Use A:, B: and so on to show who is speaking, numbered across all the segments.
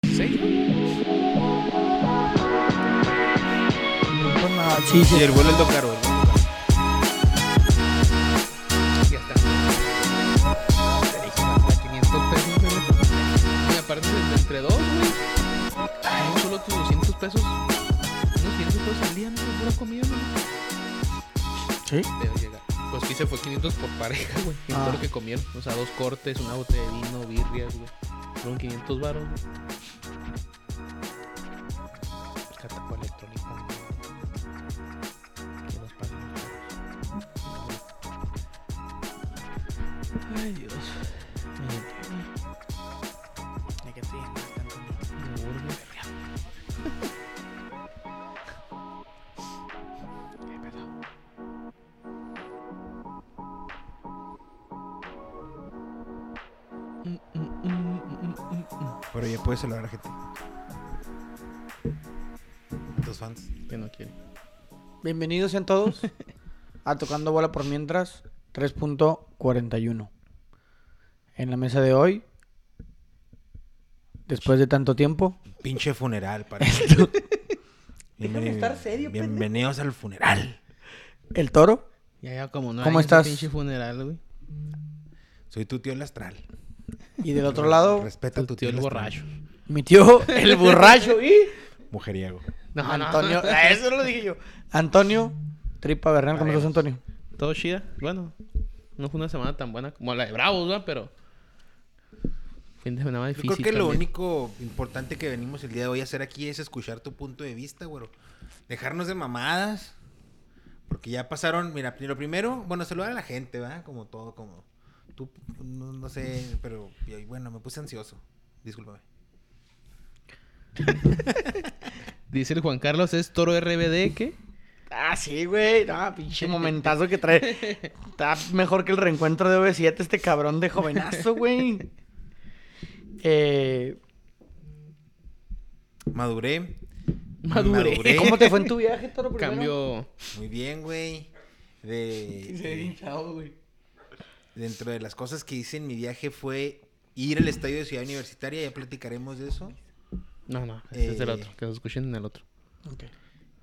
A: Pues Sí, sí.
B: Y el vuelo es lo caro. el vuelo es lo
C: Ya está. Hasta 500 pesos, güey. Y aparte, de- de entre dos, güey. No, solo tus 200 pesos. Unos 500 pesos al día, no, de pura comida, no.
A: Sí.
C: Pero llega. Pues sí, se fue 500 por pareja, güey. Y
A: Ah.
C: todo lo que comieron. O sea, dos cortes, una botella de vino, birrias, güey. Fueron 500 baros, güey. Cataco electrónico, güey. Que nos paguen. Ay, Dios.
B: caro. Ni que te digan, no, tanto no.
C: Me urge.
B: Pero ya puedes saludar a la gente. A tus fans.
C: Que no quiere.
A: Bienvenidos sean todos a Tocando Bola por Mientras 3.41. En la mesa de hoy, después de tanto tiempo,
B: Pinche funeral, parece. Bienvenido-
A: estar serio, pendejo.
B: Bienvenidos al funeral.
A: el toro.
C: Ya, ya, como no
A: ¿Cómo
C: hay
A: estás?
C: pinche funeral, güey.
B: Soy tu tío el astral.
A: Y del otro lado,
B: Respeta a tu tío,
C: el
B: astral.
C: borracho.
A: mi tío, el borracho y
B: Mujeriego.
C: No, no.
A: Antonio. Eso lo dije yo. Antonio Tripa Bernal, ¿cómo estás, Antonio?
C: Todo chida. Bueno, no fue una semana tan buena como la de Bravos, ¿verdad? Pero. Fin de semana
B: Yo
C: difícil.
B: creo que lo
C: también.
B: único importante que venimos el día de hoy a hacer aquí es escuchar tu punto de vista, güero. Dejarnos de mamadas. Porque ya pasaron, mira, lo primero, bueno, saludar a la gente, ¿verdad? Como todo, como tú, no, no sé, pero y bueno, me puse ansioso. Discúlpame.
C: Dice el Juan Carlos, es toro RBD que.
A: Ah, sí, güey. No, pinche momentazo que trae. Está mejor que el reencuentro de OV7, este cabrón de jovenazo, güey. Eh,
B: Maduré.
C: Maduré.
A: ¿Cómo te fue en tu viaje, Toro? primero?
C: Cambio.
B: Muy bien, güey. De, dentro de las cosas que hice en mi viaje fue ir al estadio de Ciudad Universitaria, ya platicaremos de eso.
C: No, no, este es el
B: Eh.
C: otro. Que nos escuchen en el otro.
A: Ok.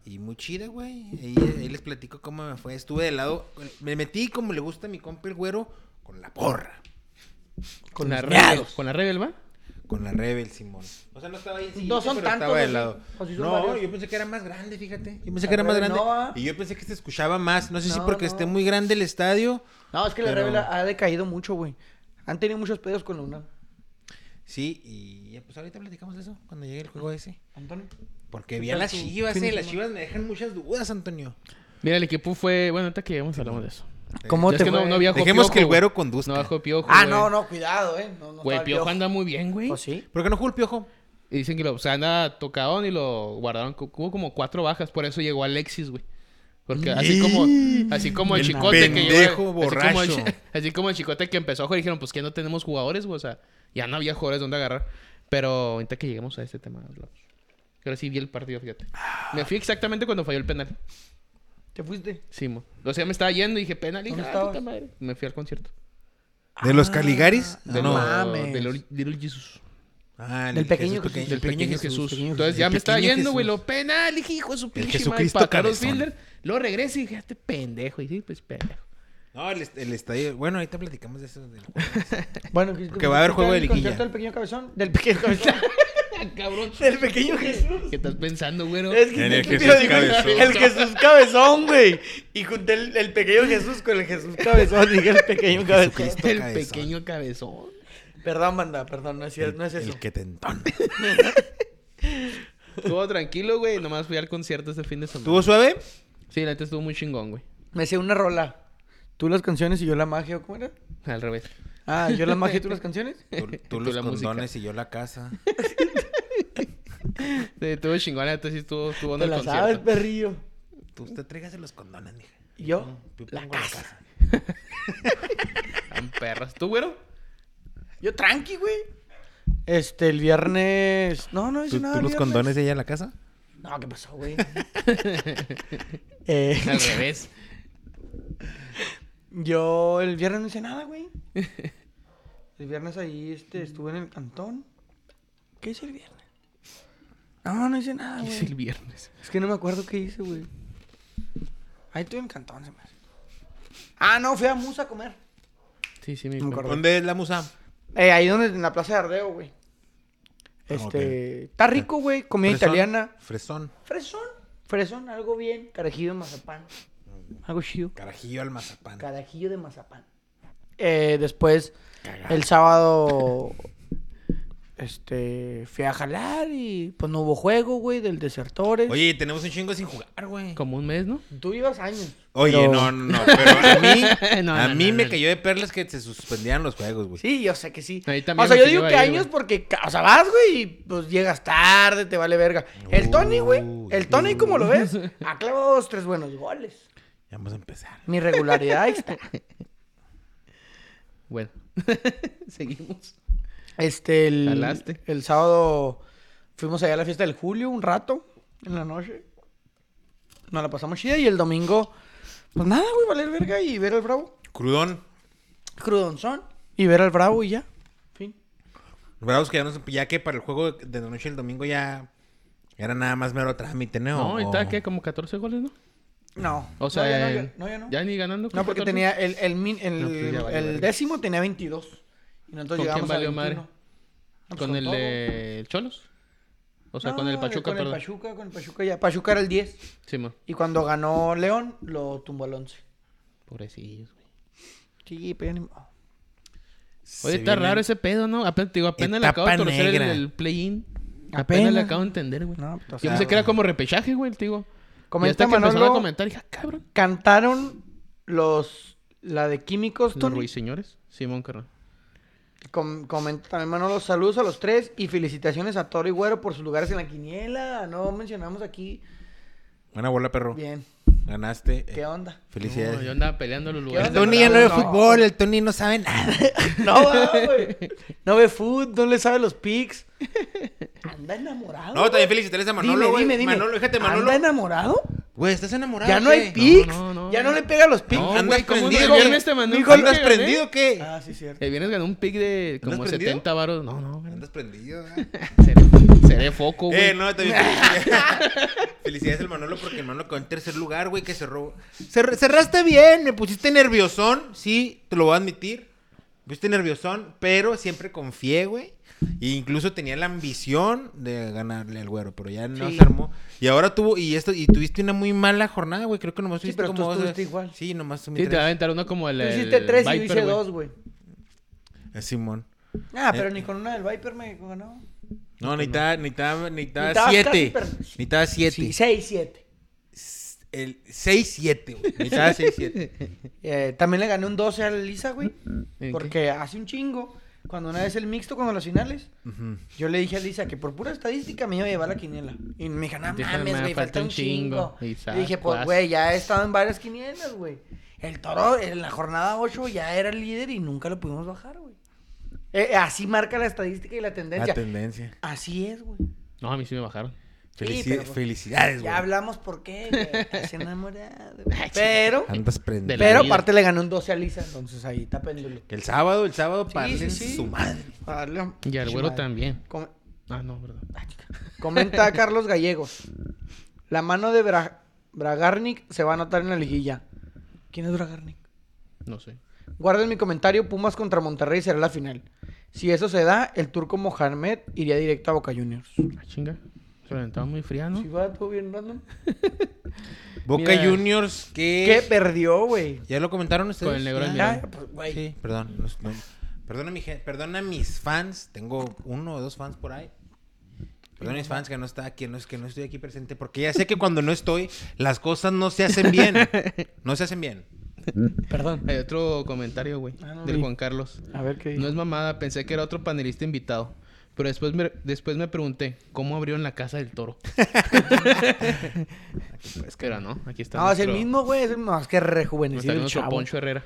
B: Y muy chida, güey. Ahí, ahí les platico cómo me fue. Estuve de lado. Me metí como le gusta a mi compa el güero. Con la porra.
C: Con la
A: los
C: Rebel.
A: ñados.
C: Con la Rebel, ¿va?
B: Con la Rebel, Simón. O sea, no estaba ahí.
A: No son
B: pero
A: tantos,
B: Estaba de
A: ¿no?
B: lado.
A: O sí son
B: no,
A: varios.
B: yo pensé que era más grande, fíjate. Yo pensé
A: La
B: que era más
A: Rebel
B: grande.
A: no, ¿ah?
B: y yo pensé que se escuchaba más. No sé si
A: No,
B: porque
A: no.
B: esté muy grande el estadio.
A: No, es que la
B: Pero-
A: Rebel ha decaído mucho, güey. Han tenido muchos pedos con la UNAM.
B: Sí, y ya, pues ahorita platicamos de eso cuando llegue el juego ese.
A: Antonio.
C: Eh,
B: Porque
A: ¿Qué
B: vi a
A: tal
B: las
A: tu
B: chivas,
A: fin de
B: eh. Las
A: semana?
B: chivas me dejan muchas dudas, Antonio.
C: Mira, el equipo fue. Bueno, ahorita que llegamos hablamos de eso.
A: ¿Cómo
C: Ya
A: te
C: es que
A: fue?
C: no, no viajó
B: Dejemos
C: Piojo,
B: que el
C: güey.
B: güero conduzca.
C: No viajó Piojo.
A: Ah,
C: güey.
A: no, no, cuidado, eh. No, no
C: Güey,
A: estaba
C: Piojo anda muy bien, güey.
A: Pues sí.
B: ¿Por qué no jugó el piojo?
C: Y dicen que lo, o sea, anda tocadón y lo guardaron. Cu- Hubo como cuatro bajas, por eso llegó Alexis, güey. Porque así como, así como el,
B: El
C: chicote que
B: pendejo
C: llegó, así, como el,
B: borracho.
C: chi- así como el chicote que empezó a jugar, dijeron, pues que no tenemos jugadores, güey. O sea, ya no había jugadores donde agarrar. Pero ahorita que lleguemos a este tema, hablamos. Ahora sí vi el partido, fíjate. Me fui exactamente cuando falló el penal.
A: ¿Te fuiste?
C: Sí, mo. O sea, me estaba yendo y dije, penal, hija,
A: ¿Dónde
C: de
A: estabas?
C: puta madre. Me fui al concierto.
B: ¿De los Caligaris?
A: No mames.
C: Del Ori- del Ori Jesús.
B: Ah, el
A: Del pequeño
B: Jesús
A: Jesús.
C: Del pequeño Jesús.
A: pequeño
C: Entonces
B: Jesús.
C: ya
B: El
C: me estaba
B: pequeño
C: yendo, güey,
B: Jesús.
C: lo penal, dije, hijo de su pinche madre,
B: Jesucristo
C: para Carlos
B: cabezón.
C: Fielder. Lo regreso y dije, este pendejo. Y sí, pues pendejo.
B: No, el, est- el estadio. Bueno, ahorita platicamos de eso. del juego.
A: Bueno, ¿qué-
B: Que va a haber
A: qué tal
B: juego de
A: el
B: liguilla.
A: concierto del pequeño cabezón? Del pequeño cabezón.
C: Ah, Cabrón.
A: del pequeño Jesús.
C: ¿Qué estás pensando, güero?
A: Es que
B: En el
A: el
B: Jesús
A: Jesús
B: Cabezón.
A: cabezón. El Jesús cabezón, güey. Y junté el, el pequeño Jesús con el Jesús cabezón. Dije el pequeño cabezón.
B: Jesucristo
C: El
B: cabezón.
C: pequeño cabezón.
A: Perdón, banda, perdón, no es, cier-
B: El-
A: no es eso.
B: El que tentón.
C: Estuvo tranquilo, güey. Nomás fui al concierto este fin de semana.
B: ¿Tuvo suave?
C: Sí, la neta estuvo muy chingón, güey.
A: Me sé una rola. Tú las canciones y yo la magia, ¿o cómo era?
C: Al revés.
A: Ah, yo la magia y tú las canciones.
B: Tú, tú
C: Tú
B: los
C: la música.
B: condones y yo la casa.
C: Sí, Estuvo chingón, la neta sí estuvo, estuvo en
A: Te
C: el
A: la
C: concierto.
A: sabes, perrillo.
B: Tú usted tráigase los condones, mija.
A: Y yo,
B: Yo
A: la
B: pongo
A: casa.
C: Tan perras. ¿Tú, güero?
A: Yo tranqui, güey. Este, el viernes. No, no hice
B: ¿Tú,
A: nada.
B: tú
A: el
B: los
A: viernes.
B: condones y ella la casa?
A: No, ¿qué pasó, güey? eh,
C: Al revés.
A: Yo el viernes no hice nada, güey. El viernes ahí este, estuve en el cantón. ¿Qué hice el viernes? No, no hice nada,
C: Hice el
A: güey.
C: viernes.
A: Es que no me acuerdo qué hice, güey. Ahí estoy en Cantón, se me hace. Ah, no, fui a Musa a comer.
C: Sí, sí, me
A: No me
C: acuerdo.
A: acuerdo.
B: ¿Dónde es la musa?
A: Eh, ahí donde, en la plaza de Ardeo, güey.
B: Ah,
A: Este,
B: ok.
A: está rico, güey, comida
B: Fresón.
A: italiana.
B: Fresón.
A: Fresón, fresón, algo bien, carajillo de mazapán. Algo chido.
B: Carajillo al mazapán.
A: Carajillo de mazapán. Eh, después,
B: Cagado.
A: el sábado, este, fui a jalar y pues no hubo juego, güey, del Desertores.
B: Oye, tenemos un chingo sin jugar, güey.
C: Como un mes, ¿no?
A: Tú llevas años.
B: Oye,
A: pero-
B: no, no, no. Pero a mí,
C: No,
B: a
C: no,
B: mí
C: no,
B: me
C: no.
B: cayó de perlas que se suspendían los juegos, güey.
A: Sí, yo sé que sí.
C: Ahí también
A: O sea,
C: me
A: yo
C: quería
A: digo que
C: ir,
A: años
C: güey.
A: porque, ca- o sea, vas, güey, y pues llegas tarde, te vale verga. El Tony, güey, el Tony, como lo ves, ha clavado dos, tres buenos goles.
B: Ya vamos a empezar.
A: Mi regularidad ahí está.
C: Bueno, seguimos.
A: Este, el,
C: Jalaste.
A: el sábado fuimos allá a la fiesta del Julio un rato, en la noche. Nos la pasamos chida y el domingo, pues nada, güey, valer verga y ver al Bravo.
B: Crudón.
A: Crudonzón. Y ver al Bravo y ya. Fin.
B: Los bravos que ya, nos- ya que para el juego de la noche el domingo ya, ya era nada más mero trámite, ¿no?
C: No,
B: O-
C: ahorita que como 14 goles, ¿no?
A: No.
C: O sea, eh,
A: no, ya no, ya-
C: el-
A: no, ya no.
C: ni ganando.
A: No, porque
C: 14.
A: tenía el, el, min- el-
C: No, pues ya valió
A: el
C: verga.
A: décimo tenía 22. Y nosotros
C: ¿Con quién
A: llegamos
C: valió
A: a 21.
C: madre?
A: No, pues
C: Con el
A: todo.
C: de Cholos. O sea,
A: No,
C: con el Pachuca,
A: con
C: perdón.
A: el Pachuca, con el Pachuca ya. Pachuca era el 10.
C: Sí, man.
A: Y cuando ganó León, lo tumbó al 11.
C: Pobrecillos, güey.
A: Sí, pero ya ni modo.
B: se
C: Oye, está
B: viene-
C: raro ese pedo, ¿no? Apenas, te digo, apenas le
B: Etapa
C: acabo de torcer el,
B: negra.
C: el play-in. Apenas.
A: Apenas.
C: le acabo de entender, güey.
A: No, pues, o
C: Yo
A: sea,
C: pensé que era como repechaje, güey, el tigo.
A: Comenta
C: y hasta que empezaron
A: Manolo-
C: a comentar, dije, ah, cabrón.
A: Cantaron los... La de Químicos,
C: Los
A: Pues Tony.
C: Ruiz, señores. Simón Carrón.
A: Com- comenta también Manolo, saludos a los tres y felicitaciones a Toro y Güero por sus lugares en la quiniela. No mencionamos aquí.
B: Buena bola, perro.
A: Bien,
B: Ganaste. eh,
A: ¿qué onda?
B: Felicidades.
C: No, yo andaba peleando los
A: ¿Qué
C: lugares.
B: el
A: onda?
C: del
B: Tony ya no
C: Bravo.
B: ve
A: No.
B: fútbol, el Tony no sabe nada.
A: No, güey. No ve food, no le sabe los pics. Anda enamorado.
B: No, también felicidades a Manolo, güey.
A: dime, dime, dime.
B: Manolo, fíjate,
A: ¿Anda
B: Manolo.
A: enamorado?
B: Güey, estás enamorado.
A: Ya no hay
B: pico.
A: pics.
C: No, no,
A: ya no,
C: no.
A: le pega los pics.
C: Ah, No,
B: Andas
C: güey, ¿cómo
B: prendido,
C: el
B: güey.
C: viernes te mandó un
A: Mijo,
C: pic
B: ¿Andas
C: que gané?
B: prendido o qué?
A: Ah, sí, cierto.
C: El viernes ganó un pick de como
B: ¿Andas prendido?
C: 70 varos. No, no, güey.
B: Andas prendido. ¿eh?
C: Seré, seré foco, güey.
B: Eh, no, también felicidades. felicidades al Manolo porque el Manolo quedó en tercer lugar, güey, que cerró. Cer- cerraste bien, me pusiste nerviosón, sí, te lo voy a admitir. Me pusiste nerviosón, pero siempre confié, güey. E incluso tenía la ambición de ganarle al güero, pero ya no
A: Sí.
B: se armó. Y ahora tuvo, y esto, y tuviste una muy mala jornada, güey. Creo que nomás
A: Sí,
B: tuviste
A: pero tú
B: como dos-
A: estuviste igual.
B: Sí, nomás tuviste
C: Sí, te va a aventar uno como el.
A: Tú hiciste
C: el
A: tres y yo
C: Viper,
A: hice
C: güey.
A: dos, güey.
B: Eh, Simón.
A: Ah, pero
B: Eh.
A: ni con una del Viper me ganó.
B: No, necesitaba, necesitaba, necesitaba
A: Necesitabas casi
B: siete.
A: per-
B: Necesitaba siete.
A: Sí, seis, siete.
B: El 6-7, güey. Necesitaba 6-7.
A: Eh, también le gané un 12 a Lisa, güey.
C: ¿En
A: Porque
C: qué?
A: hace un chingo, cuando una vez el mixto, cuando las finales,
B: Ujú.
A: yo le dije a Lisa que por pura estadística me iba a llevar la quiniela. Y me dijo, no
C: Dijo,
A: mames,
C: "Me
A: güey, falta un chingo.
C: Y
A: Y
C: sa-
A: dije, pues,
C: cuas.
A: güey, ya he estado en varias quinielas, güey. El toro en la jornada 8 ya era el líder y nunca lo pudimos bajar, güey. Eh, eh, así marca la estadística y la tendencia.
B: La tendencia.
A: así es, güey.
C: No, a mí sí me bajaron.
B: Felici-
A: Sí, pero- pues,
B: Felicidades, güey.
A: Ya hablamos por qué, güey. Estás enamorado. Pero,
B: Andas
C: De la-
B: prendido.
A: pero
C: vida.
A: aparte le ganó un 12 a Lisa, entonces ahí está pendiente.
B: El sábado, el sábado, para
A: sí, sí.
B: su madre.
C: Y al güero también.
A: Com-
C: Ah, no, verdad.
A: Comenta Carlos Gallegos. La mano de Bra- Bragarnik se va a notar en la liguilla. ¿Quién es Bragarnik?
C: No sé.
A: Guarden mi comentario, Pumas contra Monterrey será la final. Si eso se da, el turco Mohamed iría directo a Boca Juniors.
C: Ah, chinga. Se aventaba muy fría, ¿no?
A: Si va todo bien random.
B: Boca
C: Mira.
B: Juniors,
A: ¿Qué
B: que.
A: perdió, güey?
B: ¿Ya lo comentaron ustedes?
C: Con el negro
B: Ya.
C: Almirón.
A: Ya, pues, güey.
B: Sí, perdón. no es- no. Perdona, mi gen- perdona a mis fans. Tengo uno o dos fans por ahí. Perdona a mis fans que no está aquí, no es que no estoy aquí presente. Porque ya sé que cuando no estoy, las cosas no se hacen bien. No se hacen bien.
A: Perdón.
C: Hay otro comentario, güey.
A: Ah, no
C: del
A: vi.
C: Juan Carlos.
A: A ver qué dice.
C: No es mamada, pensé que era otro panelista invitado. Pero después me, después me pregunté, ¿cómo abrieron la casa del toro? pues que era, ¿no? Aquí está.
A: No, es el
C: nuestro-
A: mismo, güey. Es el más que
C: Está
A: rejuvenecido el
C: nuestro
A: chavo.
C: Poncho Herrera.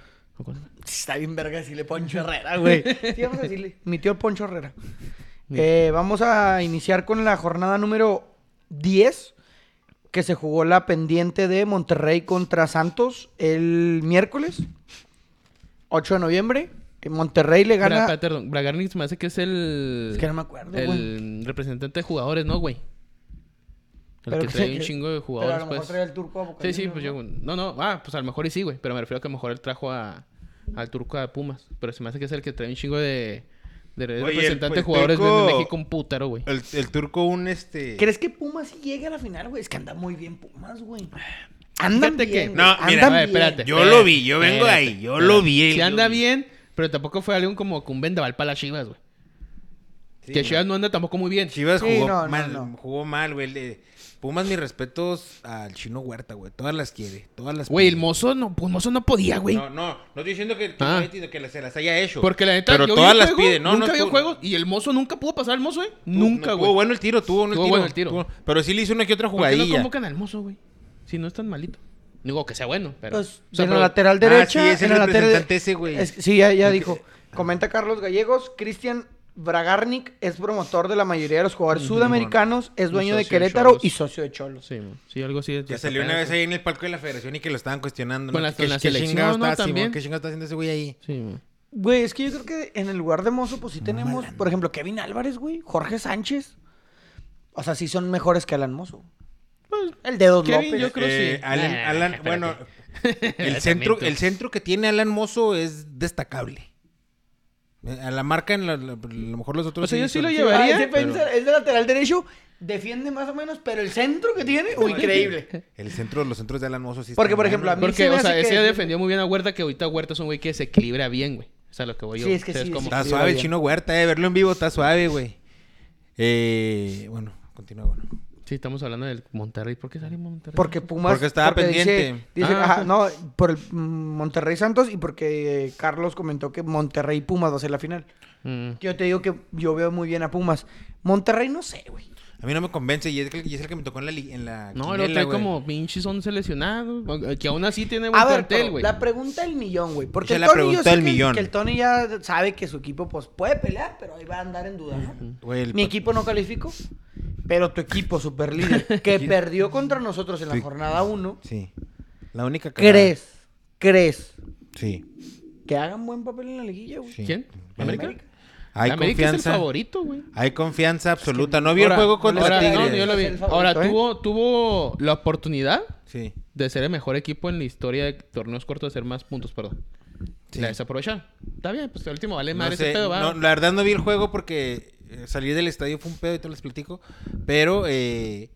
A: Está bien verga decirle Poncho Herrera, güey. Sí, vamos a decirle. Mi tío Poncho Herrera.
C: Mi-
A: Eh, vamos a iniciar con la jornada número 10, que se jugó la pendiente de Monterrey contra Santos el miércoles, 8 de noviembre. Eh, Monterrey le
C: Bra-
A: gana...
C: pa- perdón, Bragarnik me hace que es el...
A: Es que no me acuerdo, güey.
C: El representante de jugadores, ¿no, güey? El que trae un chingo de
A: Pero a
C: jugadores,
A: lo mejor
C: pues.
A: trae el turco a Boca
C: Sí, sí,
A: Juniors,
C: pues yo. No,
A: ¿no?
C: no, ah, pues a lo mejor y sí, güey. Pero me refiero a que a lo mejor él trajo a, al turco a Pumas. Pero se me hace que es el que trae un chingo de, de
B: el-
C: representantes de
B: el
C: jugadores de
B: Turco-
C: México un putero, güey.
B: El, el turco, un este.
A: ¿Crees que Pumas sí llegue a la final, güey? Es que anda muy bien Pumas, güey. Andan
C: Fíjate que-
A: bien,
B: No,
A: güey.
B: mira,
A: Andan
C: a ver,
A: bien.
C: espérate.
B: Yo lo vi, yo vengo ahí, yo lo vi,
C: Si
B: yo
C: anda
B: vi.
C: bien, pero tampoco fue algo como que un vendaval para las Chivas, güey.
B: Sí,
C: que
B: no.
C: Chivas no anda tampoco muy bien.
B: Chivas
A: Sí,
B: jugó
A: no, no,
B: mal,
A: no.
B: jugó mal, güey. Le- Pumas, mis respetos al chino Huerta, güey. Todas las quiere, todas las
C: Güey, el
B: pide.
C: mozo no, pues, mozo no podía, güey.
B: No, no, no estoy diciendo que, que
C: Ah.
B: no estoy diciendo que se las haya hecho.
C: Porque la neta,
B: Pero
C: yo vi
B: todas
C: el
B: las
C: juego,
B: pide, no,
C: nunca
B: no
C: vio
B: estuvo-
C: juegos y el mozo nunca pudo pasar al mozo, güey.
B: Tú-
C: Nunca,
B: no,
C: güey.
B: Tuvo bueno el tiro, tuvo bueno el
C: Tuvo
B: tiro.
C: bueno el tiro.
B: tuvo- pero sí le hizo una que otra
C: ¿Por qué no
B: jugadilla.
C: convocan al mozo, güey? Si no es tan malito. Digo que sea bueno, pero.
A: Pues,
C: O sea,
A: en
C: pero-
A: la lateral
B: Ah,
A: derecha.
B: sí, es
A: en
B: el
A: la lateral-
B: representante ese, güey.
A: Es- sí, ya, ya
B: El que-
A: dijo. Comenta Carlos Gallegos, Cristian Bragarnik es promotor de la mayoría de los jugadores sudamericanos, es
C: Y
A: dueño de
C: socio de
A: Querétaro
C: Cholos.
A: y socio de Cholos.
C: Sí, mo- sí, algo así. de-
B: Ya salió una vez ahí en el palco de la federación y que lo estaban cuestionando.
C: Con la- con la selección,
B: chingado
C: ¿no?
B: está, Simón?
C: También.
B: ¿Qué chingado está haciendo ese güey ahí?
C: Sí, mo.
A: Güey, es que yo creo que en el lugar de Mozo, pues sí tenemos, por ejemplo, Kevin Álvarez, güey, Jorge Sánchez. O sea, sí son mejores que Alan Mozo. el dedo
C: Pues, Kevin,
A: López.
C: yo creo
B: Eh,
C: sí.
B: Alan,
C: Nah,
B: Alan-
C: espérate.
B: bueno, el
C: También
B: centro,
C: tú.
B: el centro que tiene Alan Mozo es destacable. Eh, A la marca, en la- la- a lo mejor los otros.
C: O sea, yo sí
B: son-
C: lo
A: Ah,
C: llevaría.
A: ese defensa- es de lateral derecho, defiende más o menos, pero el centro que tiene, uy, increíble.
B: El centro, los centros de Alan Mozo sí.
A: Porque,
B: están
A: por ejemplo, a
B: buenos,
A: mí
C: Porque,
A: se me
C: o sea,
A: hace
C: ese
A: que-
C: defendió muy bien a Huerta, que ahorita Huerta es un güey que se equilibra bien, güey. O sea, lo que voy yo.
A: Sí, es que
C: Ustedes
A: sí,
C: como-
A: sí.
B: Está
A: Sí,
B: suave el
A: vaya.
B: chino Huerta, eh. Verlo en vivo está suave, güey. Eh, bueno, continúa, bueno.
C: Sí, estamos hablando del Monterrey. ¿Por qué salimos Monterrey?
A: Porque Pumas.
B: Porque estaba
A: dice-
B: pendiente.
A: dice-
C: Ah,
A: ajá,
C: ok.
A: no, por el mm, Monterrey Santos y porque eh, Carlos comentó que Monterrey Pumas va a ser la final.
C: Mm.
A: Yo te digo que yo veo muy bien a Pumas. Monterrey no sé, güey.
B: A mí no me convence y es, el- y es el que me tocó en la. li- En la
C: No,
B: quiniela,
C: lo trae
B: güey.
C: como pinches son seleccionados. Que aún así tiene buen
A: A ver,
C: plantel,
A: pero
C: güey.
A: la pregunta del millón, güey. Porque
B: Esa
A: el
B: es la
A: Tony, yo
B: pregunta
A: sé
B: del
A: que, el-
B: millón.
A: que el Tony ya sabe que su equipo pues, puede pelear, pero ahí va a andar en duda, ¿no?
B: Güey, el
A: Mi
B: pa-
A: equipo no calificó, pero tu equipo, Superlíder, que perdió contra nosotros en la
B: Sí.
A: jornada 1,
B: Sí. La única cagada.
A: ¿crees, crees
B: Sí.
A: que hagan buen papel en la liguilla, güey?
B: sí.
C: ¿Quién?
B: El
C: ¿América?
B: Hay
C: La América es el
B: confianza.
C: favorito, güey.
B: Hay confianza absoluta. no vi el
C: Ahora-
B: juego contra
C: ahora-
B: Tigres.
C: no, yo lo vi.
A: Es el favorito,
C: Ahora,
A: ¿eh?
C: tuvo, tuvo la oportunidad
B: Sí.
C: de ser el mejor equipo en la historia de torneos cortos, de hacer más puntos, perdón.
B: Sí.
C: La desaprovechan. Está bien, pues el último vale
B: No
C: madre
B: sé,
C: ese pedo, va.
B: no, la verdad no vi el juego porque eh, salir del estadio fue un pedo y te les platico. Pero, eh,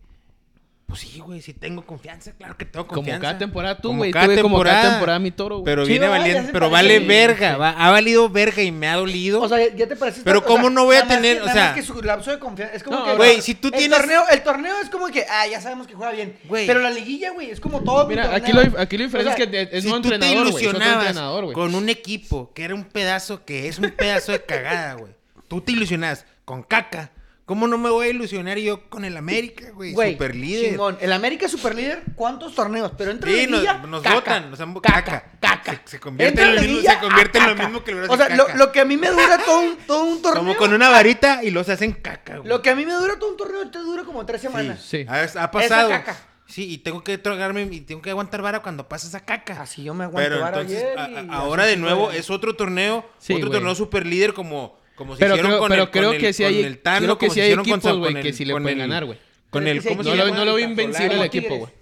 B: pues sí, güey, sí tengo confianza. Claro que tengo
C: como
B: confianza.
C: cada temporada tú,
B: Como
C: güey.
B: cada
C: Tuve como cada
B: temporada.
C: temporada mi toro, güey.
B: Pero
A: Sí,
B: viene
A: no, ya
B: valiendo,
A: se
B: pero vale
A: parece.
B: verga. va- ha valido verga y me ha dolido.
A: O sea, ya- ya te pareciste.
B: Pero
A: o
B: ¿cómo
A: sea,
B: no voy a
A: nada más
B: tener,
A: que-
B: o
A: nada más
B: sea-
A: que su lapso de confianza. Es como
C: No,
A: que.
B: güey, si tú
A: el
B: tienes-
A: Torneo, el torneo es como que. Ah, ya sabemos que juega bien.
B: Güey.
A: Pero la liguilla, güey, es como todo. mi
C: Mira,
A: torneo.
C: aquí lo, aquí lo
A: O
C: diferencia
A: sea,
C: es que es- es
B: si
C: un
B: tú te
C: entrenador, güey. Es otro
B: ilusionabas
C: entrenador, güey.
B: con un equipo que era un pedazo, que es un pedazo de cagada, güey. Tú te ilusionabas con caca. ¿Cómo no me voy a ilusionar yo con el América, güey?
A: Güey,
B: Super líder.
A: Simón, el América es superlíder, ¿cuántos torneos? Pero entre
B: Sí,
A: liguilla,
B: nos, nos
A: caca,
B: botan, nos han bo-
A: caca,
B: caca.
A: caca.
B: Se, se convierte
A: Entra
B: en lo mismo,
A: liguilla,
B: se convierte en
A: ah,
B: lo
A: caca.
B: mismo que el
A: O sea, lo, lo que a mí me dura todo un, todo un torneo.
B: Como con una varita y los hacen caca, güey.
A: Lo que a mí me dura todo un torneo te dura como tres semanas.
C: Sí.
B: Ha, ha pasado.
A: Esa caca.
B: Sí, y tengo que tragarme y tengo que aguantar vara cuando pasa esa caca.
A: Así yo me aguanto
B: Pero
A: vara
B: entonces,
A: ayer
B: a-
A: y
B: a-
A: así
B: ahora de
A: sí
B: nuevo
A: puede.
B: es otro torneo,
C: Sí,
B: otro
C: güey.
B: torneo super líder como, como se
C: Pero
B: hicieron
C: creo-
B: con
C: pero
B: el,
C: creo
B: con
C: que
B: el-
C: sí hay-
B: con el Tano,
C: creo que sí
B: como se
C: hay
B: hicieron con
C: equipos,
B: San-
C: güey,
B: con
C: que
B: el-
C: sí le
B: con
C: pueden
B: el-
C: ganar, güey.
B: Con
A: Pero
B: el,
A: es que
B: ¿cómo
A: sí
B: se
C: No lo,
B: llama?
C: no lo veo
A: el
C: invencible el
A: Solari.
C: equipo,
A: Tigres.
C: güey.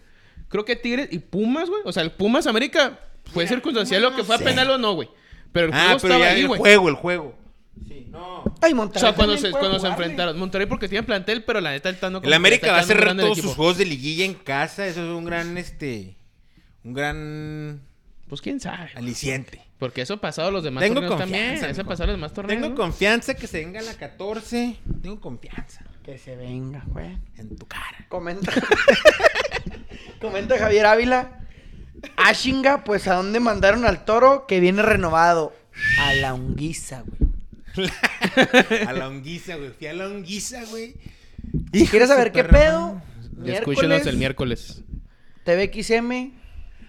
C: Creo que Tigres y Pumas, güey. O sea, el Pumas América fue circunstancial lo que fue a penal o no, güey. Pero el juego
B: Ah, pero
C: estaba
B: ya
C: ahí,
B: el
C: güey.
B: juego, el juego. Sí, no.
A: Ay,
C: O
A: Monterrey.
C: sea, cuando,
A: también
C: se,
A: puede
C: cuando se
A: jugar, güey.
C: enfrentaron. Monterrey porque tiene plantel, pero la neta el Tano... como
B: El
C: que
B: América
C: está
B: va a
C: quedando
B: cerrar
C: grande el
B: todos sus
C: equipo.
B: juegos de liguilla en casa. Eso es un gran, este, un gran
C: Pues quién sabe. güey.
B: aliciente.
C: Porque eso ha pasado a los demás
B: Tengo
C: torneos
B: confianza.
C: también. Eso ha
B: mijo.
C: pasado a los demás torneos.
B: Tengo
C: ¿no?
B: confianza que se venga la 14. Tengo confianza
A: Que se venga, güey.
B: en tu cara.
A: Comenta. Comenta Javier Ávila. Ashinga, pues a dónde mandaron al toro que viene renovado. A la unguiza, güey.
B: A la honguiza, güey. Fui a la honguiza, güey.
A: Si ¿Quieres saber qué pedo?
C: Escúchenos el miércoles.
A: TVXM.
C: en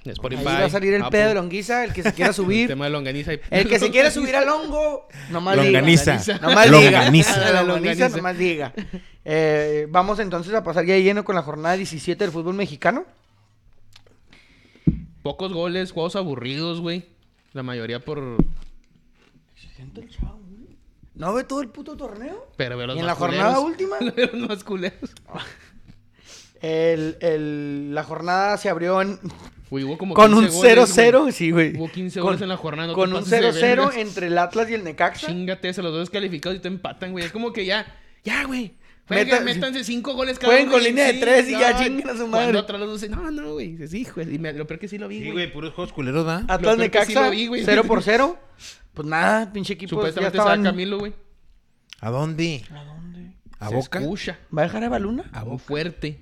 C: Spotify.
A: Ahí va a salir el
C: Apple,
A: pedo de longuiza, el que se quiera
C: El
A: subir.
C: tema de longaniza y...
A: El que se quiera subir al hongo, nomás diga.
B: Longaniza.
A: Nomás
B: Longaniza.
A: diga. A la longaniza,
C: Longaniza.
A: nomás diga. Eh, vamos entonces a pasar ya de lleno con la jornada 17 del fútbol mexicano.
C: Pocos goles, juegos aburridos, güey. La mayoría por...
A: ¿No ve todo el puto torneo?
C: Pero veo los
A: ¿Y en
C: más
A: la jornada
C: culeros.
A: última?
C: Veo los más culeros.
A: El, el- la jornada se abrió en-
C: Güey, hubo como
A: con un
C: 15 goles, güey.
A: 0-0. Sí, güey.
C: Hubo 15
A: Con-
C: goles en la jornada. no te
A: con un
C: pases de
A: 0-0
C: vergas.
A: entre el Atlas y el Necaxa.
C: Chíngate, se los dos descalificados y te empatan, güey. Es como que ya, ya, güey. Jueguen,
A: Meta-
C: métanse cinco goles cada
A: Jueguen
C: uno
A: con
C: y-
A: línea de
C: sí,
A: tres y ya
C: no,
A: chinguen a su
C: cuando
A: madre.
C: atrás los dos dicen, no, no, güey. Dices, hijo, y me- lo peor que sí lo vi,
B: Sí,
C: güey.
B: güey, puros juegos culeros, ¿va?
A: Atlas
C: peor que sí
A: Necaxa,
C: lo vi, güey.
A: 0 por 0. Pues nada, pinche equipo. Ya
C: Supuestamente estaba
A: estaban...
C: Camilo, güey.
B: ¿A dónde?
A: ¿A dónde? Ah,
B: ¿A
C: Se
B: Boca?
C: escucha.
A: ¿Va a dejar a Baluna?
B: ¿A
C: un
B: Boca?
C: fuerte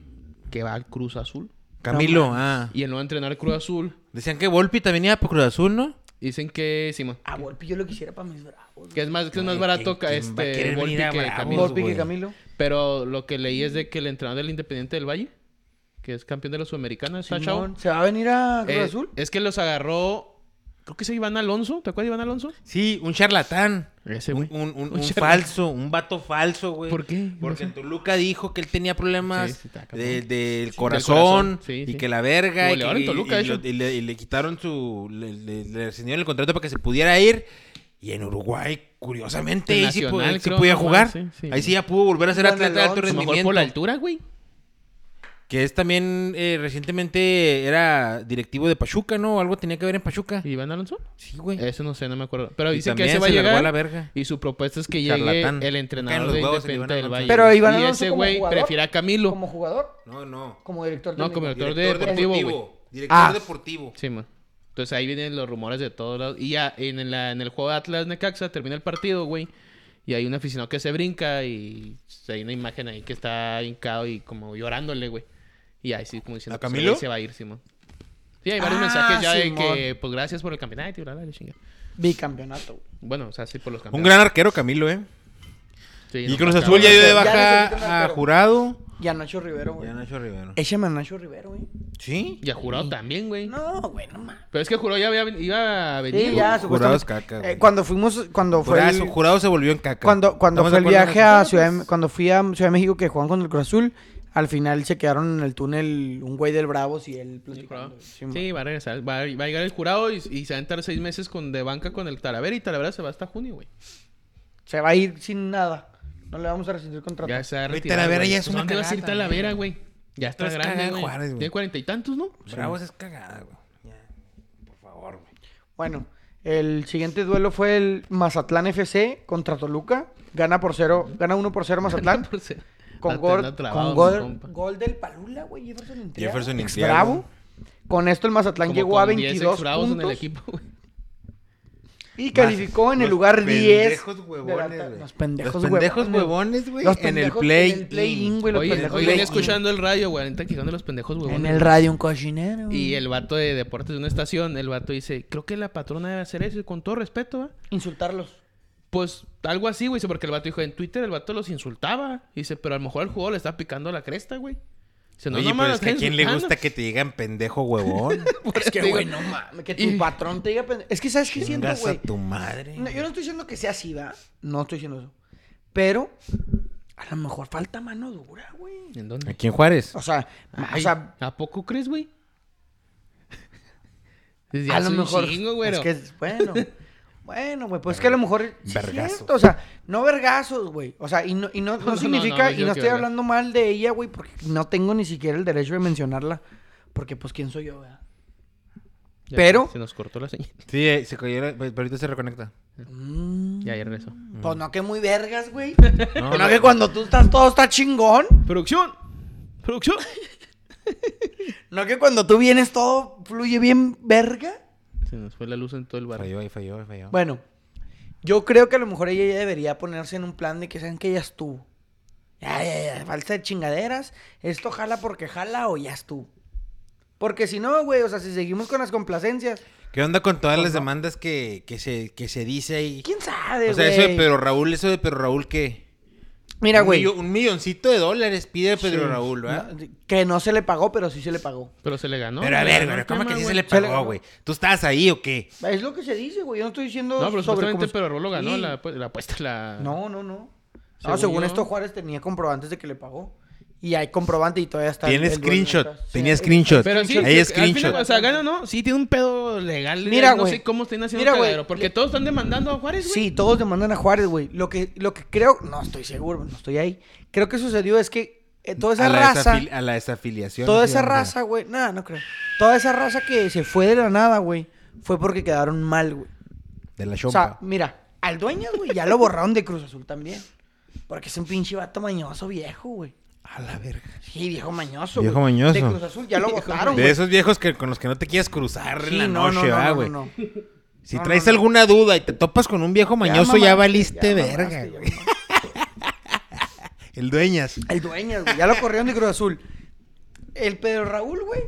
C: que va al Cruz Azul.
B: Camilo, ah.
C: Y él no va a entrenar Cruz Azul.
B: Decían que Volpi también iba por Cruz Azul, ¿no?
C: Dicen que, Simón,
A: A Volpi yo lo quisiera para mis bravos.
C: que es más, que es más
B: Ay,
C: barato
B: ¿quién-
C: que
B: quién va a
C: este
B: querer
C: Volpi
B: venir a
C: que
B: Bravos,
C: Camilo.
A: Volpi
B: güey.
A: y Camilo.
C: Pero lo que leí es de que el entrenador del Independiente del Valle, que es campeón de la Sudamericana, está chavo.
A: Simón, ¿Se va a venir a Cruz
C: Eh,
A: Azul?
C: Es que los agarró. Creo que ese Iván Alonso. ¿Te acuerdas de Iván Alonso?
B: Sí, un charlatán.
C: Ese,
B: un, un- un-
C: Un
B: un
C: charla-
B: falso, un vato falso, güey.
C: ¿Por qué? No sé.
B: Porque en Toluca dijo que él tenía problemas
C: Sí, sí, está cabrón.
B: de- del
C: corazón,
B: corazón
C: sí, sí.
B: y que la verga. Y,
C: Goleador en
B: que-
C: Toluca,
B: y-
C: de
B: y lo-
C: hecho.
B: y le, y le quitaron su. Le, le- le rescindieron el contrato para que se pudiera ir. Y en Uruguay, curiosamente, ahí sí, po-
C: Nacional,
B: sí
C: creo,
B: podía
C: no,
B: jugar.
C: sí, sí.
B: Ahí sí ya pudo volver a ser
A: Juan
B: atleta de alto
A: Alonso,
C: A lo mejor por la
B: rendimiento.
C: altura, güey.
B: Que es también eh, recientemente era directivo de Pachuca, ¿no? Algo tenía que ver en Pachuca.
C: ¿Iván Alonso?
B: Sí, güey.
C: Eso no sé, no me acuerdo. Eh, Pero
B: Y
C: dice que
B: también
C: ese va a
B: se largó
C: llegar.
B: la verga.
C: Y su propuesta es que llegue
B: Charlatán.
C: el
B: Caen
C: entrenador
B: los
C: de
B: huevos en
C: Independiente
B: Iván
C: del
B: Alonso.
C: Valle.
A: Pero Iván
C: Y
A: Alonso
C: ese
A: como
C: güey
A: jugador,
C: prefiere a Camilo.
A: ¿Como jugador?
B: No, no.
A: Como director
C: No,
A: técnico.
C: como director,
B: Director
C: deportivo, güey.
B: deportivo. Director
A: Ah.
B: deportivo.
C: Sí, man. Entonces ahí vienen los rumores de todos lados. Y ya en, la- en el juego de Atlas Necaxa termina el partido, güey. Y hay un aficionado que se brinca y hay una imagen ahí que está hincado y como llorándole, güey. Y ahí sí, como diciendo,
B: ¿A
C: pues, el
B: Camilo?
C: güey se va a ir, Simón. Sí, hay varios
A: Ah,
C: mensajes ya
A: Simón.
C: de que, pues gracias por el campeonato y bla, bla, la chinga.
A: Bicampeonato. güey.
C: Bueno, o sea, sí, por los
B: Un
C: campeonatos.
B: gran arquero, Camilo, ¿eh?
C: Sí,
B: Y
C: no,
B: Cruz
C: acá,
B: Azul ya dio de
A: Ya necesitan
B: baja a
A: arquero.
B: Jurado.
A: Y a Nacho Rivero, güey.
B: Nacho Rivero.
A: Échame a Nacho Rivero, güey.
B: ¿Sí?
C: Y a Jurado también, güey.
A: No, güey, no mames.
C: Pero es que Jurado ya había ven- iba a venir.
A: Sí, ya,
B: Jurado
A: supuestamente.
B: es caca, güey.
A: Eh, cuando fuimos, cuando fue
B: Jurado,
A: el,
B: Jurado se volvió en caca.
A: cuando, cuando
B: ¿Estamos
A: fue el
B: de acuerdo en
A: viaje
B: eso?
A: a Ciudad de- cuando fui a Ciudad de México que jugaban con el Cruz Azul, al final se quedaron en el túnel un güey del Bravos y él
C: Sí,
A: platicando.
C: jurado.
A: Sí, ma.
C: Sí, va a regresar. Va a, va a llegar el jurado y, y se va a entrar seis meses con, de banca con el Talavera y Talavera se va hasta junio, güey.
A: Se va a ir sin nada. No le vamos a rescindir contrato.
C: Ya se va a
B: Güey,
C: retirar,
B: Talavera
C: güey.
B: ya es
C: Pues,
B: una
C: ¿Dónde va a ser
B: cagada
C: Talavera, güey? Ya está
B: Estás
C: grande,
B: cagada,
C: güey.
B: Juárez, güey.
C: Tiene cuarenta y tantos, ¿no?
B: Bravos es cagada, güey. Ya, Por favor, güey.
A: Bueno, el siguiente duelo fue el Mazatlán FC contra Toluca. Gana por cero, gana 1 por 0 Mazatlán.
C: Por ser-
A: Con
C: Anda
A: gol,
C: trabado,
A: con
C: mi
A: gol,
C: compa.
A: gol del Palula, güey. Jefferson Intriago.
B: Jefferson
A: Ex
B: Intriago.
A: Bravo. Con esto el Mazatlán
C: Como
A: llegó a
C: con diez
A: 22
C: exbravos en el
A: puntos
C: equipo, güey.
A: y calificó en el
B: Los
A: lugar 10.
B: pendejos
A: de la
B: huevones,
A: ta-
B: güey.
A: Los pendejos,
B: Los pendejos huevones, güey,
A: Los
B: en el
A: pendejos En el
B: play-in.
A: play-in, güey. los
C: Oye,
A: pendejos
C: hoy venía
A: del play-in.
C: escuchando el radio, güey. Ahorita que son de los pendejos, güey.
A: En el radio un cochinero.
C: Y el vato de deportes de una estación, el vato dice, creo que la patrona debe hacer eso y con todo respeto, ¿va?
A: Insultarlos.
C: Pues algo así, güey. dice, Porque el vato dijo en Twitter, el vato los insultaba. Dice, pero a lo mejor al jugador le está picando la cresta, güey. Dice, mames,
B: Oye, pero
C: la
B: es que a
C: están
B: quién le
C: insultando.
B: gusta que te digan pendejo huevón.
A: Es que,
C: Digo,
A: güey, no mames. Que tu
C: y-
A: patrón te diga. pende- Es que, ¿sabes qué siento,
B: Chingas a
A: güey?
B: tu madre.
A: No, yo no estoy diciendo que sea así, ¿verdad? No estoy diciendo eso. Pero a lo mejor falta mano dura, güey.
C: ¿En dónde?
B: Aquí en Juárez.
A: O sea,
C: Ay,
A: o sea
C: ¿A poco crees, güey? Desde
A: a
C: hace
A: lo
C: un
A: mejor.
C: chingo, güero.
A: es que, es- bueno. Bueno, güey, pues que a lo mejor. sí es
B: Vergazos.
A: cierto, o sea, no vergazos, güey. O sea, y no, y no, no
C: No, no,
A: significa.
C: no, no,
A: y
C: yo
A: no
C: que
A: estoy
C: verga.
A: hablando mal de ella, güey, porque no tengo ni siquiera el derecho de mencionarla. Porque, pues, ¿quién soy yo, verdad?
C: Ya,
A: pero-
C: Se nos cortó la señal.
B: Sí, eh, se cayó, la- pero ahorita se reconecta.
A: Mm.
C: Ya, ya regresó.
A: Pues no que muy vergas, güey.
B: No,
A: No, que cuando tú estás todo está chingón.
C: ¡Producción! ¡Producción!
A: No que cuando tú vienes todo fluye bien verga.
C: Se nos fue la luz en todo el barrio.
B: Falló, ahí falló, ahí falló.
A: Bueno, yo creo que a lo mejor ella ya debería ponerse en un plan de que sean que ya estuvo. Ya, ya, ya, falta de chingaderas. Esto jala porque jala o ya estuvo. Porque si no, güey, o sea, si seguimos con las complacencias,
B: ¿Qué onda con todas
A: Pues
B: las
A: no.
B: demandas que, que, se, que se dice ahí?
A: quién sabe, güey.
B: O sea, eso de Pedro Raúl, eso de Pedro Raúl, ¿qué?
A: Mira,
B: Un
A: güey.
B: millo- Un milloncito de dólares pide Pedro
A: sí,
B: Raúl, ¿verdad?
A: no, que no se le pagó, pero sí se le pagó.
C: Pero se le ganó.
B: pero a
C: se le
B: ver,
C: ganó
B: güey,
C: el
B: ¿cómo
C: tema,
B: que sí se
C: güey.
B: le
A: Se le
B: pagó,
A: ganó.
B: güey? ¿Tú estabas ahí o qué?
A: Es lo que se dice, güey. Yo no estoy diciendo.
C: No, pero
A: sobre
C: supuestamente
A: cómo-
C: Pedro Rolo ganó
A: Sí.
C: la, pues, la apuesta. La...
A: No, no, no. no,
C: Según
A: según
C: yo-
A: esto, Juárez tenía comprobantes de que le pagó. Y hay comprobante y todavía está.
B: Tiene
A: el- el dueño
B: screenshot.
A: atrás.
B: Tenía
A: Sí.
B: screenshot.
C: Pero sí,
B: Ahí
C: sí,
B: es
C: al final,
B: screenshot.
C: o sea, gana, ¿no? Sí, tiene un pedo legal. eh,
A: Mira,
C: no
A: güey.
C: sé cómo están haciendo
A: Mira,
C: el
A: güey.
C: cagadero, Porque todos están demandando a Juárez, güey.
A: Sí, todos demandan a Juárez, güey. Lo que, lo que creo, no estoy seguro, no estoy ahí. Creo que sucedió es que eh, toda esa
B: a la
A: raza,
B: desafili- a la desafiliación.
A: toda
B: sí,
A: esa
B: ¿verdad?
A: raza, güey, nada, no creo. Toda esa raza que se fue de la nada, güey, fue porque quedaron mal, güey.
B: De la
A: O
B: chompa.
A: sea, mira, al dueño, güey, ya lo borraron de Cruz Azul también. Porque es un pinche vato mañoso viejo, güey.
B: a la verga.
A: Sí, viejo mañoso.
B: Viejo
A: güey.
B: mañoso.
A: De Cruz Azul ya lo votaron,
B: De
A: güey.
B: esos viejos que, con los que no te quieres cruzar en
A: Sí,
B: la
A: no,
B: noche,
A: no, no,
B: ¿verdad,
A: no,
B: güey.
A: no, no.
B: Si
A: No,
B: traes
A: no, no.
B: alguna duda y te topas con un viejo mañoso,
A: mamaste,
B: ya, valiste
A: ya mamaste,
B: verga,
A: ya
B: güey. El dueñas.
A: El dueño, güey. Ya lo corrieron de Cruz Azul. El Pedro Raúl, güey.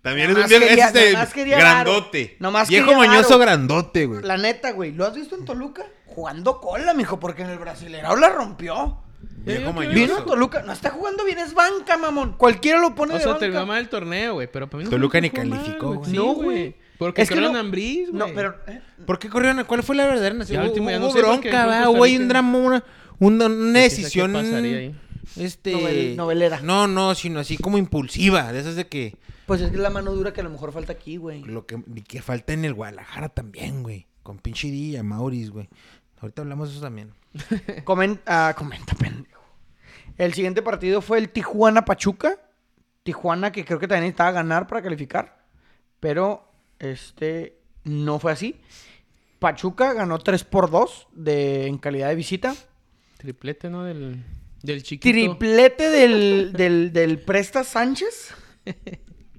B: También
A: Nomás
B: es un viejo
A: quería-
B: ese es
A: nomás
B: de
A: quería
B: grandote.
A: varo. Nomás
B: viejo
A: quería
B: mañoso
A: varo.
B: grandote, güey.
A: La neta, güey. ¿Lo has visto en Toluca? Jugando cola, mijo, porque en el Brasileirao la rompió.
B: Viejo
C: Vino
A: Vino a
B: mañoso.
A: Toluca. No está jugando bien, es banca, mamón. Cualquiera lo pone
C: O
A: de
C: sea,
A: banca.
C: terminó mal el torneo, güey, pero para mí no
B: Toluca ni
C: jugó mal,
B: calificó, güey.
C: Sí,
A: No, güey.
C: güey. Porque
A: Es que
C: corrieron
A: no-
C: a Ambriz, güey.
A: No, pero... ¿eh?
B: ¿Por qué corrieron? ¿Cuál fue la verdadera
C: Ya
B: nación? Hubo,
C: último, ya no
B: hubo
C: sé, porque
B: bronca,
C: fue
B: ¿verdad?
C: Costa
B: Hubo ahí un
C: Rica.
B: drama, una, una, una
C: ¿Qué
B: decisión.
C: pasaría ahí?
B: Este.
A: Novel- novelera.
B: No, no, sino así como impulsiva. De esas de que.
A: Pues es que es la mano dura que a lo mejor falta aquí, güey.
B: Lo que, y que falta en el Guadalajara también, güey. Con pinche D a Mauris, güey. Ahorita hablamos de eso también.
A: Comen- ah, comenta, pendejo. El siguiente partido fue el Tijuana-Pachuca. Tijuana que creo que también necesitaba ganar para calificar. Pero, este, no fue así. Pachuca ganó 3 por 2 de, en calidad de visita.
C: Triplete, ¿no? Del, del chiquito.
A: Triplete del, del, del Presta Sánchez.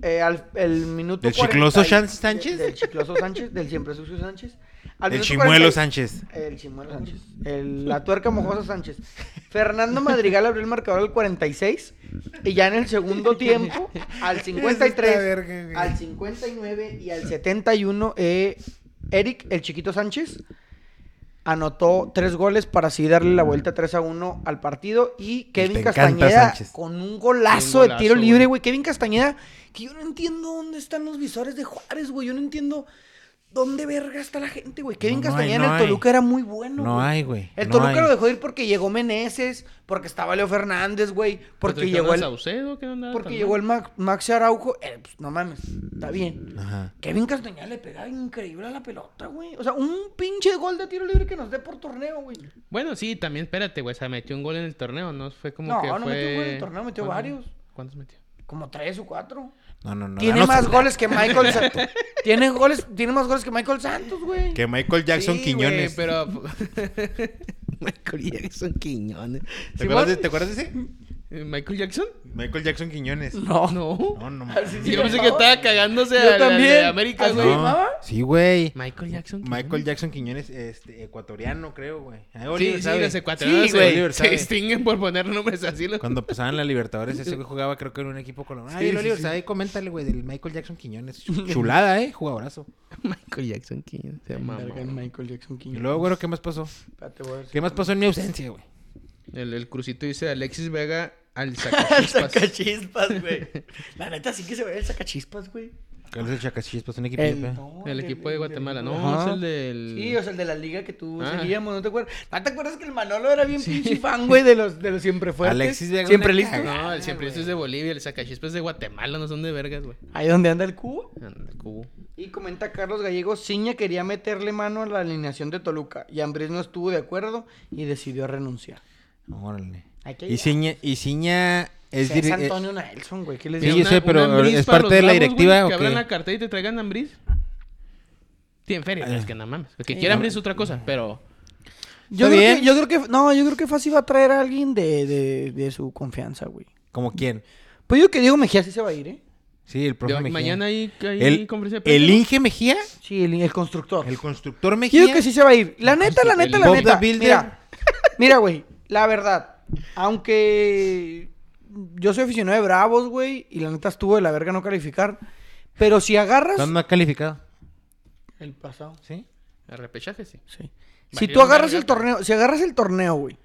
A: Eh, al, el minuto
B: ¿Del
A: 40
B: chicloso
A: y-
B: Shan- Sánchez?
A: Del chicloso Sánchez, del siempre sucio Sánchez. Al
B: El
A: minuto
B: chimuelo
A: 40 y-
B: Sánchez.
A: El Chimuelo Sánchez. El- la tuerca mojosa Sánchez. Fernando Madrigal abrió el marcador al 46. Y ya en el segundo tiempo, al
B: Eso
A: 53,
B: está verga, güey.
A: al 59 y al 71, eh, Eric, el chiquito Sánchez, anotó tres goles para así darle la vuelta 3 a 1 al partido. Y Kevin
B: encanta,
A: Castañeda
B: Sánchez.
A: con un golazo,
C: Un
A: de tiro
C: golazo,
A: libre,
C: güey.
A: güey. Kevin Castañeda, que yo no entiendo dónde están los visores de Juárez, güey. Yo no entiendo. ¿Dónde verga está la gente, güey? Kevin
B: No, no hay,
A: Castañeda en
B: no
A: el
B: hay.
A: Toluca era muy bueno.
B: No hay, güey.
A: El
B: No
A: Toluca
B: hay.
A: lo dejó ir porque llegó Meneses, porque estaba Leo Fernández, güey, porque
C: Trajeron
A: llegó
C: a
A: Pues el
C: Saucedo, que no andaba
A: porque
C: tan
A: llegó
C: mal.
A: el Max, Maxi Araujo, eh, pues, no mames, está bien.
B: Ajá.
A: Kevin Castañeda le pega increíble a la pelota, güey. O sea, un pinche gol de tiro libre que nos dé por torneo, güey.
C: Bueno, sí, también, espérate, güey. O sea, metió un gol en el torneo, ¿no? Fue como
A: No,
C: que
A: no
C: fue...
A: metió un gol en el torneo, metió
C: ¿Cuántos-
A: varios.
C: ¿Cuántos metió?
A: Como tres o cuatro.
B: No, no, pues, no.
A: tiene
B: danos
A: más
B: un-
A: goles que Michael Santos. tiene goles, tiene más goles que Michael Santos, güey.
B: Que Michael Jackson
C: Sí, güey,
B: Quiñones.
C: pero... Michael Jackson Quiñones.
B: ¿Te, acuerdas de,
A: Simón.
B: te acuerdas de ese?
C: ¿Michael Jackson?
B: Michael Jackson Quiñones.
A: No.
C: No.
B: No, no mames.
A: Así
C: Sí,
A: se
C: yo pensé
A: llamaba.
C: que estaba cagándose
A: Yo
C: a la-
A: también.
C: de América,
A: Así
C: güey.
A: se llamaba.
B: Sí, güey.
C: Ah, Michael Jackson.
B: Michael Jackson Quiñones, este, ecuatoriano, creo, güey. Ahí Oliver
C: Sí, sí,
B: sabe.
C: los ecuatorianos
B: Sí,
C: se-
B: güey. Oliver
C: se
B: sabe.
C: distinguen por poner nombres así. los-
B: Cuando pasaban la Libertadores, ese güey jugaba, creo que en un equipo colombiano.
C: Sí,
B: Ay, el
C: sí,
B: Oliver
C: sí.
B: sabe, coméntale, güey, del Michael Jackson Quiñones. Chulada, ¿eh? Jugadorazo.
C: Michael Jackson Quiñones. Se llama.
A: Verga, Michael Jackson King.
B: Y luego, güey, ¿qué más pasó?
A: Espérate, voy a ver si-
B: ¿Qué más pasó en mi ausencia, güey?
C: El, el crucito dice Alexis Vega al
A: El
C: sacachispas.
A: sacachispas, güey. La neta sí que se ve el sacachispas, güey.
B: ¿Cuál es el chacachispas? Un equipo.
A: El,
B: de
A: no,
C: el
A: del-
C: equipo de
A: del-
C: Guatemala.
A: del-
C: No,
B: Ajá.
C: es el del...
A: Sí, o sea, el de la liga que tú
C: Ah.
A: seguíamos, ¿no te acuerdas? ¿No te acuerdas que el Manolo era bien pinche fan, güey, de los, de los siempre fuertes?
B: Alexis Vega,
A: Siempre
B: una
A: listo.
B: cagada.
C: No, el siempre es de Bolivia, el sacachispas es de Guatemala, no son de vergas, güey.
A: Ahí donde anda el cubo.
C: Anda, cubo.
A: Y comenta Carlos Gallego, Ciña quería meterle mano a la alineación de Toluca y Ambrés no estuvo de acuerdo y decidió renunciar.
B: Órale.
A: Hay que
B: Y
A: llegar.
B: Ciña, y Ciña es eh,
A: Es
B: dire-
A: Antonio Nelson, güey, ¿qué les
B: Sí,
A: digo?
B: yo sé, pero
C: Ambriz
B: ¿es
C: para
B: parte de
C: los
B: la
C: bravos, güey,
B: directiva o
C: Que abran
B: qué?
C: la cartera y te traigan Ambris. Tienen feria,
B: Ah.
C: es que no mames. El que quiera Ambris es otra cosa, pero...
A: Yo
B: ¿Está
A: creo,
B: bien?
A: que, yo creo que, no, yo creo que Fácil va a traer a alguien de, de, de su confianza, güey.
B: ¿Como quién?
A: Pues yo que Diego Mejía sí se va a ir, ¿eh?
B: Sí, el profe
C: de-
B: Mejía.
C: mañana hay, hay
B: el,
C: conferencia de
B: el
C: prensa, ¿no?
B: Inge Mejía,
A: Sí, el, el constructor.
B: el constructor
A: Yo
B: Mejía.
A: digo que sí se va a ir. La neta, la neta, la
B: Bob the
A: neta.
B: Builder.
A: Mira, mira, güey, la verdad. Aunque yo soy aficionado de Bravos, güey, y la neta estuvo de la verga no calificar. Pero si agarras.
B: ¿Dónde ha calificado?
A: El pasado.
B: ¿Sí?
C: El repechaje, sí.
A: Sí. Si
C: Valió
A: tú agarras
C: verga,
A: el torneo, si agarras el torneo, güey,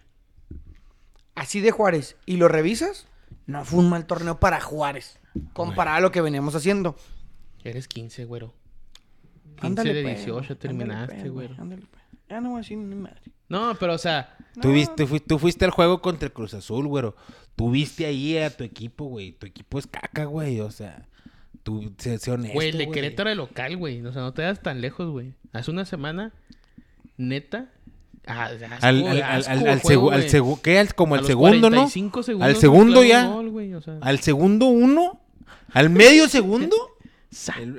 A: así de Juárez, y lo revisas, no fue un mal torneo para Juárez, comparado a lo que veníamos haciendo.
C: Eres 15, güero. 15
A: Ándale,
C: de
A: pues,
C: 18
A: ándale,
C: terminaste,
A: pues,
C: güey.
A: ándale, pues. Ya no voy a decir ni madre.
C: No, pero o sea,
B: Tú, viste, tú fui- tú fuiste al juego contra el Cruz Azul, güero. Tú viste ahí a tu equipo, güey. Tu equipo es caca, güey. O sea, tú, sé, sé honesto,
C: güey, el de Querétaro de local, güey. O sea, no te das tan lejos, güey. Hace una semana, neta, Ah, asco,
B: Al, al, al,
C: asco
B: al,
C: de
B: al,
C: juego,
B: segu- al
C: güey.
B: segu- ¿qué? Al- como
C: A
B: al
C: los
B: segundo, ¿no?
C: 45
B: Al
C: segundos
B: segundo
C: clava
B: ya.
C: un gol, güey, o sea.
B: Al segundo uno. Al medio segundo. el-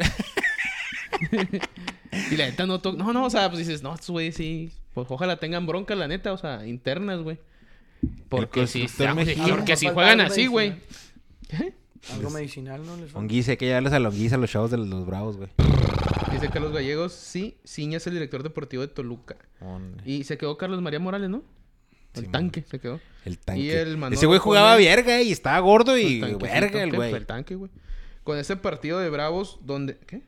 C: Y la neta no to- No, no, o sea, pues dices, no, estos güeyes sí. Pues ojalá tengan broncas, la neta, o sea, internas, güey. Porque si,
B: constructor
C: ah,
B: mexicano.
C: sí, porque si
A: Falta
C: juegan
A: algo
C: así, güey. Pues,
A: Algo medicinal, ¿no? Les falta.
B: Longuiza, hay que llevarles a Longuiza, a los chavos de los, los bravos, güey.
C: Dice Carlos Gallegos, sí, Ciña es el director deportivo de Toluca.
B: Hombre,
C: Y se quedó Carlos María Morales, ¿no? El
B: Simón.
C: tanque se quedó.
B: El tanque.
C: Y el Manolo Pues,
B: Ese güey jugaba
C: Juárez.
B: verga eh, y estaba gordo
C: El
B: y
C: tanque,
B: verga el
C: tanque,
B: güey.
C: El tanque, güey. Con ese partido de Bravos, donde. ¿Qué?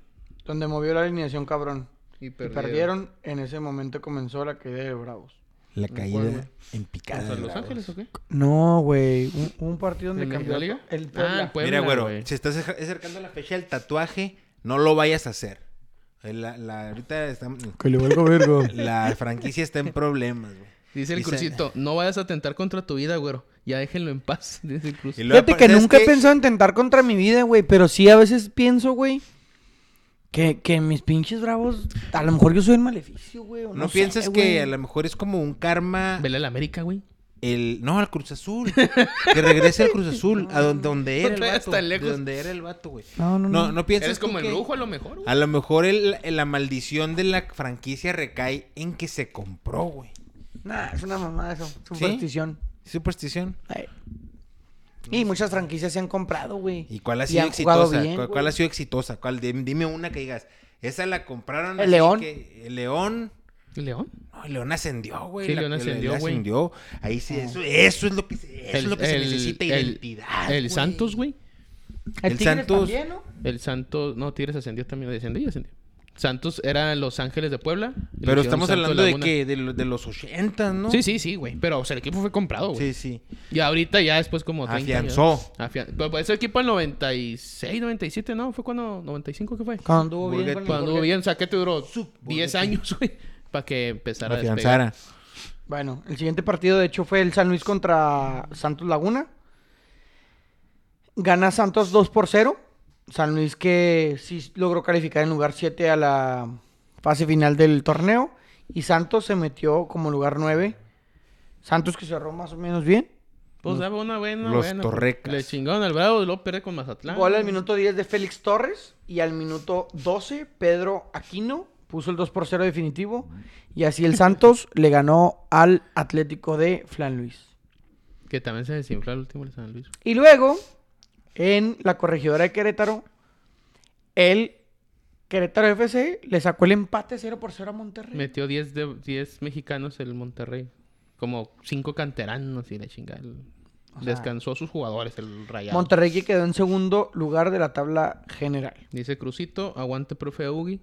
A: Donde movió la alineación, cabrón.
C: Y
A: Y perdieron. En ese momento comenzó la caída de Bravos.
B: La
C: ¿Cuál, güey?
B: caída en
C: ¿Contra
B: picada. de
C: Los
B: bravos.
C: Ángeles o qué?
A: No, güey. Un, un partido donde
C: ¿En
A: cambió
C: la liga?
A: to- el
C: Ah,
A: Puebla.
C: el Puebla.
B: Mira, güero,
C: güey.
B: si estás acer- acercando la fecha del tatuaje, no lo vayas a hacer. La, la- ahorita está-
A: Que le valga verga.
B: la franquicia está en problemas, güey.
C: Dice el
B: Dice-
C: crucito, no vayas a atentar contra tu vida, güero. Ya déjenlo en paz, dice el
B: Y
C: crucito.
B: luego,
A: Fíjate que
B: ¿sabes
A: nunca he
B: qué?
A: pensado en tentar contra mi vida, güey. Pero sí a veces pienso, güey, que, que mis pinches bravos. A lo mejor yo soy el maleficio, güey. o
B: No,
A: No, sé,
B: pienses que
A: güey.
B: a lo mejor es como un karma.
C: Vele a la América, güey.
B: El, no, al Cruz Azul. que regrese al Cruz Azul. A donde, donde era el
C: No te vayas
B: vato.
C: tan
B: de
C: lejos.
B: donde era el vato, güey.
A: No, no, no.
B: No, no pienses
C: Eres
B: tú
C: como el
B: que
C: brujo a lo mejor, güey.
B: A lo mejor el- la maldición de la franquicia recae en que se compró, güey.
A: Nah, es una mamada eso. Superstición.
B: Superstición.
A: Ay. Y muchas franquicias se han comprado, güey.
B: ¿Y cuál ha
A: Y
B: sido
A: han jugado
B: exitosa?
A: bien,
B: ¿Cuál,
A: güey.
B: cuál ha sido exitosa? ¿Cuál? Dim- Dime una que digas. Esa la compraron.
A: El
B: así
A: León.
B: que- el León.
C: ¿Y León?
B: No, el León ascendió, güey.
C: Sí,
B: La-
C: León
B: el- el
C: ascendió, güey.
B: ascendió. Ahí sí,
A: Ah.
B: eso, eso es lo que se, eso es lo que se necesita,
C: el-
B: identidad.
C: El
B: güey.
C: Santos, güey.
B: el
A: Tigres
B: Santos-
A: también, ¿no?
C: El Santos, no, Tigres ascendió también, descendió y ascendió. Santos era Los Ángeles de Puebla. y le
B: Pero
C: hicieron
B: estamos
C: Santos
B: hablando de
C: Laguna.
B: que de, lo- de los 80, ¿no?
C: Sí, sí, sí, güey. Pero, o sea, el equipo fue comprado, güey.
B: Sí, sí.
C: Y ahorita ya después como 30 años.
B: Afianzó.
C: Afia- Pero ese equipo en 96, 97, ¿no? ¿Fue cuando? ¿95 qué fue?
A: Cuando anduvo bien.
B: Burger
A: con el
C: Cuando
A: Burger.
C: anduvo bien, o sea, que te duró
B: Sub-
C: 10 años, güey. Para que empezara a despegar.
B: Afianzara.
A: Bueno, el siguiente partido de hecho fue el San Luis contra Santos Laguna. Gana Santos 2 por 0. San Luis que sí logró calificar en lugar 7 a la fase final del torneo. Y Santos se metió como lugar 9. Santos que cerró más o menos bien.
C: Pues daba una buena,
B: los
C: buena.
B: Torrecas.
C: Le chingaron al Bravo y luego pierde con Mazatlán.
A: Gol al minuto 10 de Félix Torres. Y al minuto 12, Pedro Aquino puso el 2 por 0 definitivo. Y así el Santos le ganó al Atlético de Flan Luis.
C: Que también se desinfló al último el San Luis.
A: Y luego, en la corregidora de Querétaro, el Querétaro FC le sacó el empate 0 por 0 a Monterrey.
C: Metió 10, de, 10 mexicanos el Monterrey. Como 5 canteranos y la chingada. El-
A: O sea,
C: Descansó a sus jugadores el Rayado.
A: Monterrey que quedó en segundo lugar de la tabla general.
C: Dice Crucito, aguante, profe Ugi.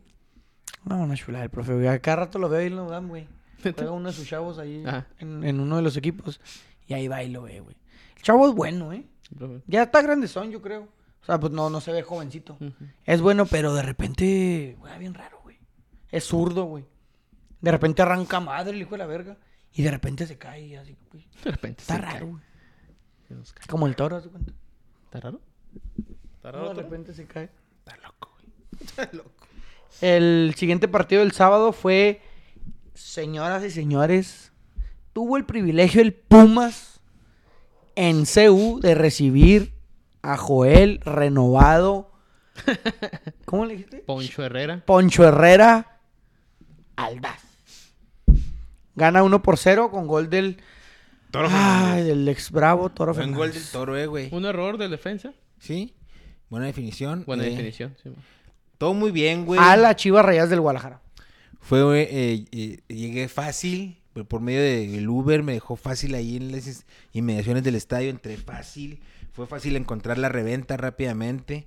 A: No, una chulada el profe. güey. A cada rato lo veo y lo dan, güey. Juega uno de sus chavos ahí
C: Ajá.
A: en, en uno de los equipos. Y ahí va y lo ve, güey. El chavo es bueno, ¿eh?
C: Profe.
A: Ya está grandezón, yo creo. O sea, pues no, no se ve jovencito.
C: Ujú.
A: Es bueno, pero de repente juega bien raro, güey. Es zurdo, güey. De repente arranca madre el hijo de la verga. Y de repente se cae y así, güey.
C: De repente.
A: Está
C: se
A: raro,
C: cae.
A: güey.
C: Se nos cae.
A: Como el toro, ¿haz de cuenta?
C: ¿Está raro? ¿Está
A: No,
C: raro?
A: de
C: Toro?
A: repente se cae.
B: Está loco, güey. Está loco.
A: El siguiente partido del sábado fue, señoras y señores, tuvo el privilegio el Pumas en CU de recibir a Joel renovado. ¿Cómo le dijiste?
C: Poncho Herrera.
A: Poncho Herrera Aldaz. Gana 1 por 0 con gol del.
B: Toro
A: Ay,
B: Fernández.
A: del ex bravo Toro
B: Fue un
A: Fernández.
B: gol del toro, eh, güey.
C: Un error de defensa.
B: Sí. Buena definición.
C: Buena
B: eh.
C: definición. sí, güey.
B: Todo muy bien, güey.
A: A la Chivas Rayas del Guadalajara.
B: Fue, eh, eh, llegué fácil, pero por medio del Uber me dejó fácil ahí en las is- inmediaciones del estadio, entré fácil, fue fácil encontrar la reventa rápidamente,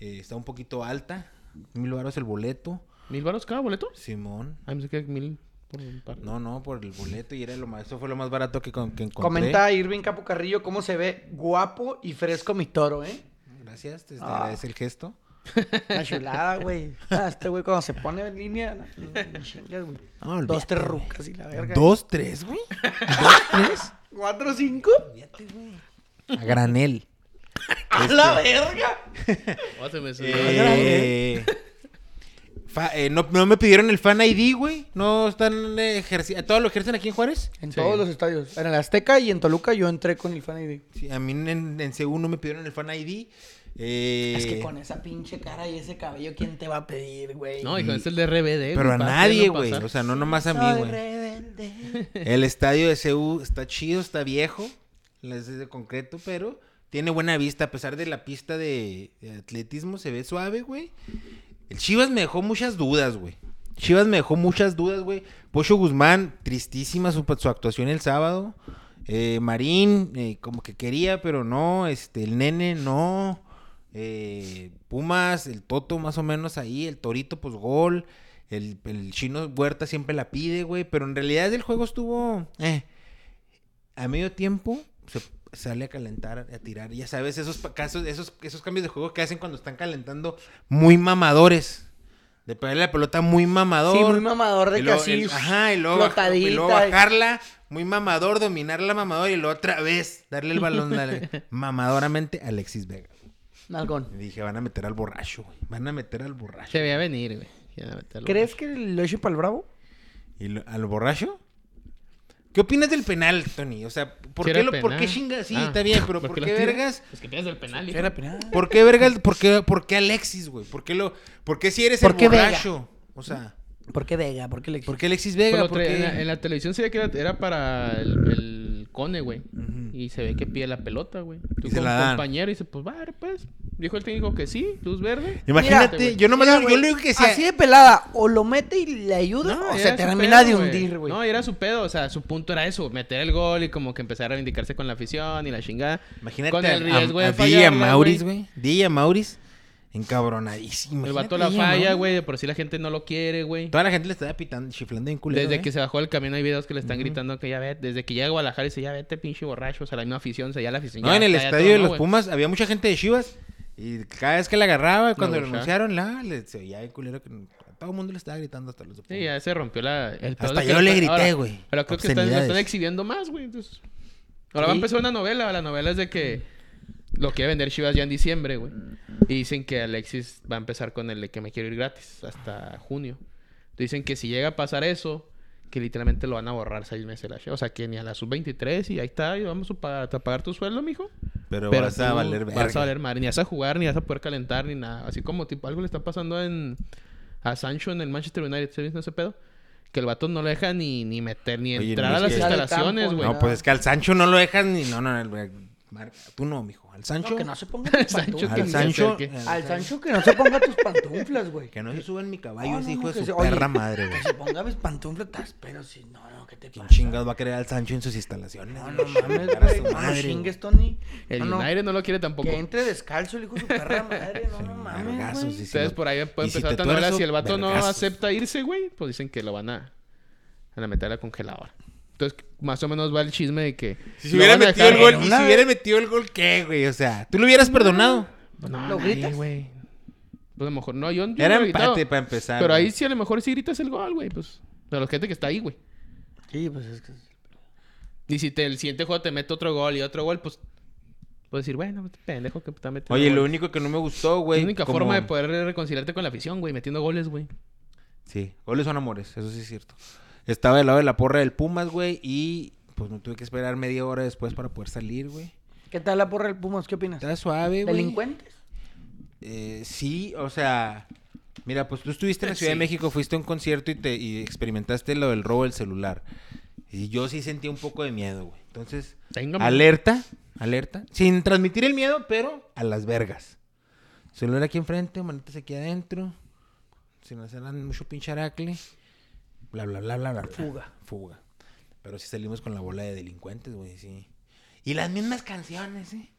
B: eh, está un poquito alta, mil baros el boleto,
C: ¿Mil baros cada boleto?
B: Simón,
C: Ah, me sé que mil por un par.
B: no, no, por el boleto y era lo más, eso fue lo más barato que, con- que encontré.
A: Comenta Irving Capo Carrillo cómo se ve guapo y fresco mi toro, ¿eh?
B: Gracias, te te
A: Ah.
B: agradece el gesto.
A: Una chulada, güey. Ah, este güey cuando se pone en línea. no, no chingas, güey.
B: No, Ah, olvídate,
A: Dos, tres
B: güey.
A: rucas y la verga.
B: Dos, tres, güey. Dos, tres.
A: ¿Cuatro, cinco?
B: A granel. Este.
A: ¡A la verga! Eh,
C: Oh, se me subió.
B: Eh, Fa- eh, no, no me pidieron el fan ID, güey. No están ejerciendo. ¿Todos lo ejercen aquí en Juárez?
A: En
C: Sí.
A: todos los estadios. En el Azteca y en Toluca yo entré con el fan ID.
B: Sí, a mí en, en CU no me pidieron el fan ID. Eh,
A: Es que con esa pinche cara y ese cabello, ¿quién te va a pedir, güey?
C: No, hijo, es el de RBD.
B: Pero
C: güey,
B: a
C: pa,
B: nadie,
C: déjenlo
B: güey.
C: pasar.
B: O sea, no nomás a
A: Soy
B: mí, güey.
A: rebelde.
B: El estadio de CU está chido, está viejo. Es de concreto, pero tiene buena vista. A pesar de la pista de, de atletismo, se ve suave, güey. El Chivas me dejó muchas dudas, güey. Chivas me dejó muchas dudas, güey. Pocho Guzmán, tristísima su, su actuación el sábado. Eh, Marín, eh, como que quería, pero no. Este, el nene, no. Eh, Pumas, el Toto, más o menos ahí. El Torito, pues gol. El, el chino Huerta siempre la pide, güey. Pero en realidad el juego estuvo. eh. A medio tiempo se sale a calentar, a tirar. Ya sabes, esos pa- casos, esos, esos cambios de juego que hacen cuando están calentando muy mamadores. De pegarle la pelota muy mamador.
A: Sí, muy mamador
B: Y
A: de que
B: luego
A: así.
B: el- ajá, y luego, baj-
A: flotadita. eh.
B: y luego bajarla, muy mamador, dominarla mamador y luego otra vez darle el balón dale, mamadoramente a Alexis Vega.
A: Nalgón.
B: Y dije, van a meter al borracho, güey. Van a meter al borracho.
C: Se veía venir, güey. Ya no, te lo-
A: ¿Crees que lo eche para el Bravo?
B: ¿Y lo- al borracho? ¿Qué opinas del penal, Tony? O sea, ¿por
C: Si
B: qué,
C: era
B: lo, ¿por
C: penal.
B: qué chinga? Sí,
C: Ah,
B: está bien, pero ¿por qué,
C: lo tira?
B: vergas?
C: Pues que piensas el penal, hijo.
A: Era penal.
B: ¿Por qué vergas? ¿Por qué, por qué Alexis, güey? ¿Por qué lo por qué si eres
A: ¿Por
B: el
A: qué Vega?
B: borracho? O sea,
A: ¿Por qué Vega? ¿Por qué le
B: ¿por qué Alexis
C: Por
B: Vega?
C: lo
B: ¿Por
C: tra- en,
B: qué?
C: la, en la televisión se ve que era, era para el, el Cone, güey.
B: Ujú.
C: Y se ve que pide la pelota, güey. Tú
B: se
C: con
B: la dan.
C: compañero y dice, pues, va, pues. Dijo el técnico que sí, luz verde.
B: Imagínate,
C: Mira,
B: yo no me
A: Mira,
B: yo
A: güey,
B: lo único que sea,
A: Así de pelada, o lo mete y le ayuda, o
C: era
A: se
C: su
A: termina
C: pedo,
A: de hundir, güey.
C: No, y era su pedo. O sea, su punto era eso, meter el gol y como que empezar a reivindicarse con la afición y la chingada.
B: Imagínate
C: con el
B: a-
C: riesgo
B: a,
C: de
B: Di y a
C: fallarla,
B: Mauris,
C: güey.
B: güey. Di y a Mauris encabronadísimo.
C: El
B: Imagínate
C: vato la
B: Di y a
C: falla,
B: Mauris.
C: güey. De por sí la gente no lo quiere, güey.
B: Toda la gente le estaba pitando, chiflando en culero.
C: Desde
B: ¿eh?
C: que se bajó del camión hay videos que le están gritando que ya ve, desde que llega a Guadalajara y dice, ya vete, pinche borracho, o sea, la misma afición, o sea, ya la afición.
B: No,
C: ya
B: en el
C: está, ya
B: estadio
C: todo,
B: de
C: ¿no,
B: los
C: güey?
B: Pumas había mucha gente de Chivas y cada vez que la agarraba, cuando lo
C: gustaba.
B: anunciaron, la, le, se oía el culero que a todo el mundo le estaba gritando hasta los de Pumas.
C: Sí, ya se rompió la... el pedo
B: Hasta
C: de
B: yo
C: que-
B: le grité,
C: ahora-
B: güey.
C: Pero creo que están, lo
B: Obscenidades.
C: están exhibiendo más, güey, entonces... Ahora va a
A: Sí.
C: empezar una novela, la novela es de que lo quiere vender Chivas ya en diciembre, güey. Y dicen que Alexis va a empezar con el de que me quiero ir gratis hasta junio. Dicen que si llega a pasar eso, que literalmente lo van a borrar seis meses. la Chivas. O sea, que ni a la sub-23 y ahí está, y vamos a pagar, a pagar tu sueldo, mijo.
B: Pero,
C: Pero
B: vas a
C: tú
B: valer verga.
C: Vas a valer madre. Ni vas a jugar, ni vas a poder calentar, ni nada. Así como tipo, algo le está pasando en, a Sancho en el Manchester United. ¿Se viste ese pedo? Que el vato no lo deja ni, ni meter, ni
B: Oye,
C: entrar a
B: no, es
C: las
B: que-
C: instalaciones,
A: Al
C: güey.
A: campo,
B: No, pues es que al Sancho no lo dejas ni. No, no, no. el- Mar- Tú no, mijo. Al
A: No,
B: Sancho.
A: que no se ponga
C: Al
A: tus
C: Sancho
A: pantuflas.
C: que
B: pues, Al
C: ni
A: Al,
C: se
B: Sancho.
C: acerque.
B: al
A: Sancho que no se ponga tus pantuflas, güey.
B: Que
A: Que
B: no se suba en mi caballo
A: No,
B: ese
A: no,
B: hijo
A: no,
B: de
A: que
B: su
A: se- oye.
B: perra madre, güey.
A: se ponga mis pantuflas, tas- pero si no, no, ¿qué te
B: ¿Quién
A: pasa?
B: chingados va a querer al Sancho en sus instalaciones?
A: No,
B: güey?
A: no mames,
B: Perra
A: güey.
B: su
A: No, no
B: madre,
A: chingues, Tony.
C: El
B: eh,
A: No, no,
C: United no lo quiere tampoco.
A: Que entre descalzo el hijo de su perra madre. No, no mames,
B: Vergazos,
A: güey.
B: sí, sí,
C: Ustedes
B: no.
C: por ahí pueden
B: Y si
C: empezar
B: te
C: a novela.
B: tuerzo,
C: Si el vato no
B: vergazos.
C: acepta irse, güey, pues dicen que lo van a, a la meter a la congeladora. Entonces, más o menos va el chisme de que...
B: Si
C: lo
B: se hubiera
C: van a
B: metido el
C: dejar-
B: gol,
A: en
B: y
A: una
B: si hubiera metido el gol, ¿qué, güey? O sea, ¿tú lo hubieras perdonado?
C: No,
A: ¿Lo
C: nadie,
A: gritas?
C: güey. Pues a lo mejor... No, yo, yo
B: Era
C: no lo he gritado.
B: empate para empezar.
C: Pero ahí
B: güey.
C: sí a lo mejor sí gritas el gol, güey. Pues, de la gente que está ahí, güey.
A: Sí, pues es que.
C: Y si te, el siguiente juego te mete otro gol y otro gol, pues... Puedes decir, bueno, este pendejo que está metiendo
B: Oye, lo
C: goles.
B: único que no me gustó, güey.
C: Es la única
B: como-
C: forma de poder reconciliarte con la afición, güey. Metiendo goles, güey.
B: Sí, goles son amores, eso sí es cierto. Estaba del lado de la porra del Pumas, güey, y pues me tuve que esperar media hora después para poder salir, güey.
A: ¿Qué tal la porra del Pumas? ¿Qué opinas?
B: Está suave, güey.
A: ¿Delincuentes?
B: Eh, sí, o sea, mira, pues tú estuviste en la
C: Sí.
B: Ciudad de México, fuiste a un concierto y te y experimentaste lo del robo del celular. Y yo sí sentí un poco de miedo, güey. Entonces,
C: Tenga,
B: alerta, alerta, sin transmitir el miedo, pero a las vergas. Celular aquí enfrente, manitas aquí adentro. Si no se dan mucho pinche aracle. Bla, bla, bla, bla, bla. bla.
A: Fuga.
B: Fuga. Pero sí salimos con la bola de delincuentes, güey, sí. Y las mismas canciones, ¿eh?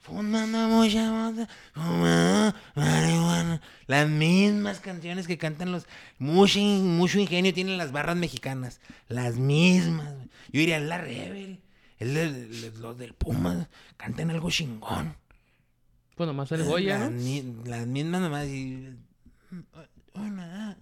B: Fumando mucha mota, fumando marihuana. Las mismas canciones que cantan los... Mucho, in- mucho ingenio tienen las barras mexicanas. Las mismas. güey. Yo diría, es la Rebel. Es del- del- los del Pumas. Cantan algo chingón.
C: Pues nomás el Goya,
B: Las
C: ¿no?
B: mi- Las mismas nomás. Y... Una,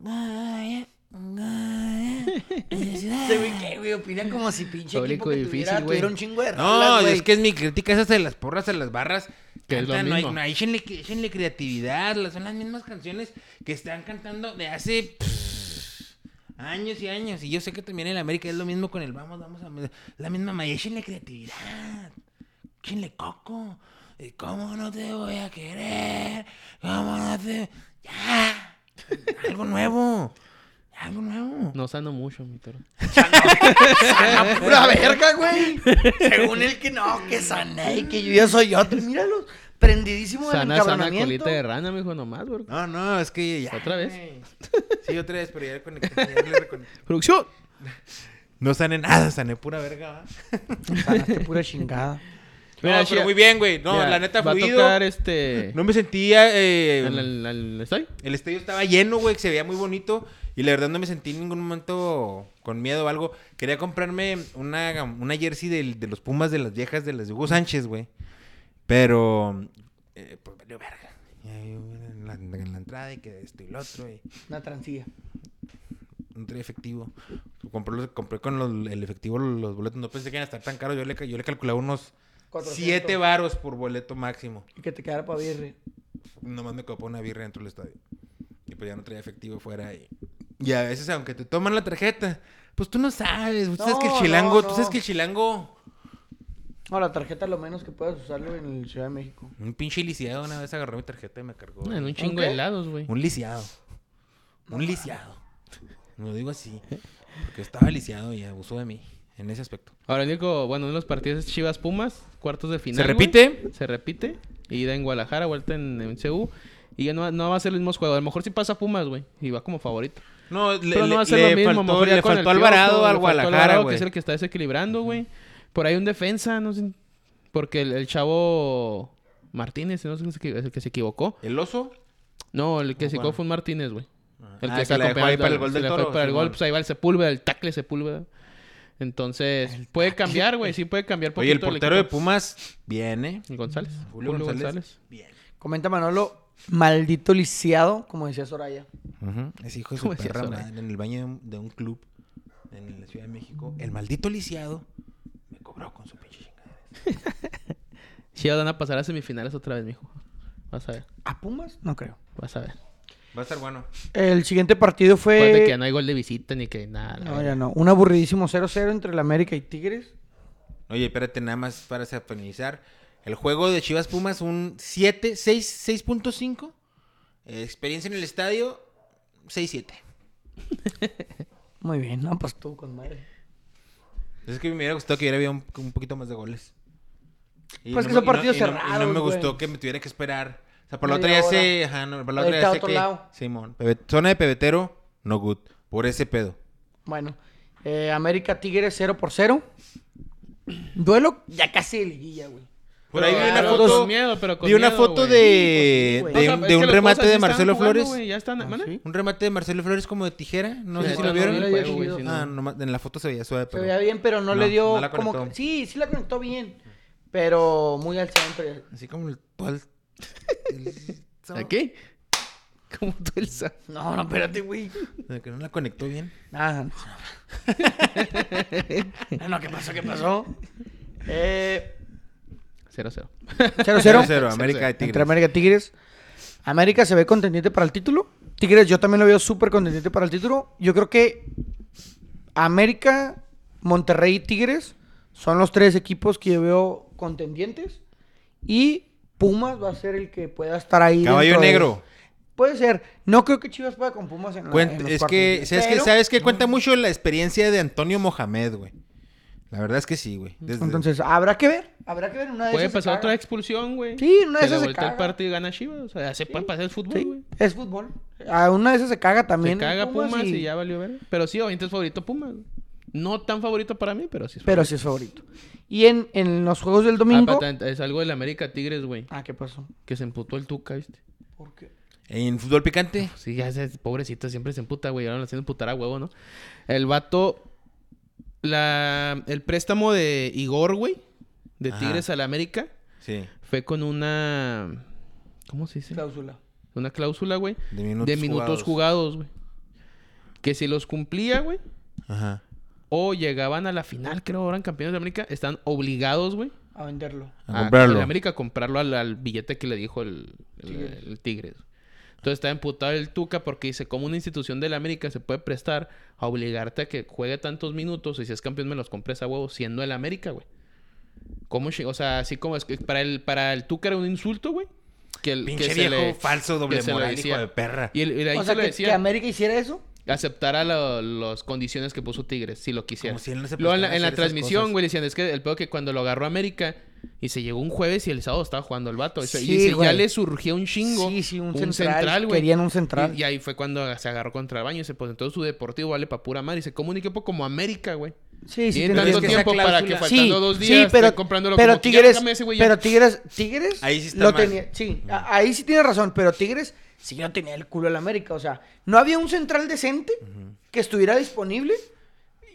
B: una, una,
A: Este güey, ¿qué, güey? Opina como si pinche
C: Público
A: equipo que
C: difícil,
A: tuviera,
C: güey.
A: tuviera un chingo de
B: No,
A: rolas, güey.
B: es que es mi crítica esa de las porras a las barras.
C: Que es lo
B: Canta, no hay-
C: mismo.
B: no hay- échenle, échenle creatividad. las- Son las mismas canciones que están cantando de hace pff, años y años. Y yo sé que también en América es lo mismo con el vamos, vamos a la misma ma- Échenle creatividad. Échenle coco. Eh, ¿Cómo no te voy a querer? ¿Cómo no te.? ¡Ya! Algo nuevo. Algo nuevo.
C: No sano mucho, mi toro.
A: ¡Ah, pura verga, güey! Según él que no, que sané y que yo ya soy otro. Míralos, prendidísimo del
C: Sana, sana
A: encabronamiento.
C: colita de rana, mijo, nomás, bro.
B: No, no, es que ya.
C: ¿Otra vez?
B: Sí, otra vez, pero ya le conecté. ya le reconecté.
C: ¡Producción!
B: No sané nada, sané pura verga. ¿va?
A: Sanaste pura chingada.
C: Mira,
B: no, pero
C: Shia-
B: muy bien, güey. No,
C: Mira,
B: la neta,
C: Va a
B: fluido.
C: tocar este...
B: No me sentía... eh,
C: al- al- al- ¿Estoy?
B: El estadio estaba lleno, güey, que se veía muy bonito. Y la verdad no me sentí en ningún momento con miedo o algo. Quería comprarme una, una jersey del- de los Pumas de las viejas de las de Hugo Sánchez, güey. Pero... eh, pues valió verga. Y ahí, güey, En la, en la entrada y que esto y lo otro, güey.
A: Una transilla.
B: No traía efectivo. Compré, los- compré con los- el efectivo los boletos. No pensé que iban a estar tan caros. Yo le, ca- yo le calculaba unos
A: 400.
B: siete varos por boleto máximo.
A: Y que te quedara para ver.
B: Nomás me copó una birra dentro del estadio. Y pues ya no traía efectivo fuera. Y, y a veces, aunque te toman la tarjeta, pues tú no sabes. Tú sabes que el
A: No,
B: chilango,
A: no,
B: tú sabes
A: no.
B: que el chilango,
A: No, la tarjeta lo menos que puedas usarlo en el Ciudad de México.
B: un pinche lisiado una vez agarró mi tarjeta y me cargó.
C: En un chingo
A: qué?
C: de helados, güey.
B: Un lisiado. Un lisiado. Lo digo así. Porque estaba lisiado y abusó de mí en ese aspecto.
C: Ahora, el único, bueno, uno de los partidos es Chivas Pumas, cuartos de final.
B: ¿Se
C: güey.
B: repite?
C: Se repite. Ida en Guadalajara, vuelta en, en CU. Y ya no, va- no va a ser el mismo juego. A lo mejor sí pasa Pumas, güey. Y va como favorito.
B: No,
C: Pero
B: le,
C: no va a
B: le-
C: ser
B: le
C: lo mismo. a lo
B: faltó,
C: mejor ya
B: le
C: con el
B: faltó
C: Piojo,
B: Alvarado al
C: le faltó
B: Guadalajara,
C: Que
B: güey.
C: es el que está desequilibrando, güey. Por ahí un defensa, no sé. Porque el, el chavo Martínez, no sé, es el que- es el que se equivocó.
B: ¿El oso?
C: No, el que se
B: bueno.
C: equivocó fue un Martínez, güey. El
B: Ah,
C: que
B: que
C: está
B: la dejó ahí para el gol del toro.
C: Para el gol,
B: Simón.
C: pues ahí va el Sepúlveda, el tackle Sepúlveda. Entonces, puede cambiar, güey. Sí puede cambiar
B: Oye, el
C: poquito
B: portero de
C: equipo.
B: Pumas viene.
C: González.
B: Julio González. Bien.
A: Comenta Manolo, maldito lisiado, como decía Soraya.
B: Ujú. Ese hijo de su
C: ¿Cómo decía
B: perra
C: eso,
B: madre, en el baño de un, de un club en la Ciudad de México. El maldito lisiado me cobró con su pinche chingada.
C: Chivas van a pasar a semifinales otra vez, mijo. Vas a ver,
A: ¿A Pumas? No creo.
C: vas a ver.
A: Eh.
B: Va a estar bueno.
A: El siguiente partido
C: Acuérdate que ya
A: fue.
C: no hay gol Pues de visita ni que nada. la
A: No,
C: verdad.
A: ya no. Un aburridísimo 0-0 entre el América y Tigres.
B: Oye, espérate, nada más para sa- finalizar. El juego de Chivas Pumas, un 7, 6, 6.5. Eh, experiencia en el estadio, 6-7.
A: Muy bien, no, pues tú con madre.
B: Es que me hubiera gustado que hubiera habido un, un poquito más de goles. Y
A: Pues que
B: me-
A: son partidos
B: y no- Y no,
A: cerrados,
B: me
A: güey.
B: gustó que me tuviera que esperar. O sea, por la otra
A: Media
B: ya sé. Ajá, no, por la
A: Ahí
B: otra
A: está
B: ya sé
A: otro
B: que.
A: lado.
B: Simón, pebe- zona de pebetero, no good. Por ese pedo.
A: Bueno, eh, América Tigres 0 por 0. Duelo ya casi de liguilla, güey.
B: Por
C: Pero
B: ahí vi
C: ya
B: una
C: con
B: foto.
C: miedo, pero con
B: vi una
C: miedo,
B: foto
C: güey.
B: de,
A: Sí, pues sí, güey.
B: de
C: O sea, es
B: un- de
C: que
B: un
C: los juegos
B: remate
C: así
B: de
C: están
B: Marcelo
C: jugando,
B: Flores.
C: güey, Ya están, ¿mana?
A: Ah, sí?
B: Un remate de Marcelo Flores como de tijera. No
C: Sí,
B: sé si
C: no,
B: lo
C: no
B: vieron.
C: vi el
A: Yo
C: juego,
A: sí
C: güey,
A: vi.
C: sí, no.
B: Ah, nomás- en la foto se veía suave,
A: Se
B: pero.
A: veía bien, pero no,
B: No,
A: le dio
B: no la
A: como
B: conectó.
A: que- Sí, sí la conectó bien. Pero muy al centro. ya.
B: Así como el. todo el- el-
C: ¿Aquí? Como tú el sa-
A: No, no, espérate, güey.
B: de que no la conectó bien.
A: Nada, no. no, no, ¿qué pasó? ¿Qué pasó? Eh,
C: 0-0.
A: Ah, 0-0
B: 0-0, América de
A: entre
B: Tigres.
A: América y Tigres. América se ve contendiente para el título. Tigres yo también lo veo súper contendiente para el título. Yo creo que América, Monterrey y Tigres son los tres equipos que yo veo contendientes. Y Pumas va a ser el que pueda estar ahí.
B: Caballo
A: dentro de-
B: negro.
A: Puede ser. No creo que Chivas pueda con Pumas en, la-
B: Cuenta-
A: en los
B: es
A: cuartos.
B: que, ¿sabes, que,
A: Pero-
B: ¿sabes que Cuenta mucho la experiencia de Antonio Mohamed, güey. La verdad es que sí, güey. Desde-
A: Entonces, habrá que ver. Habrá que ver una de
C: Puede
A: esas se
C: pasar
A: caga.
C: otra expulsión, güey.
A: Sí, una de
C: Se le
A: esas se
C: voltea el
A: caga.
C: partido y gana Chivas. O sea, se puede pasar el fútbol,
A: Sí,
C: güey.
A: es fútbol. A una de esas se caga también.
C: Se
A: en
C: caga Pumas, y... ya valió ver. Pero sí, obviamente es favorito Pumas. güey. No tan favorito para mí, pero sí es
A: Pero sí es favorito. Y en, en los juegos del domingo.
C: Ah, pata- es algo del América Tigres, güey.
A: Ah, ¿qué pasó?
C: Que se emputó el Tuca, ¿viste? Pues
A: ¿Por qué?
B: En fútbol picante.
C: Sí, ya ese pobrecito siempre se emputa, güey. Ahora lo hacen emputar a huevo, ¿no? El vato. La, el préstamo de Igor, güey. De
B: Ajá.
C: Tigres al América.
B: Sí.
C: Fue con una. ¿Cómo se dice?
A: Cláusula.
C: Una cláusula, güey.
B: De minutos
C: de minutos jugados, güey. Que si los cumplía, güey.
B: Ajá.
C: O llegaban a la final, creo, eran campeones de América. Están obligados, güey,
A: a venderlo.
C: a-
B: A comprarlo.
C: de América a comprarlo al, al billete que le dijo el, el-
A: Tigres.
C: el Tigres. Entonces está emputado el Tuca porque dice, ¿cómo una institución del América se puede prestar a obligarte a que juegue tantos minutos y si es campeón me los compres a huevo siendo el América, güey? ¿Cómo, chi- o sea, así como es que para el, para el Tuca era un insulto, güey. Que el,
B: Pinche
C: que se
B: viejo
C: le-
B: falso,
C: que
B: doble
C: se lo
B: moral,
C: decía.
B: hijo de perra.
C: Y, el, y ahí
A: O
C: se
A: sea,
C: lo
A: que,
C: decía.
A: que América hiciera eso.
C: aceptara las condiciones que puso Tigres, si lo quisiera.
B: Como si él no se
C: Luego, en
B: prestara
C: la,
B: a
C: en la
B: hacer esas
C: transmisión,
B: cosas.
C: güey, le decían, es que el peor que cuando lo agarró América y se llegó un jueves y el sábado estaba jugando el vato. Y se- y
A: Sí,
C: dice, ya
A: güey.
C: le surgió un chingo.
A: Sí, sí, un central, querían un central.
C: Y, y ahí fue cuando se agarró contra el baño y se pues entonces su deportivo vale para pura madre. Y se comunica un equipo como América, güey.
A: Sí, sí.
C: Tiene
A: tiene
C: tanto
A: que-
B: esa
C: tiempo para que
B: cláusula-
C: faltando dos días esté comprándolo
A: pero
C: como que ya
A: Tigres,
C: cámbiame ese güey ya.
A: pero Tigres, Tigres,
B: Ahí sí está
A: lo
B: mal.
A: tenía- sí, a- ahí sí tiene razón, pero Tigres sí no tenía el culo al América, o sea, no había un central decente que estuviera disponible.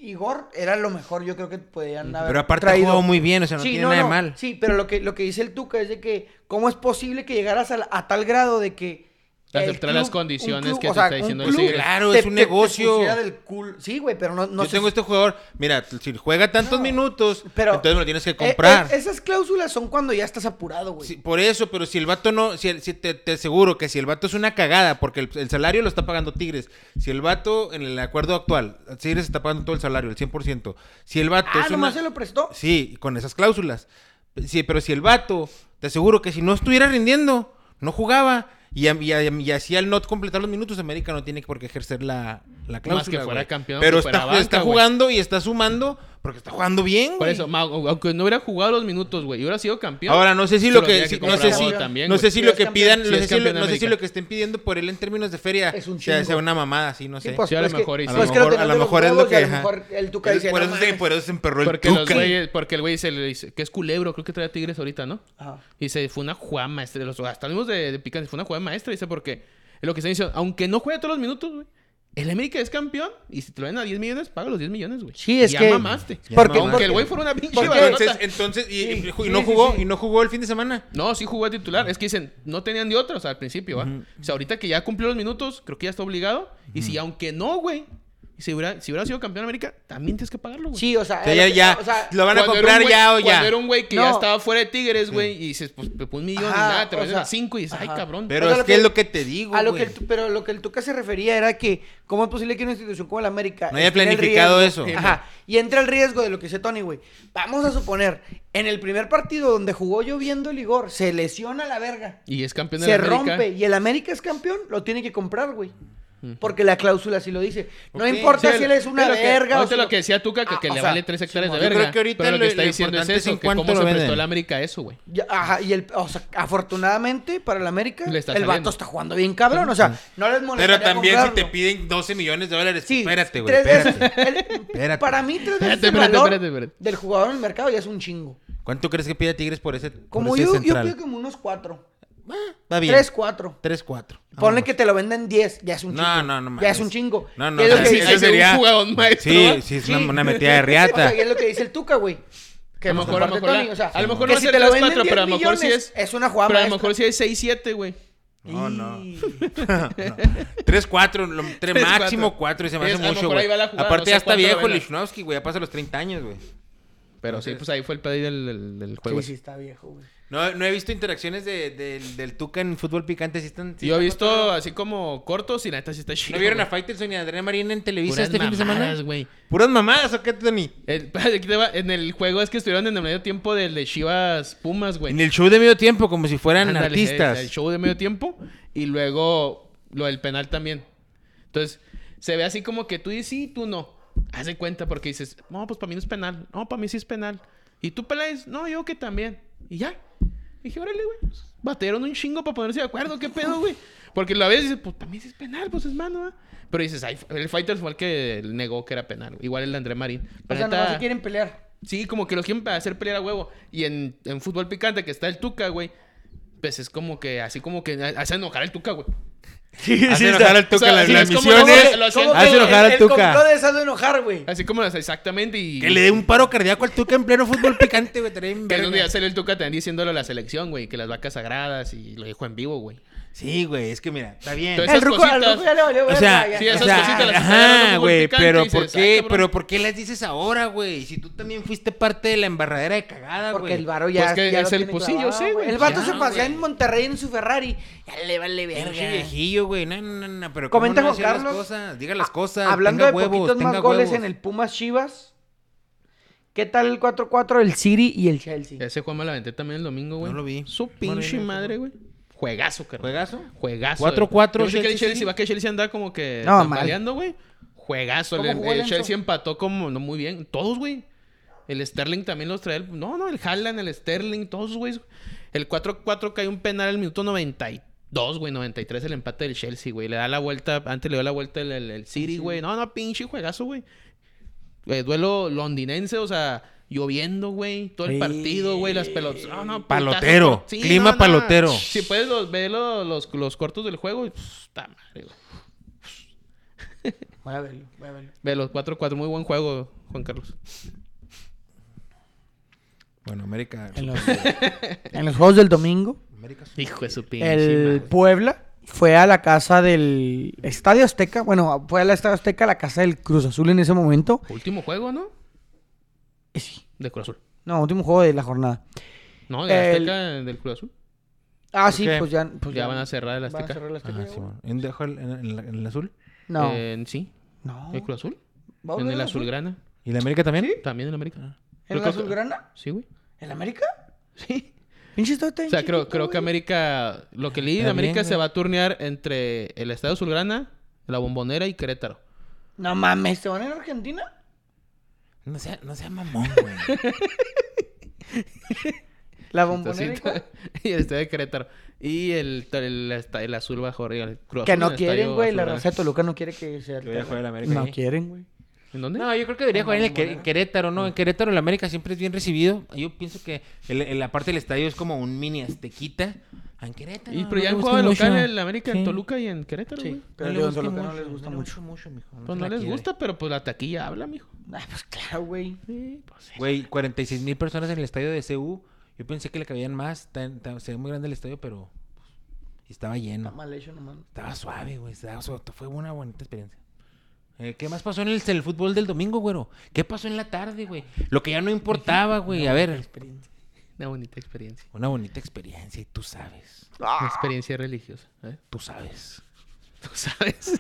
A: Igor era lo mejor, yo creo que podían haber
B: Pero aparte
A: traído.
B: jugó muy bien, o sea, no tiene nada de mal.
A: Sí, pero lo que, lo que dice el Tuca es de que cómo es posible que llegaras a, la- a tal grado de que
C: Te
A: el
C: aceptar las
A: un
C: condiciones que
A: o
C: te está diciendo
A: un
C: el
A: club
C: Tigres.
B: Claro, es un negocio.
A: pusiera del culo. Sí, güey, pero no, no
B: yo
A: sé
B: tengo
A: si-
B: este jugador, mira, si juega tantos
A: No,
B: minutos,
A: pero-
B: entonces me lo tienes que
A: Eh,
B: comprar.
A: eh, esas cláusulas son cuando ya estás apurado, güey.
B: Sí, por eso, pero si el vato no, si, el- si te, te aseguro que si el vato es una cagada, porque el, el salario lo está pagando Tigres, si el vato en el acuerdo actual, Tigres está pagando todo el salario, el 100%, si el vato...
A: ah,
B: es
A: nomás
B: una-
A: se lo prestó.
B: Sí, con esas cláusulas. Sí, pero si el vato, te aseguro que si no estuviera rindiendo, no jugaba y, a- y, a- y así al no completar los minutos, América no tiene por qué ejercer la, la cláusula.
C: que fuera
B: güey.
C: campeón,
B: Pero
C: que fuera
B: está,
C: banca,
B: está
C: güey.
B: jugando y está sumando porque está jugando bien.
C: Por
B: güey.
C: eso, ma- aunque no hubiera jugado los minutos, güey, y hubiera sido campeón.
B: Ahora no sé si
C: se
B: lo que,
C: tenía
B: si- no sé
C: comprar
B: si,
C: Bodo también,
B: no
C: güey.
B: sé si
A: Sí,
B: lo
A: es
B: que
A: campeón.
B: pidan,
C: Sí,
B: no
C: es
B: sé si lo-
C: campeón de
B: no sé si
C: América.
B: lo que estén pidiendo por él en términos de feria
A: Es un
B: sea,
A: chingo.
B: sea una mamada, sí, no sé.
A: pues,
C: Sí, a lo
A: es
C: mejor y
A: que-
C: sí.
A: pues
B: a
A: que lo
B: lo mejor, a
A: tenían
B: lo
A: de los
B: mejor es lo
A: huevos y
B: que
A: a lo
B: ajá.
A: mejor el Tuca
B: Es-
A: dice,
B: por
A: "No
B: eso se
A: mames".
B: por eso se emperró el
C: Porque, los
B: Tuca.
C: güeyes- porque el güey se le dice que es culebro, creo que trae a Tigres ahorita, ¿no?
A: Ajá.
C: Y se fue una jugada maestra. Los, hasta mismos de, de Picantes, fue una jugada maestra. Dice, porque es lo que se dice, aunque no juegue todos los minutos, güey. El América es campeón y si te lo ven a 10 millones, paga los 10 millones, güey.
A: Sí, es
C: ya
A: que-
C: mamaste.
A: Ya Porque-
C: aunque
A: porque-
C: el güey fuera una pinche
A: porque-
C: balonota.
B: Entonces, entonces y,
A: Sí,
B: y- y
A: sí,
B: no
A: sí,
B: jugó
A: sí.
B: y no jugó el fin de semana.
C: No, sí jugó a titular. Es que dicen, no tenían de otros al principio, ¿va? O sea, ahorita que ya cumplió los minutos, creo que ya está obligado. Y si, aunque no, güey, si hubiera, si hubiera sido campeón de América, también tienes que pagarlo, güey.
A: Sí, o sea,
B: O sea,
A: era
B: ya,
A: lo que-
B: ya,
A: o sea,
B: lo van a
C: Cuando era
B: comprar
C: un güey-
B: ya o ya.
C: Cuando era un güey que
A: No.
C: ya estaba fuera de Tigres, güey, y dices, pues, pues, un millón
A: Ajá,
C: y nada, te
A: o
C: venden
A: sea,
C: a cinco y dices, ay,
A: ajá.
C: cabrón.
B: Pero
A: O sea,
B: es
A: lo
B: que
A: que-
B: es lo que te digo,
A: a lo que el
B: güey.
A: Tu- pero lo que el Tuca se refería era que cómo es posible que una institución como la América
B: No haya
A: esté en el
B: planificado
A: riesgo-
B: eso.
A: Ajá. Y entra el riesgo de lo que dice Tony, güey. Vamos a suponer, en el primer partido donde jugó lloviendo el Igor, se lesiona la verga.
C: Y es campeón de
A: se
C: la América.
A: rompe y el América es campeón, lo tiene que comprar, güey. Porque la cláusula sí lo dice. No
B: Ok.
A: importa
C: Sí,
A: si él es una
C: lo que-
A: verga
C: ahorita
A: si
C: lo
A: no-
C: que decía Tuca, que, que le
A: Ah, o sea,
C: vale tres hectáreas de
B: Simón. Yo
C: verga.
B: creo que ahorita
C: pero lo
B: lo-
C: que está
B: lo
C: diciendo es
B: importante es
C: eso,
B: en
C: que
B: cuánto
C: cómo se
B: lo venden.
C: prestó el América a eso, güey.
A: Ya, ajá, y el, o sea, afortunadamente para el América,
C: Le
A: el
C: está
A: vato
C: saliendo.
A: está jugando bien cabrón. O sea, no les molesta.
B: Pero también si te piden 12 millones de dólares,
A: Sí,
B: espérate, güey,
A: tres
B: espérate.
A: veces- el-
B: Espérate.
A: Para mí, tres veces
C: Espérate,
A: el
C: espérate,
A: valor
C: espérate, espérate.
A: del jugador en el mercado ya es un chingo.
B: ¿Cuánto crees que pide Tigres por ese por
A: Como
B: ese
A: yo, yo
B: central?
A: pido como unos cuatro.
B: Va bien.
A: Tres, cuatro.
B: 3 4.
A: Ponle que te lo venden diez, ya es un
B: No,
A: chingo.
B: no, no
A: Ya
B: mames.
A: es un chingo.
B: No, no,
A: Y es lo
B: o sea,
A: que
B: sí,
A: dice-
B: eso
C: Ese
B: sería-
C: un jugador maestro,
B: Sí,
C: ¿va?
B: sí, es
A: Sí.
B: una, una metida de riata.
A: O sea, y es lo que dice el Tuca, güey. Que
C: A lo
A: nos
C: mejor, a lo mejor
A: comparte
C: la-
A: Tony, o sea,
C: a lo mejor
A: que
C: no es
A: si
C: el
A: te lo
C: 3-4,
A: venden
C: pero a
A: 10
C: lo mejor sí
A: millones,
C: es-
A: Es una jugada
C: Pero a lo
A: maestra.
C: mejor si es 6-7, güey.
B: No, no. Pues
A: Y-
B: 3-4, lo- tre-
C: Tres,
B: máximo
C: cuatro.
B: 4 y se me
C: Es-
B: hace
C: a lo
B: mucho,
C: mejor
B: güey.
C: ahí va la jugada,
B: Aparte
C: no sé
B: ya está
C: cuánto
B: viejo
C: venga.
B: Lichnowsky, güey, ya pasa los 30 años, güey.
C: Pero sí, pues ahí fue el pedido del, del- del juego.
A: Sí, sí, está viejo, güey.
B: No, no he visto interacciones de, del- del Tuca en fútbol picante, sí están... sí
C: Yo he
B: están
C: visto
B: cotorreando.
C: así como cortos y la neta sí está chido.
B: ¿No vieron a
C: güey.
B: Faitelson y a Adrián Marín en Televisa
C: Puras
B: este fin de semana?
C: mamadas, güey.
B: ¿Puras mamadas o qué, Tony?
C: El- aquí te va, En el juego es que estuvieron en el medio tiempo del de Chivas Pumas, güey.
B: En el show de medio tiempo, como si fueran
C: Ándale,
B: artistas.
C: El, el show de medio tiempo y luego lo del penal también. Entonces, se ve así como que tú dices sí, tú no. Haz de cuenta porque dices, no, pues para mí no es penal. No, para mí sí es penal. Y tú peláis, no, yo que también. Y ya. Dije, órale, güey. pues, Batearon un chingo para ponerse de acuerdo. ¿Qué pedo, güey? Porque la vez dices, pues para mí sí es penal, pues es mano, ¿ah?". Pero dices, "Ay, el fighter fue el que negó que era penal. güey. Igual el de André Marín.
A: O
C: Pero
A: sea,
C: neta-
A: nomás se quieren pelear.
C: Sí, como que los quieren para hacer pelear a huevo. Y en, en fútbol picante, que está el Tuca, güey. Pues es como que, así como que hace enojar al Tuca, güey.
B: Hace
A: sí,
B: enojar
A: está-
B: al Tuca
C: o sea,
B: las,
C: sí,
B: las
C: es como
A: ¿Cómo
B: misiones.
C: lo
A: que- cómo
C: siento.
A: que
B: Hace Ah, enojar
A: el-
B: al Tuca.
A: El complot es hazlo enojar, güey.
C: Así como las exactamente. Y
B: Que le dé un paro cardíaco al Tuca en pleno fútbol picante, güey. estaría bien
C: Que en
B: verga.
C: un día sale el Tuca también diciéndolo a la selección, güey. Que las vacas sagradas y lo dijo en vivo, güey.
B: Sí, güey, es que mira, está bien.
C: Entonces,
A: El
C: Esas
A: ruco, al
C: cositas.
A: ruco ya le valió
B: o
A: verga,
B: sea,
A: ya.
C: sí, esas
B: o sea,
C: cositas las estás agarrando
B: ajá,
C: como
B: güey,
C: picante
B: pero
C: y
B: ¿por
C: dices, "Ay,
B: qué?
C: cabrón".
B: pero ¿por qué las dices ahora, güey? Si tú también fuiste parte de la embarradera de cagada, güey.
A: Porque el varo ya,
C: Pues que
A: ya lo
C: es el
A: tiene
C: pocillo,
A: clavado,
C: sí, güey.
A: El vato
B: Ya,
A: se pasea
B: güey.
A: en Monterrey en su Ferrari. Ya le vale verga.
B: Pinche viejillo, güey. No, no, no, no, pero
A: Comenta
B: ¿cómo no
A: Juan
B: hacía las
A: Carlos.
B: cosas? Diga las cosas.
A: Ah, Hablando
B: tenga
A: de
B: huevos,
A: poquitos más
B: tenga
A: goles
B: huevos.
A: en el Pumas Chivas. ¿Qué tal el 4-4 del City y el Chelsea?
C: Ese Juan me la aventé también el domingo, güey.
B: No lo vi.
C: Su
B: Madre
C: pinche
B: mía,
C: madre, güey. Juegazo, carnal.
B: ¿Juegazo?
C: Juegazo.
B: 4-4
C: Yo sé que el
B: Chelsea,
C: Chelsea, va que el Chelsea anda como que
A: No, mal.
C: tambaleando, güey. Juegazo. El,
A: ¿Cómo jugó
C: el
A: Lenzo?
C: Chelsea empató como no muy bien. Todos, güey. El Sterling también los trae. el- No, no, el Haaland, el Sterling, todos, güey. El 4-4 cae un penal al minuto 92, güey. 93 el empate del Chelsea, güey. Le da la vuelta, antes le dio la vuelta el, el- el City, güey. No, no, pinche juegazo, güey. Eh, duelo londinense, o sea, lloviendo, güey. Todo el
A: Sí.
C: partido, güey. Las pelotas. No, no, putazo,
B: Palotero,
C: sí,
B: clima palotero.
C: Si puedes los, ver los, los, los cortos del juego, y, pff, está madre, güey.
A: Voy a verlo, voy a verlo.
C: Ve los 4-4, muy buen juego, Juan Carlos.
B: Bueno, América.
A: En los, en los juegos del domingo,
B: América su-
C: Hijo de su pinche
A: el
C: madre.
A: Puebla fue a la casa del Estadio Azteca. Bueno, fue al Estadio Azteca, a la casa del Cruz Azul en ese momento.
C: Último juego, ¿no?
A: Y sí,
C: De Cruz Azul.
A: No, último juego de la jornada.
C: No, de
A: El-
C: Azteca, del Cruz Azul.
A: Ah,
B: ¿Por
A: sí,
B: qué?
A: pues ya, pues
C: ya van a cerrar el
A: van a
C: Azteca.
A: cerrar el Azteca,
B: Ah,
A: ya,
B: sí,
A: güey.
B: bueno. ¿En dejó el- en- en la- en el azul?
A: No,
C: Eh, sí,
A: no.
C: el Cruz Azul.
A: ¿Va a Ah.
C: En
A: volver
C: el
A: el
C: Azulgrana.
B: ¿Y la América también?
C: También en América.
A: ¿En
C: Yo
A: el
C: creo que-
A: Azulgrana?
C: Sí, güey.
A: ¿En América?
C: Sí.
A: Pinche estado está
C: O
A: bien
C: sea, creo,
A: chiquito,
C: creo que
A: güey.
C: América. Lo que leí de
B: Está
C: América
B: bien,
C: se
B: güey.
C: va a turnear entre el Estadio Azulgrana, la Bombonera y Querétaro.
A: No mames, ¿se van en Argentina?
B: No sea, no sea mamón, güey.
A: La bombonera. y
C: Entonces,
A: cuál?
C: y el Estadio de Querétaro. Y el, el, esta- el azul bajo arriba. el Cruz
A: Que
C: Azul,
A: no
C: el
A: quieren,
C: Estadio
A: güey. La
C: Azulgrana.
A: raza de Toluca no quiere que se
B: voy a jugar en la América
A: No
B: ahí.
A: quieren, güey.
C: ¿En dónde?
B: No, yo creo que debería jugar en, el Quer-
A: Bombonera.
B: en Querétaro, ¿no? En Querétaro la América siempre es bien recibido. Yo pienso que el, el- la parte del estadio es como un mini aztequita. Ah, En Querétaro.
C: y,
B: no
C: pero
B: le
C: ya han
B: gusta
C: jugado de
B: mucho.
C: local en América, en
B: Sí.
C: Toluca y en Querétaro,
A: Sí,
C: güey.
A: pero
B: no
A: yo
B: le
A: en
B: gusta
A: Toluca no
B: mucho,
A: les gusta
B: le
A: mucho.
B: mucho, mijo. No
C: Pues
B: se
C: no
B: la
C: les
B: quiere.
C: gusta, pero pues la taquilla habla, mijo.
A: Ah, pues claro, güey.
C: Sí, pues
B: Güey, 46 mil personas en el estadio de CU. Yo pensé que le cabían más. tan- tan- se ve muy grande el estadio, pero pues, estaba
A: Está
B: lleno.
A: mal hecho, no mames.
B: Estaba suave, güey. Estaba suave. Fue una bonita experiencia. Eh, ¿Qué más pasó en el, el fútbol del domingo, güero? ¿Qué pasó en la tarde, güey? Lo que ya no importaba, güey. A ver,
C: una bonita experiencia.
B: una bonita experiencia y tú sabes.
C: Una experiencia religiosa. ¿eh?
B: Tú sabes.
C: Tú sabes.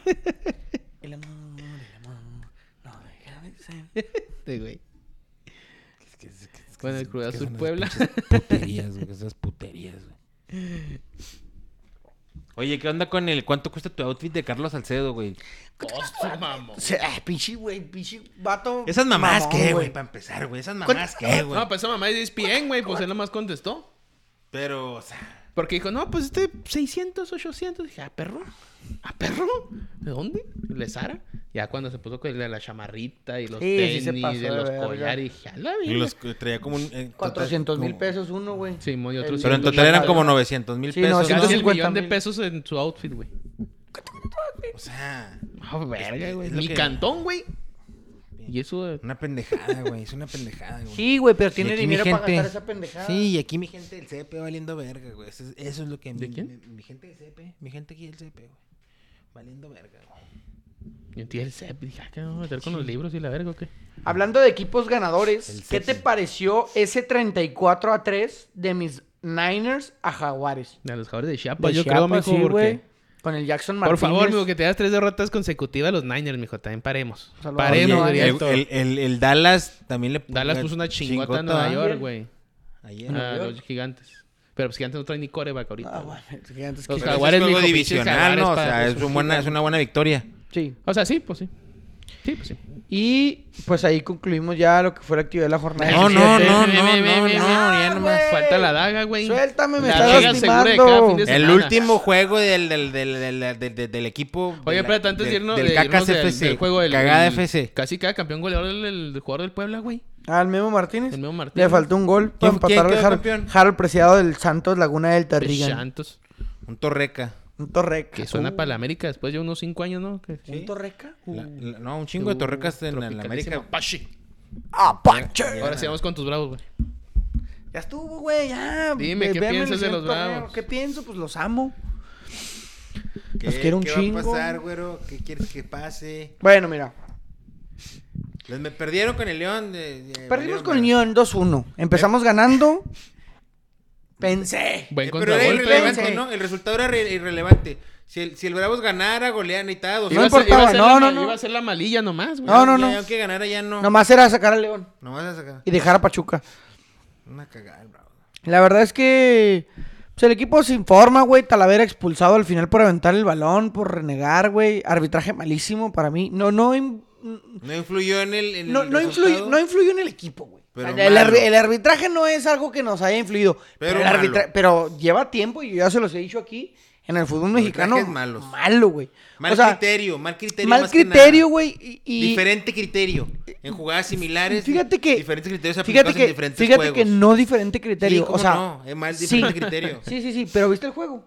A: El amor, el amor. No, déjame ser.
C: De güey. Bueno, el Cruz
B: Es que
C: Azul
B: son esas
C: Puebla.
B: pinches Puterías, güey. Esas puterías, güey. Oye, ¿qué onda con el cuánto cuesta tu outfit de Carlos Salcedo, güey?
C: Hostia, mamón.
A: Se- ah, Pinche, güey, pinche vato.
B: Esas mamás
A: mamón,
B: qué, güey, para empezar, güey. Esas mamás qué, güey.
C: No, pues esa mamá es bien, güey. Pues él nomás contestó.
B: Pero, o sea,
C: Porque dijo, no, pues este 600, 800. Dije, ¿a perro? ¿A perro? ¿De dónde? ¿Le Sara? Ya cuando se puso con la, la chamarrita y los
A: Sí,
C: tenis,
A: sí se pasó
C: de
A: de
C: los
A: verga.
C: collares. Dije, a la vida.
B: los que traía como un. eh, total-
A: 400 mil
B: como-
A: pesos uno, güey.
C: Sí, muy otro
A: El-
B: Pero en total eran como 900 mil
A: Sí,
B: pesos.
C: Casi el
A: 950
C: millón de
A: mil.
C: pesos en su outfit, güey.
B: O sea,
C: No, verga, güey.
B: es lo
C: Mi
B: que-
C: cantón, güey. Y eso eh, de...
B: una pendejada, güey. Es una pendejada, güey.
A: Sí, güey, pero
B: Y
A: tiene
B: aquí mi
A: dinero para
B: gente-
A: gastar esa pendejada.
B: Sí, y aquí mi gente del CP valiendo verga, güey. Eso es, eso es lo que.
C: ¿De
B: mi,
C: quién?
B: Mi, mi gente del CP. Mi gente aquí del CP, güey. Valiendo verga, güey.
C: Yo entiendo el CEP. Dije, ah, ¿qué vamos a meter con los libros y la verga o qué?
A: Hablando de equipos
B: El
A: ganadores, ¿qué te
B: Celtic.
A: pareció ese 34 a 3 de mis Niners a Jaguares?
C: A los jugadores de Chiapas,
A: De
C: Pues yo creo,
A: Chiapas,
C: mijo,
A: sí,
C: porque...
A: güey. Con el Jackson
C: Por
A: Martínez.
C: favor, mijo, que te das tres derrotas consecutivas a los Niners, mijo. También paremos.
A: Salvador,
C: Paremos,
A: Oye,
C: diría
B: el,
C: Héctor.
B: el- el- el Dallas también le
C: Dallas puso una chingota a Nueva
B: ¿verdad?
C: York, Ah, güey.
B: Ayer.
A: Nueva
C: A
A: York.
C: los gigantes. Pero pues gigantes no traen ni coreback ahorita.
A: Ah,
C: güey.
A: bueno,
C: Los
A: gigantes que...
B: Pero ese
C: Jaguares,
B: es juego
C: mijo, pinches
B: divisional, ¿no? O
C: Jaguares
B: sea,
C: para-
B: es, un buena, es una buena victoria.
A: Sí.
C: O sea, sí, pues sí. Sí, pues sí.
A: Y pues ahí concluimos ya lo que fue la actividad de la jornada.
B: No, no, no, no,
C: Ve, ve, ve,
B: no,
C: ve,
B: no, ya
A: ve.
B: nomás.
A: Güey.
C: Falta la daga, güey.
A: Suéltame, me
C: La
A: estás
C: llega segura de cada
A: lastimando.
C: fin de
B: El
C: semana.
B: último juego del, del, del, del, del- del- del equipo. de
C: Oye,
B: la-
C: espérate, antes de
B: del-
C: irnos
B: del
C: de
B: Cacas
C: irnos del-
B: FC,
C: del juego del
B: Cagada
C: del-
B: FC.
C: Casi cada campeón goleador del, del jugador del Puebla, güey.
A: Al Memo Martínez.
C: El Memo Martínez.
A: Le faltó un gol para
B: ¿Quién- quién
A: empatar
B: quedó
A: al Harold,
B: campeón?
A: Harold Preciado del Santos Laguna del Terrigan.
C: Santos.
B: Un Torreca.
A: Un Torreca.
C: Que suena
A: Uh,
C: para la América después de unos cinco años, ¿no? Que-
A: ¿Un Torreca? Uh.
B: La- la- no, un chingo de Torrecas en la- en la
C: Tropicalísimo
B: América.
C: Apache.
A: ¡Apache!
C: Ahora sí vamos con tus bravos, güey.
A: Ya estuvo, güey, ya.
C: Dime,
A: Ve-
C: ¿qué
A: véanme
C: piensas de
A: en el
C: los
A: torneo.
C: Bravos?
A: ¿Qué pienso? Pues los amo. Los quiero un
B: qué
A: chingo.
B: va a pasar, güero? ¿Qué quieres que pase?
A: Bueno, mira.
B: Pues me perdieron con el León. eh, eh,
A: Perdimos
B: valieron
A: con el
B: madre.
A: León 2-1. Empezamos ganando. Eh. Pensé.
C: Buen
B: Eh, Pero era
C: contragolpe.
B: irrelevante,
A: güey.
B: ¿no? El resultado era re- irrelevante. Si el, si el Bravos ganara, golea, necesitaba dos.
A: No
C: a ser-
A: importaba,
C: a ser
A: no,
C: la
A: no,
C: ma-
A: no.
C: Iba a ser la malilla nomás, güey.
A: No, no, no.
B: Ya, Aunque ganara ya no. No
A: Nomás era sacar al León
B: vas a sacar.
A: y dejar a Pachuca.
B: Una cagada, el Bravos.
A: La verdad es que pues, el equipo se informa, güey. Talavera expulsado al final por aventar el balón, por renegar, güey. Arbitraje malísimo para mí. No, no, in-
B: No influyó en el. en
A: no,
B: el
A: no, influyó,
B: resultado.
A: no influyó en el equipo, güey.
B: Pero
A: el, el
B: malo.
A: arbi- el arbitraje no es algo que nos haya influido. Pero,
B: Pero
A: el arbitra-
B: malo.
A: pero lleva tiempo y yo ya se los he dicho aquí. En el fútbol
B: Arbitrajes
A: mexicano,
B: malos.
A: malo, güey.
B: Mal
A: o sea,
B: criterio, mal criterio.
A: mal
B: más que nada.
A: criterio, güey. y- y-
B: Diferente criterio. En jugadas similares.
A: Fíjate que.
B: Diferentes criterios aplicados
A: fíjate que,
B: en diferentes
A: fíjate
B: juegos.
A: que no diferente criterio.
B: Sí, ¿cómo
A: o sea,
B: no? Es mal
A: sí.
B: diferente criterio.
A: Sí, sí, sí, pero ¿viste el juego?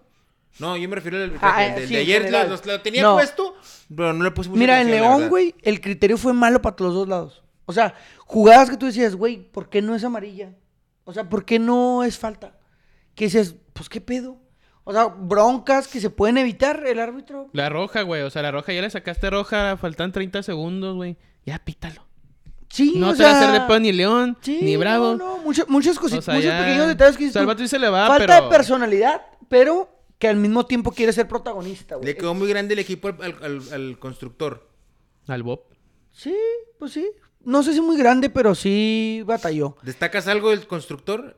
B: No, yo me refiero al arbitraje.
A: Ah,
B: el del
A: sí,
B: de
A: en
B: ayer
A: general.
B: lo, lo- lo tenía
A: No.
B: puesto, pero no le puse mucha
A: Mira, en
B: atención, la
A: León,
B: verdad.
A: güey, el criterio fue malo para los dos lados. O sea, jugadas que tú decías, güey, ¿por qué no es amarilla? O sea, ¿por qué no es falta? Que decías, pues qué pedo. O sea, broncas que se pueden evitar el árbitro.
C: La roja, güey. O sea, la roja ya le sacaste roja. Faltan 30 segundos, güey. Ya pítalo.
A: Sí,
C: No
A: o
C: te va a
A: sea,
C: hacer de pedo ni León,
A: sí,
C: ni Bravo.
A: No, no, mucha- muchas
C: O
A: cositas,
C: sea,
A: muchos
C: ya-
A: pequeños detalles que
C: o
A: dices
C: sea, el
A: tú,
C: vato sí se le va,
A: Falta
C: pero-
A: de personalidad, pero que al mismo tiempo quiere ser protagonista, güey.
B: Le quedó muy grande el equipo al, al- al- al constructor.
C: Al Bob.
A: Sí, pues sí. No sé si muy grande, pero sí batalló.
B: ¿Destacas algo del constructor?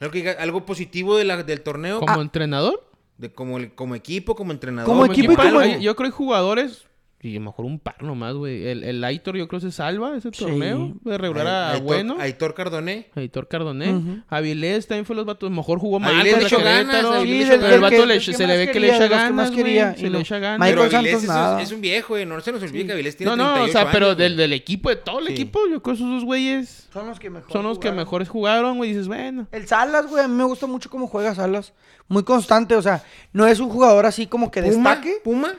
B: Algo, que diga- algo positivo de la- del torneo.
C: Como entrenador.
B: De como, el- como equipo, como entrenador.
A: ah, Como equipo y
C: equipal,
A: como-
C: güey. Yo, creo que hay jugadores. Y a lo mejor un par nomás, güey. El, el Aitor yo creo que se salva ese
A: Sí.
C: torneo. De regular a
B: Aitor-
C: bueno.
B: Aitor Cardoné.
C: Aitor Cardoné.
A: Ujú.
C: Avilés también fue los vatos. Mejor jugó mal.
B: Avilés
C: contra
B: le echó ganas,
C: Querétaro,
B: Avilés le echó
C: Pero el
B: ganas.
C: vato
A: El
C: le-
A: que
C: se le
A: más
C: ve que le
A: quería,
C: echa
A: los que más
C: ganas, güey.
A: quería, y
C: Se
A: no.
C: le echa
A: Michael
B: Pero
C: ganas.
B: Avilés
A: Santos,
B: es,
A: nada.
B: es un viejo, güey. No se nos olvide que Avilés
C: No,
B: tiene
C: no, o sea,
B: 38
C: pero
B: años,
C: del,
B: güey.
C: del equipo, de todo el
B: Sí.
C: equipo, yo creo que esos dos güeyes
A: Son los que mejor.
C: son los que
A: jugaron.
C: mejores jugaron, güey. Dices, bueno.
A: El Salas, güey, a mí me gusta mucho cómo juega Salas. Muy constante, o sea, no es un jugador así como que
B: ¿Puma?
A: destaque.
B: ¿Puma?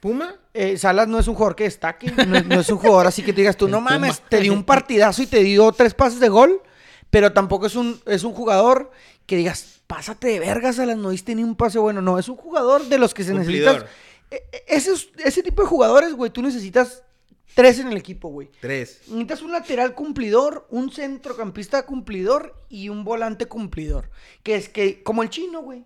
B: ¿Puma?
A: Eh, Salas no es un jugador que destaque. No, no es un jugador así que te digas tú, no
C: Puma.
A: mames, te dio un partidazo y te dio tres pases de gol. Pero tampoco es un, es un jugador que digas, pásate de vergas, Salas, no diste ni un pase bueno. No, es un jugador de los que se necesitas.
B: Cumplidor.
A: Eh, eh, esos- ese tipo de jugadores, güey, tú necesitas tres en el equipo, güey.
B: Tres.
A: Necesitas un lateral cumplidor, un centrocampista cumplidor y un volante cumplidor. Que es que, como el chino, güey.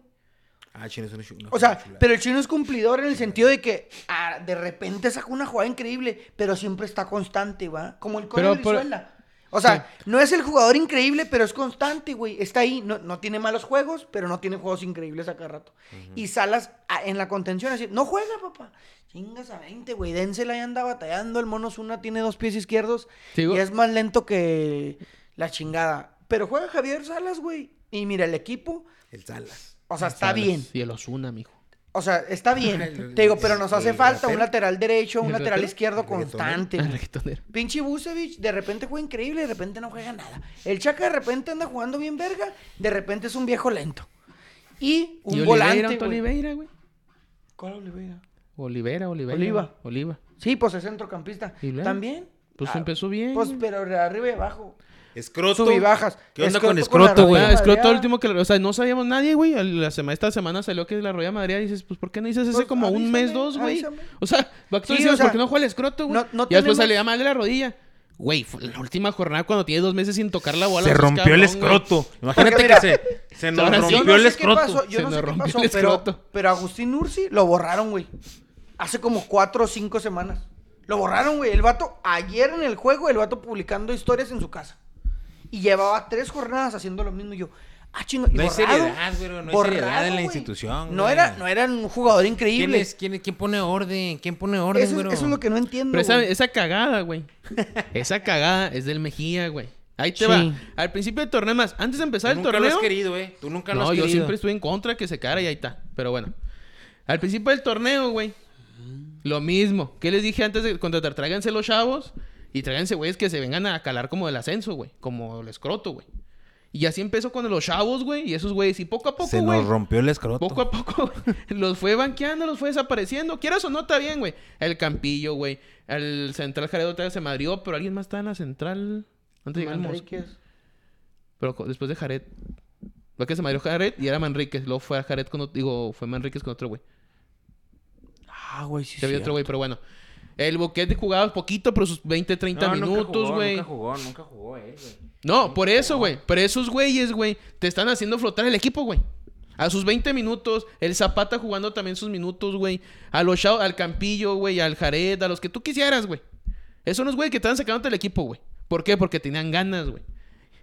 B: Ah, chino, es una chu- una
A: O sea,
B: chulada.
A: pero el chino es cumplidor en el sentido de que ah, de repente saca una jugada increíble, pero siempre está constante, ¿va? Como el Cone
C: Pero, pero-
A: Brizuela. O sea, no es el jugador increíble, pero es constante, güey. Está ahí, no, no tiene malos juegos, pero no tiene juegos increíbles a cada rato. Y Salas ah, en la contención así, no juega, papá. Chingas a 20, güey. Dénsela y anda batallando. El mono Zuna tiene dos pies izquierdos
C: Sigo-
A: y es más lento que la chingada. Pero juega Javier Salas, güey. Y mira, el equipo,
B: El Salas.
A: o sea, está
C: Salas
A: bien.
C: Y el Osuna, mijo.
A: O sea, está bien.
B: El-
A: Te digo, pero nos
B: el
A: hace falta un
B: rapero.
A: lateral derecho, un
C: ¿El
A: lateral
C: rapero?
A: izquierdo
B: El reggaetonero.
A: constante.
C: El
A: güey.
C: reggaetonero.
A: Pinche Busevich, de repente juega increíble, de repente no juega nada. El Chaca de repente anda jugando bien verga, de repente es un viejo lento. Y un
C: y Oliveira,
A: volante.
C: Anto
A: güey.
C: Oliveira, güey.
A: ¿Cuál Oliveira?
C: Olivera, Oliveira.
A: Oliva.
C: güey. Oliva.
A: Sí, pues es centrocampista.
C: ¿Y luego?
A: También.
C: Pues
A: Ah,
C: empezó bien.
A: Pues,
C: güey.
A: pero de arriba y abajo.
B: Escroto.
A: Subibajas.
B: ¿Qué onda con
A: Escroto con la
B: escroto, güey?
A: rodilla.
C: Ah, es creo
A: Madreada.
C: todo el último que... O sea, no sabíamos nadie, güey. Al- La semana, esta semana salió que la Royal Madrid. Dices, pues, ¿por qué no dices ese
A: Pues,
C: como un
A: avísame,
C: mes, dos, güey?
A: avísame.
C: O sea, va a
A: Sí, o sea,
C: ¿por qué no juega el escroto, güey?
A: no- no
C: y después
A: tenemos-
C: se le da mal de la rodilla. Güey, fue la última jornada cuando tiene dos meses sin tocar la bola.
B: Se
C: pues,
B: rompió el
C: cabrón, güey.
B: escroto. Imagínate
A: mira,
B: que se, se nos
C: ahora sí,
A: Yo
B: rompió
A: no
B: el
A: sé qué
B: escroto.
A: pasó, yo
C: Se
A: no
C: nos
A: sé qué
C: rompió
A: pasó,
C: el
A: pero,
C: escroto.
A: pero Agustín Ursi lo borraron, güey. Hace como cuatro o cinco semanas. Lo borraron, güey. El vato, ayer en el juego, el vato publicando historias en su casa. Y llevaba tres jornadas haciendo lo mismo. Y yo, ah, chingo. y
B: No hay
A: borrado,
B: seriedad, güey, no hay seriedad en la
A: güey.
B: institución,
A: No
B: güey.
A: era, no era un jugador
B: ¿Quién,
A: increíble.
B: es, quién, es- quién pone orden? ¿Quién pone orden,
A: Eso,
B: güero?
A: es- eso es lo que no entiendo.
C: Pero Este, esa,
A: güey.
C: esa cagada, güey. Esa cagada es del Mejía, güey. Ahí te
A: Sí.
C: va. Al principio del torneo más. Antes de empezar
B: Tú
C: el
B: nunca lo
C: torneo.
B: has querido, eh. Tú nunca lo has
C: No, yo
B: querido.
C: siempre estuve en contra que se cara y ahí está. Pero bueno. Al principio del torneo, güey. Lo mismo. ¿Qué les dije antes de contratar? Tráiganse los chavos y tráiganse, güeyes, que se vengan a calar como del ascenso, güey. Como el escroto, güey. Y así empezó con los chavos, güey. Y esos güeyes. Y poco a poco,
B: se
C: güey.
B: nos rompió el escroto.
C: Poco a poco güey, los fue banqueando, los fue desapareciendo. Quieras o no, está bien, güey. El Campillo, güey. El Central Jaredo otra vez se madrió, pero alguien más está en la Central. Antes llegó el Mosco.
A: Manríquez.
C: Pero co- después de Jared. Lo que se madrió Jared y era Manríquez. Luego fue a Jared con otro. Digo, fue Manríquez con otro, güey.
A: Ah, güey, sí,
C: Se vio
A: sí.
C: otro güey, pero bueno. El Boquete jugaba poquito, pero sus 20, 30
B: No, nunca
C: minutos,
B: jugó,
C: güey.
B: Nunca jugó, nunca jugó él, güey.
C: No, por eso, güey. Pero esos güeyes, güey, te están haciendo flotar el equipo, güey. A sus 20 minutos, el Zapata jugando también sus minutos, güey. A los Shao- al Campillo, güey, al Jared, a los que tú quisieras, güey. Esos son los güeyes que estaban sacando el equipo, güey. ¿Por qué? Porque tenían ganas, güey.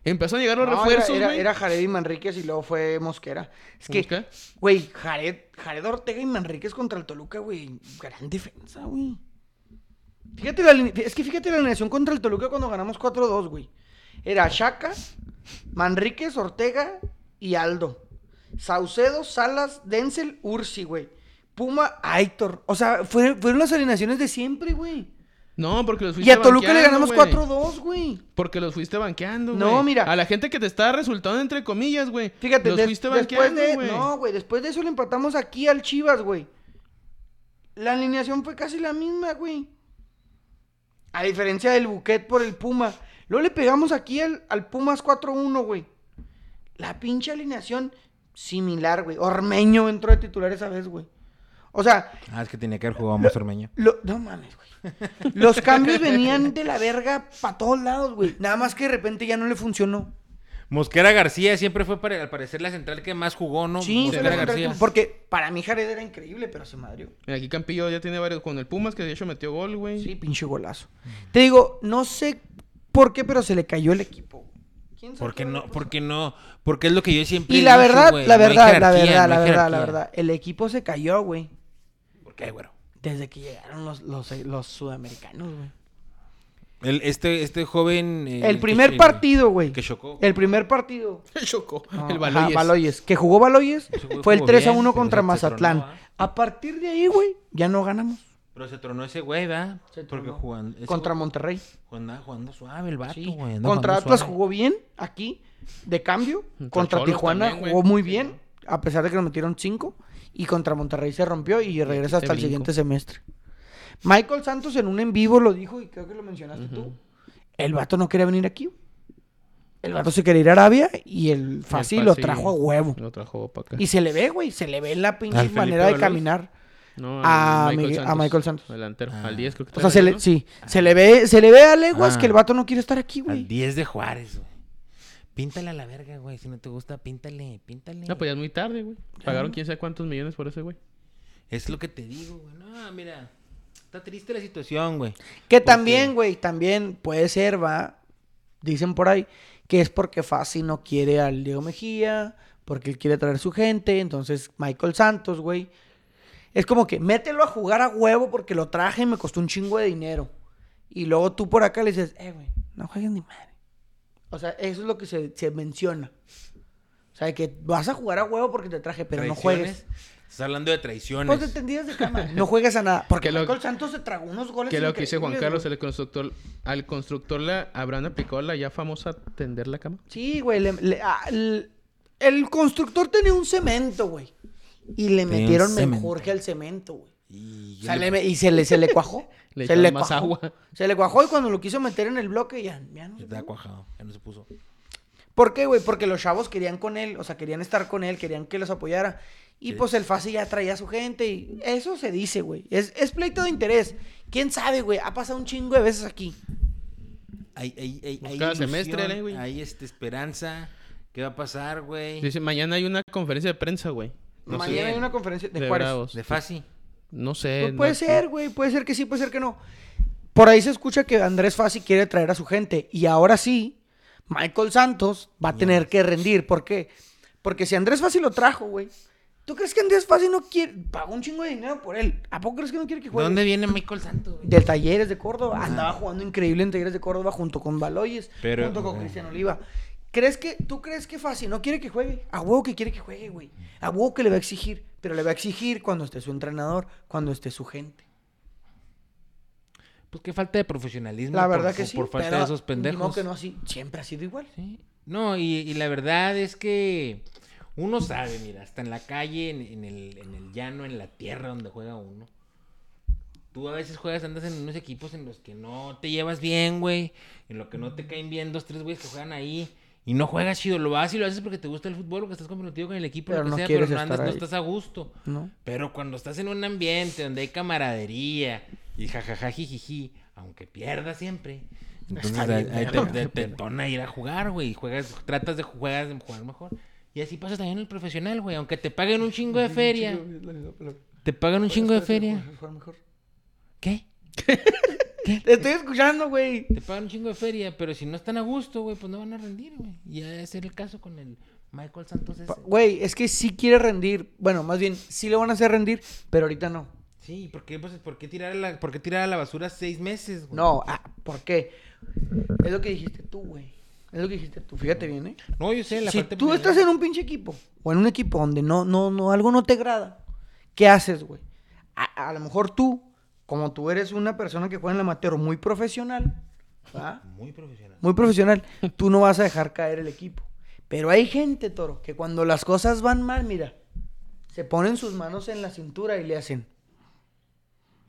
C: Empezaron a llegar los
A: No,
C: refuerzos,
A: era, era,
C: güey.
A: era Jared y Manríquez y luego fue Mosquera. Es que,
C: ¿Mosquera?
A: güey, Jared, Jared Ortega y Manríquez contra el Toluca, güey. Gran defensa, güey. Fíjate la, aline- es que fíjate la alineación contra el Toluca cuando ganamos 4-2, güey. Era Chaca, Manríquez, Ortega y Aldo. Saucedo, Salas, Denzel, Ursi, güey. Puma, Aitor. O sea, fue- fueron las alineaciones de siempre, güey.
C: No, porque los
A: Y
C: fuiste
A: a Toluca le
C: banqueando,
A: ganamos
C: Pues güey.
A: 4-2, güey.
C: Porque los fuiste banqueando, güey.
A: No, mira.
C: A la gente que te estaba resultando, entre comillas, güey.
A: Fíjate,
C: los
A: des-
C: fuiste
A: después
C: banqueando,
A: de.
C: güey.
A: No, güey, después de eso le empatamos aquí al Chivas, güey. La alineación fue casi la misma, güey. A diferencia del Buquet por el Puma. Luego le pegamos aquí al, al Pumas 4-1, güey. La pinche alineación similar, güey. Ormeño entró de titular esa vez, güey. O sea,
B: Ah, es que tenía que haber jugado más ormeño.
A: lo- no mames, güey. Los cambios venían de la verga para todos lados, güey. Nada más que de repente ya no le funcionó.
B: Mosquera García siempre fue, para, al parecer, la central que más jugó, ¿no?
A: Sí, se
B: Mosquera
A: le fue
B: García.
A: tranquilo, porque para mí Jared era increíble, pero se madrió.
C: Mira, aquí Campillo ya tiene varios con el Pumas, que de hecho metió gol, güey.
A: Sí, pinche golazo. Te digo, no sé por qué, pero se le cayó el equipo. ¿Quién sabe
B: Porque
A: qué
B: no,
A: verga pasó?
B: porque no, porque es lo que yo siempre
A: Y
B: he
A: la
B: dicho,
A: verdad,
B: güey,
A: la
B: no hay
A: verdad, la
B: jerarquía,
A: verdad,
B: no
A: la
B: hay
A: verdad, la
B: jerarquía.
A: verdad. El equipo se cayó, güey.
B: ¿Por qué, güero?
A: Desde que llegaron los, los, los sudamericanos, güey.
B: El, este, este joven... eh,
A: El
B: que-
A: primer
B: eh,
A: partido, güey.
B: que chocó.
A: El primer partido.
C: Chocó.
A: No,
C: el
A: ajá,
C: Baloyes.
A: Baloyes. Que jugó Baloyes
B: Ese güey
A: fue el
B: jugó
A: 3 a
B: bien,
A: 1
B: pero
A: contra
B: se
A: Mazatlán.
B: tronó, ¿ah?
A: A partir de ahí, güey, ya no ganamos.
B: Pero se tronó ese güey, ¿verdad?
A: Se
B: Porque
A: tronó.
B: jugando... ese
A: Contra
B: güey
A: Monterrey.
B: jugando, jugando suave el
C: Ah,
B: vato,
A: Sí.
B: güey. anda
A: Contra
B: jugando
A: Atlas
B: suave.
A: jugó bien aquí, de cambio.
C: Contra
A: Contra
C: Cholos
A: Tijuana
C: también, güey.
A: jugó muy
C: Sí, ¿no?
A: bien, a pesar de que nos metieron cinco. Y contra Monterrey se rompió y regresa
C: aquí te
A: hasta el
C: brinco.
A: siguiente semestre. Michael Santos en un en vivo lo dijo y creo que lo mencionaste tú. El vato no quería venir aquí. El vato se quería ir a Arabia y el fácil lo
C: Fasi
A: trajo a huevo.
C: Lo trajo para acá.
A: Y se le ve, güey, se le ve la pinche
B: ¿Al Felipe
A: manera de
B: Valdés?
A: caminar.
C: No,
A: a
C: al
A: Miguel- a Michael Santos.
C: Delantero.
B: Ah.
C: Al 10 creo que
A: O sea,
C: trae,
A: se le,
C: ¿no?
A: sí, se le ve, se le ve a leguas
B: Ah.
A: que el vato no quiere estar aquí,
B: Al
A: güey.
B: 10 de Juárez, güey. Píntale a la verga, güey. Si no te gusta, píntale, píntale.
C: No, pues ya es muy tarde, güey. Pagaron quién sabe cuántos millones por ese güey.
B: Es lo que te digo, güey. No, mira. Está triste la situación, güey.
A: Que
B: Porque-
A: también, güey, también puede ser, va. Dicen por ahí que es porque Fasi no quiere al Diego Mejía, porque él quiere traer su gente. Entonces, Michael Santos, güey. Es como que mételo a jugar a huevo porque lo traje y me costó un chingo de dinero. Y luego tú por acá le dices, eh, güey, no juegues ni madre. O sea, eso es lo que se, se menciona. O sea, que vas a jugar a huevo porque te traje, pero no juegues.
B: Traiciones. Estás hablando de traiciones.
A: Pues te tendidas de cama. No juegues a nada. Porque
C: Que lo-
A: Michael Santos se tragó unos goles.
C: Que lo que dice Juan Carlos,
A: increíbles, güey.
C: el constructor, al constructor la habrán aplicado la ya famosa tender la cama.
A: Sí, güey. le- le- ah, el, el constructor tenía un cemento, güey. Y le
B: un
A: metieron
B: cemento.
A: mejor que al cemento, güey.
B: Y
A: O sea, le me- y se le, se le cuajó.
C: Le
A: se
C: echaron
A: le
C: más
A: cuajó.
C: agua.
A: Se le cuajó y cuando lo quiso meter en el bloque, ya, ya no. se
B: Está
A: pudo.
B: cuajado. Ya no se puso.
A: ¿Por qué, güey? Porque los chavos querían con él, o sea, querían estar con él, querían que los apoyara. Y
B: Sí.
A: pues el Fase ya traía a su gente y eso se dice, güey. Es, es pleito de interés. ¿Quién sabe, güey? Ha pasado un chingo de veces aquí.
B: Hay, hay, hay,
C: Pues
B: hay
C: cada semestre,
B: ilusión,
C: ¿eh, güey?
B: Hay este, esperanza. ¿Qué va a pasar, güey?
C: Dice, mañana hay una conferencia de prensa, güey. No
A: Mañana
C: sé,
A: hay una conferencia de,
C: de
A: Juárez.
C: Bravos.
B: De Fasi.
C: No sé.
A: Pues
C: Eh, no-
A: puede ser, güey, puede ser que sí, puede ser que no. Por ahí se escucha que Andrés Fassi quiere traer a su gente y ahora sí, Michael Santos va a tener que rendir. ¿Por qué? Porque si Andrés Fassi lo trajo, güey, ¿tú crees que Andrés Fassi no quiere? Pagó un chingo de dinero por él. ¿A poco crees que no quiere que
B: ¿De
A: juegue?
B: dónde viene Michael Santos, güey?
A: De Talleres de Córdoba. Andaba jugando increíble en Talleres de Córdoba junto con Baloyes,
B: Pero-
A: junto con Cristian Oliva. ¿Crees que, ¿Tú crees que Fassi no quiere que juegue? A huevo que quiere que juegue, güey. A huevo que le va a exigir. Pero le va a exigir cuando esté su entrenador, cuando esté su gente.
B: Pues qué falta de profesionalismo.
A: La
B: por-
A: verdad que
B: por-
A: sí.
B: Por falta
A: pero
B: de esos
A: ni
B: pendejos.
A: modo que no así. Siempre ha sido igual.
B: Sí. No, y, y la verdad es que uno sabe, mira, hasta en la calle, en, en el, en el llano, en la tierra donde juega uno. Tú a veces juegas, andas en unos equipos en los que no te llevas bien, güey. En los que no te caen bien dos, tres güeyes que juegan ahí.
D: Y no juegas chido, lo vas y lo haces porque te gusta el fútbol, porque estás comprometido con el equipo,
A: Pero
D: lo que
A: no
D: sea, pero
A: quieres
D: no, andas,
A: estar
D: no
A: ahí.
D: estás a gusto.
A: ¿no?
D: Pero cuando estás en un ambiente donde hay camaradería y jajaja jijiji, aunque pierdas siempre, entonces ahí- ahí te, te- te entona ir a jugar, güey, y juegas, tratas de jugar, de jugar mejor. Y así pasa también en el profesional, güey, aunque te paguen un chingo de feria, te pagan un chingo de feria. ¿Qué?
A: Te estoy escuchando, güey.
D: Te pagan un chingo de feria, pero si no están a gusto, güey, pues no van a rendir, güey. Y ha de ser el caso con el Michael Santos ese.
A: Pa- Güey, es que sí quiere rendir. Bueno, más bien, sí le van a hacer rendir, pero ahorita no.
D: Sí,
B: ¿Por qué, pues, ¿por, qué tirar a la, ¿Por qué tirar a la basura seis meses, güey?
A: No, ah, ¿por qué? Es lo que dijiste tú, güey. Es lo que dijiste tú. Fíjate bien, ¿eh?
B: No, yo sé, la
A: si
B: falta de
A: tú
B: oportunidad.
A: estás en un pinche equipo o en un equipo donde no, no, no, algo no te agrada, ¿qué haces, güey? A, a lo mejor tú, como tú eres una persona que juega en el amateur muy profesional, ¿verdad?
B: Muy profesional.
A: muy profesional, tú no vas a dejar caer el equipo. Pero hay gente, Toro, que cuando las cosas van mal, mira, se ponen sus manos en la cintura y le hacen.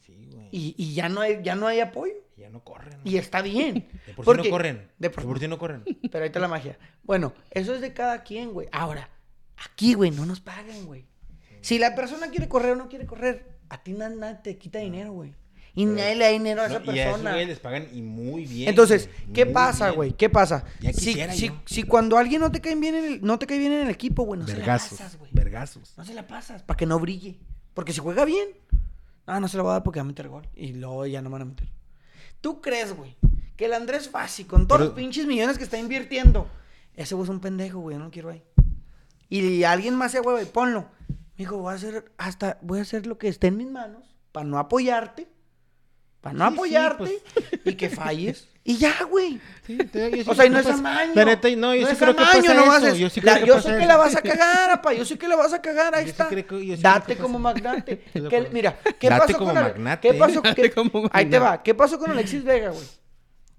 B: Sí, güey.
A: Y, y ya, no hay, ya no hay apoyo.
B: Ya no corren.
A: Y está bien.
B: De por
A: porque-
B: sí no corren.
A: De por-
B: sí no corren.
A: Pero ahí está la magia. Bueno, eso es de cada quien, güey. Ahora, aquí, güey, no nos pagan, güey. Si la persona quiere correr o no quiere correr, a ti na- nadie te quita dinero, güey. Y nadie le da dinero a esa
B: No, y a esos
A: persona.
B: güeyes les pagan y muy bien.
A: Entonces,
B: güey,
A: ¿qué
B: muy
A: pasa,
B: bien.
A: güey? ¿Qué pasa?
B: Ya
A: Si,
B: quisiera
A: si,
B: yo.
A: si cuando alguien no te cae bien en el, no te cae bien en el equipo, güey, no se la pasas,
B: Vergazos.
A: güey.
B: Vergazos.
A: No se la pasas para que no brille. Porque si juega bien, ah, no se la va a dar porque va a meter gol. Y luego ya no van a meter. ¿Tú crees, güey, que el Andrés Fácil, con todos
B: Pero-
A: los pinches millones que está invirtiendo, ese güey es un pendejo, güey, yo no lo quiero ahí? Y alguien más se güey, ponlo. Me dijo, voy a hacer hasta, voy a hacer lo que esté en mis manos para no apoyarte. Para no
B: Sí, pues. sí,
A: apoyarte y que falles. Y ya, güey.
B: Sí, te- yo sí
A: O sea, y
B: creo
A: no
B: que
A: es
B: pasa-
A: amaño.
B: La neta, no, yo sí creo que pasa
A: nomás
B: eso.
A: es,
B: Yo sí
A: la-
B: creo que
A: yo
B: pasa
A: sé que
B: eso.
A: la vas a cagar, apa. Yo sé que la vas a cagar. Ahí
B: Yo sí
A: está.
B: creo que- yo sí
A: date
B: creo que
A: como
B: pasa.
A: magnate.
B: Estoy de
A: ¿Qué-
B: acuerdo.
A: mira, ¿qué
B: Date
A: pasó
B: como
A: con Ale-
B: magnate,
A: ¿Qué pasó?
C: Date
A: qué-
C: como
A: Ahí
C: magnate.
A: te va. ¿Qué pasó con Alexis Vega, güey?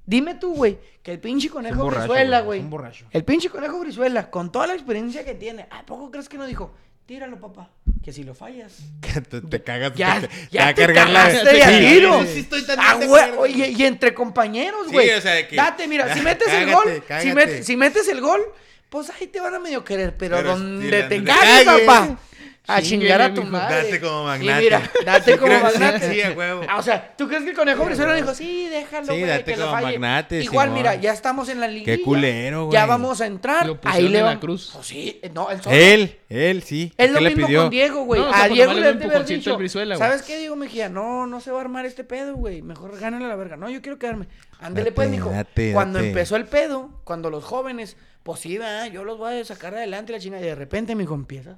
A: Dime tú, güey, que el pinche
B: Es un
A: conejo
B: borracho,
A: Brizuela,
B: güey, es
A: güey.
B: un borracho.
A: El pinche conejo Brizuela, con toda la experiencia que tiene, ¿a poco crees que no dijo? Tíralo, papá, que si lo fallas.
B: Que te, te cagas.
A: Ya,
B: te, te va
A: ya
B: a
A: te
B: cargar la
A: cagaste de a
B: Sí,
A: tiro.
B: sí, sí, estoy tan
A: Ah,
B: de
A: güey,
B: acuerdo.
A: oye, y entre compañeros,
B: Sí,
A: güey.
B: o sea, de que-
A: Date, mira, si metes el
B: Cágate,
A: gol, Si,
B: cágate.
A: met- si metes el gol, pues ahí te van a medio querer, pero,
B: Pero
A: donde
B: si la-
A: te
B: te
A: cagues,
B: cagues.
A: papá. A
C: Chingue,
A: chingar a
C: mi
A: tu
C: hijo.
A: madre.
B: Date como
A: Sí,
B: magnate.
A: mira, date
B: Sí,
A: como
B: creo- sí,
A: magnate.
B: sí, a huevo.
A: Ah, O sea, ¿tú crees que el conejo Brizuela dijo, sí, déjalo,
B: Sí,
A: güey,
B: date
A: que lo
B: como
A: falle"?
B: magnate,
A: Igual,
B: Simón.
A: mira, ya estamos en la liguilla.
B: culero, güey.
A: Ya vamos a entrar.
C: Lo pusieron
A: ahí le
C: en la
A: vamos-
C: cruz.
A: Pues sí, no, él solo.
B: Él, él, sí.
A: Es
B: ¿Qué
A: lo
B: le
A: mismo
B: pidió?
A: con Diego, güey.
C: No, o sea,
A: a
C: por
A: Diego
C: tomarle
A: le
C: un
A: debe haber
C: empujoncito
A: dicho,
C: al Brizuela, güey.
A: ¿sabes qué, Diego Mejía? No, no se va a armar este pedo, güey. Mejor gánale la verga. No, yo quiero quedarme. Ándele
B: Date,
A: pues, mijo.
B: date,
A: cuando
B: date.
A: empezó el pedo, cuando los jóvenes, pues sí, va, yo los voy a sacar adelante la china. Y de repente, mijo, empieza.